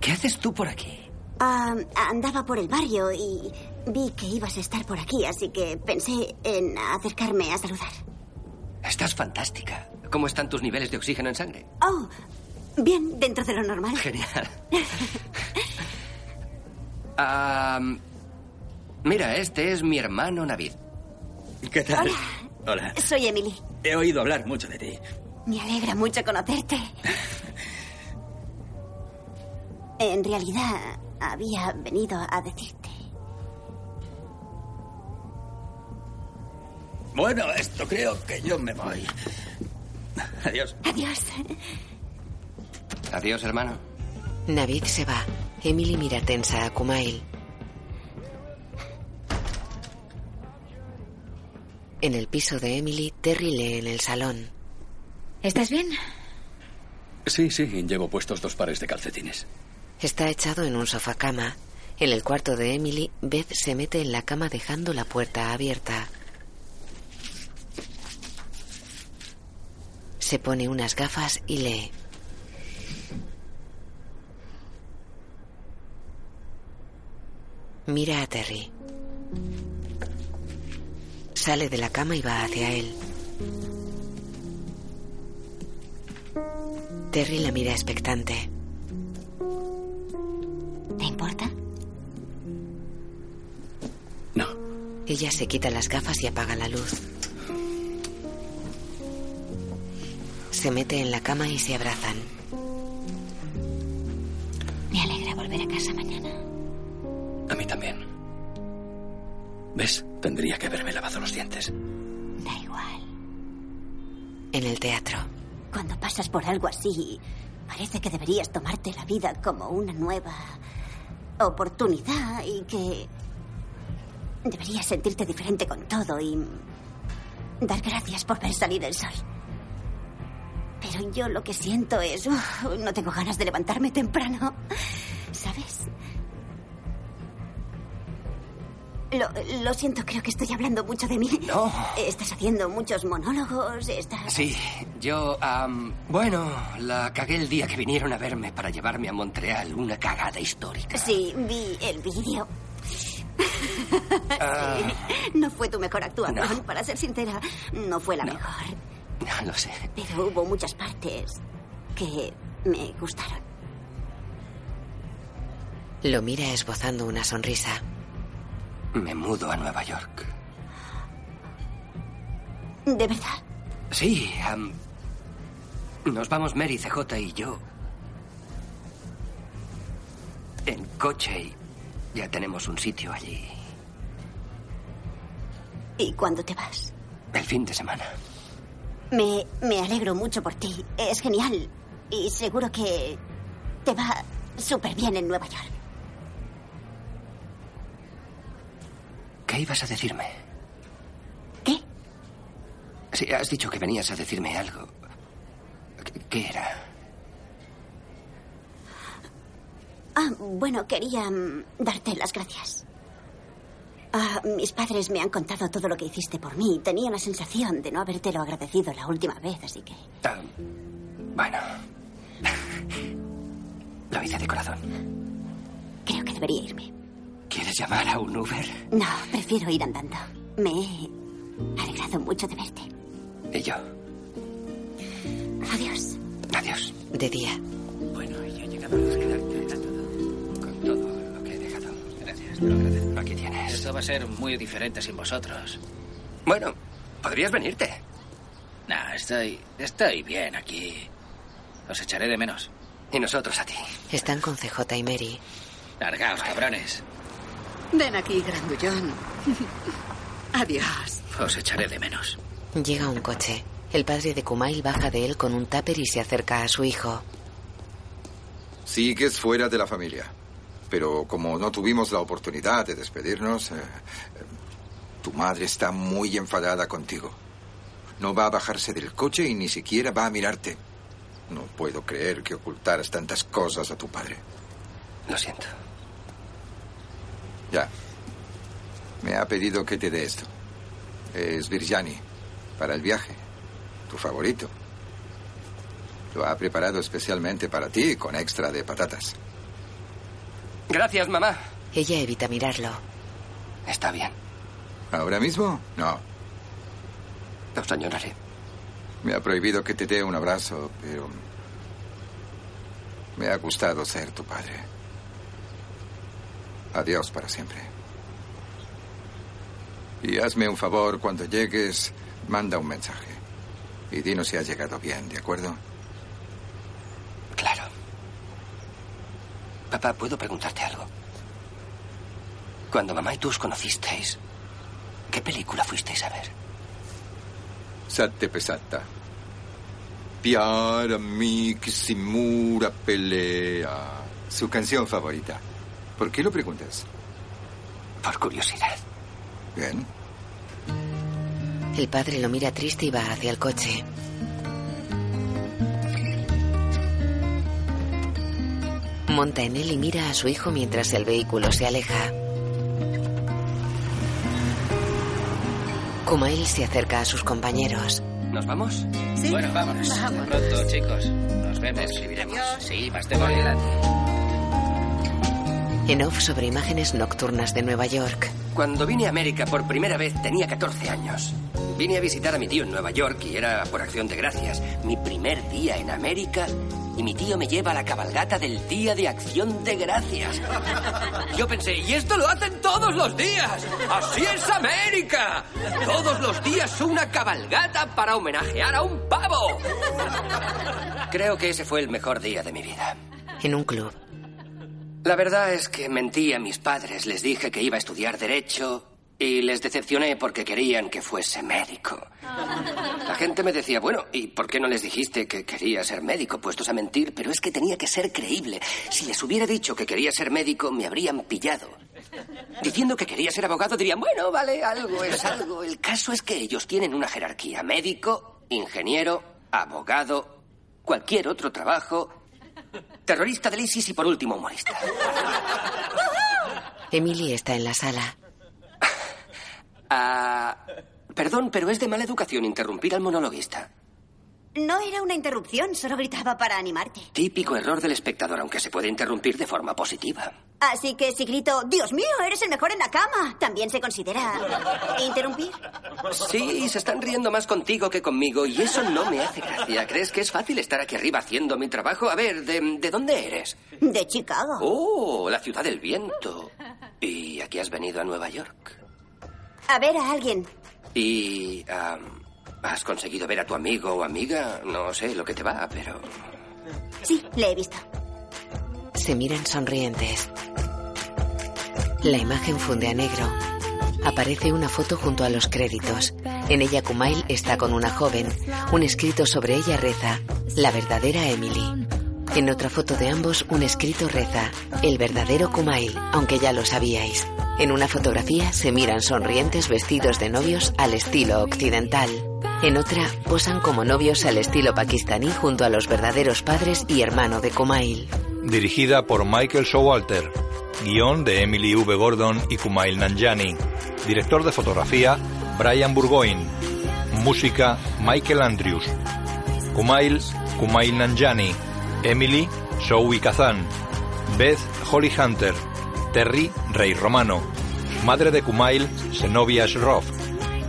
¿Qué haces tú por aquí?
Ah, andaba por el barrio y vi que ibas a estar por aquí, así que pensé en acercarme a saludar.
Estás fantástica. ¿Cómo están tus niveles de oxígeno en
<laughs>
sangre?
Oh, bien, dentro de lo normal.
Genial. Ah, mira, este es mi hermano Navid.
¿Qué tal?
Hola.
Soy Emily.
He oído hablar mucho de ti.
Me alegra mucho
<laughs>
conocerte. En realidad, había venido a decirte.
Bueno, esto creo que yo me voy.
Adiós.
Adiós.
Adiós, hermano.
Navid se va. Emily mira tensa a Kumail. En el piso de Emily, Terry lee en el salón.
¿Estás bien?
Sí, sí, llevo puestos dos pares de calcetines.
Está echado en un sofá cama. En el cuarto de Emily, Beth se mete en la cama dejando la puerta abierta. Se pone unas gafas y lee. Mira a Terry. Sale de la cama y va hacia él. Terry la mira expectante.
¿Te importa?
Ella se quita las gafas y apaga la luz. Se mete en la cama y se abrazan.
Me alegra volver a casa mañana.
A mí también. ¿Ves? Tendría que haberme lavado los dientes.
Da igual.
En el teatro.
Cuando pasas por algo así, parece que deberías tomarte la vida como una nueva oportunidad y que deberías sentirte diferente con todo y dar gracias por ver salir el sol. Pero yo lo que siento es, uf, no tengo ganas de levantarme temprano, ¿sabes? Lo, lo siento, creo que estoy hablando mucho de mí.
No.
Estás haciendo muchos monólogos, estás...
Sí, yo... am, bueno, la cagué el día que vinieron a verme para llevarme a Montreal. Una cagada histórica.
Sí, vi el vídeo.
Ah,
No fue tu mejor actuación, para ser sincera. No fue la mejor.
Ah, no lo sé.
Pero hubo muchas partes que me gustaron.
Lo mira esbozando una sonrisa.
Me mudo a Nueva York.
¿De verdad?
Sí, am, nos vamos Mary, CJ y yo. En coche y ya tenemos un sitio allí.
¿Y cuándo te vas?
El fin de semana.
Me, me alegro mucho por ti. Es genial. Y seguro que te va súper bien en Nueva York.
¿Qué ibas a decirme?
¿Qué?
Sí, has dicho que venías a decirme algo. ¿Qué, qué era?
Ah, bueno, quería mm, darte las gracias. Ah, mis padres me han contado todo lo que hiciste por mí. Tenía la sensación de no habértelo agradecido la última vez, así que...
Ah, bueno. Lo hice de corazón.
Creo que debería irme.
¿Quieres llamar a un Uber?
No, prefiero ir andando. Me he alegrado mucho de verte.
Y yo.
Adiós.
Adiós.
De día.
Bueno, y he llegado a quedarte con todo lo que he dejado. Gracias, te lo agradezco. Aquí tienes.
Esto va a ser muy diferente sin vosotros.
Bueno, podrías venirte.
Nah, estoy. Estoy bien aquí. Os echaré de menos.
Y nosotros a ti.
Están con CJ y Mary.
Largaos, cabrones.
Ven aquí, grandullón. <laughs> Adiós.
Os echaré de menos.
Llega un coche. El padre de Kumail baja de él con un tupper y se acerca a su hijo.
Sigues fuera de la familia. Pero como no tuvimos la oportunidad de despedirnos, eh, eh, tu madre está muy enfadada contigo. No va a bajarse del coche y ni siquiera va a mirarte. No puedo creer que ocultaras tantas cosas a tu padre.
Lo siento.
Ya. Me ha pedido que te dé esto. Es Virjani, para el viaje. Tu favorito. Lo ha preparado especialmente para ti, con extra de patatas.
Gracias, mamá.
Ella evita mirarlo.
Está bien.
¿Ahora mismo? No.
Lo soñaré.
Me ha prohibido que te dé un abrazo, pero... Me ha gustado ser tu padre. Adiós para siempre. Y hazme un favor, cuando llegues, manda un mensaje. Y dinos si has llegado bien, ¿de acuerdo?
Claro. Papá, ¿puedo preguntarte algo? Cuando mamá y tú os conocisteis, ¿qué película fuisteis a ver?
Satte pesata. Piara Simura pelea. Su canción favorita. ¿Por qué lo preguntas?
Por curiosidad.
Bien.
El padre lo mira triste y va hacia el coche. Monta en él y mira a su hijo mientras el vehículo se aleja. Kumail se acerca a sus compañeros.
¿Nos vamos?
Sí.
Bueno, vámonos. Hasta
Vámonos.
Pronto, chicos. Nos vemos.
Adiós.
Sí, más te vale.
En off sobre imágenes nocturnas de Nueva York.
Cuando vine a América por primera vez tenía 14 años. Vine a visitar a mi tío en Nueva York y era por acción de gracias. Mi primer día en América y mi tío me lleva a la cabalgata del Día de Acción de Gracias. Yo pensé, y esto lo hacen todos los días. Así es América. Todos los días una cabalgata para homenajear a un pavo. Creo que ese fue el mejor día de mi vida.
En un club.
La verdad es que mentí a mis padres. Les dije que iba a estudiar derecho y les decepcioné porque querían que fuese médico. La gente me decía, bueno, ¿y por qué no les dijiste que quería ser médico? Puestos a mentir, pero es que tenía que ser creíble. Si les hubiera dicho que quería ser médico, me habrían pillado. Diciendo que quería ser abogado, dirían, bueno, vale, algo es algo. El caso es que ellos tienen una jerarquía. Médico, ingeniero, abogado, cualquier otro trabajo, terrorista del ISIS y por último humorista.
Emily está en la sala.
Ah, perdón, pero es de mala educación interrumpir al monologuista.
No era una interrupción, solo gritaba para animarte.
Típico error del espectador, aunque se puede interrumpir de forma positiva.
Así que si grito, Dios mío, eres el mejor en la cama, también se considera interrumpir.
Sí, se están riendo más contigo que conmigo y eso no me hace gracia. ¿Crees que es fácil estar aquí arriba haciendo mi trabajo? A ver, ¿de, de dónde eres?
De Chicago.
Oh, la ciudad del viento. ¿Y aquí has venido a Nueva York?
A ver a alguien.
¿Y ah, has conseguido ver a tu amigo o amiga? No sé lo que te va, pero...
Sí, le he visto.
Se miran sonrientes. La imagen funde a negro. Aparece una foto junto a los créditos. En ella Kumail está con una joven. Un escrito sobre ella reza, la verdadera Emily. En otra foto de ambos, un escrito reza, el verdadero Kumail, aunque ya lo sabíais. En una fotografía se miran sonrientes vestidos de novios al estilo occidental. En otra, posan como novios al estilo pakistaní junto a los verdaderos padres y hermano de Kumail.
Dirigida por Michael Showalter. Guión de Emily V. Gordon y Kumail Nanjiani. Director de fotografía, Brian Burgoyne. Música, Michael Andrews. Kumail, Kumail Nanjiani. Emily, Zoe Kazan. Beth, Holly Hunter. Terry, Rey Romano. Madre de Kumail, Zenobia Shroff.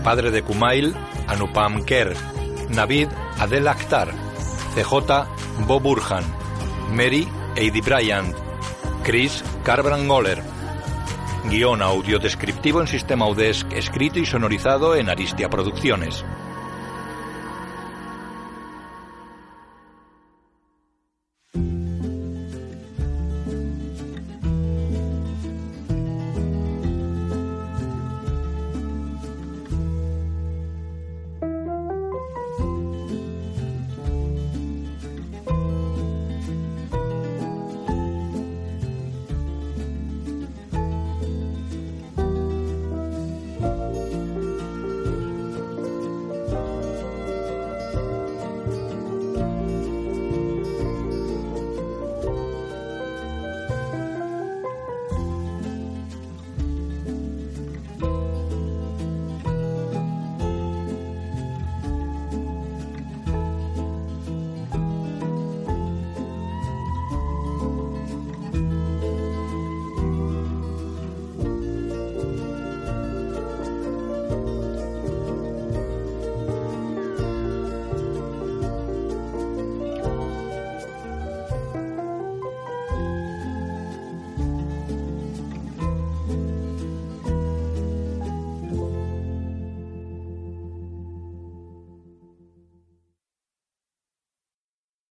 Padre de Kumail, Anupam Kerr. Navid, Adel Akhtar. CJ, Bob Burhan. Mary, Heidi Bryant. Chris, Carbran Goller. Guión audio descriptivo en sistema UDESC, escrito y sonorizado en Aristia Producciones.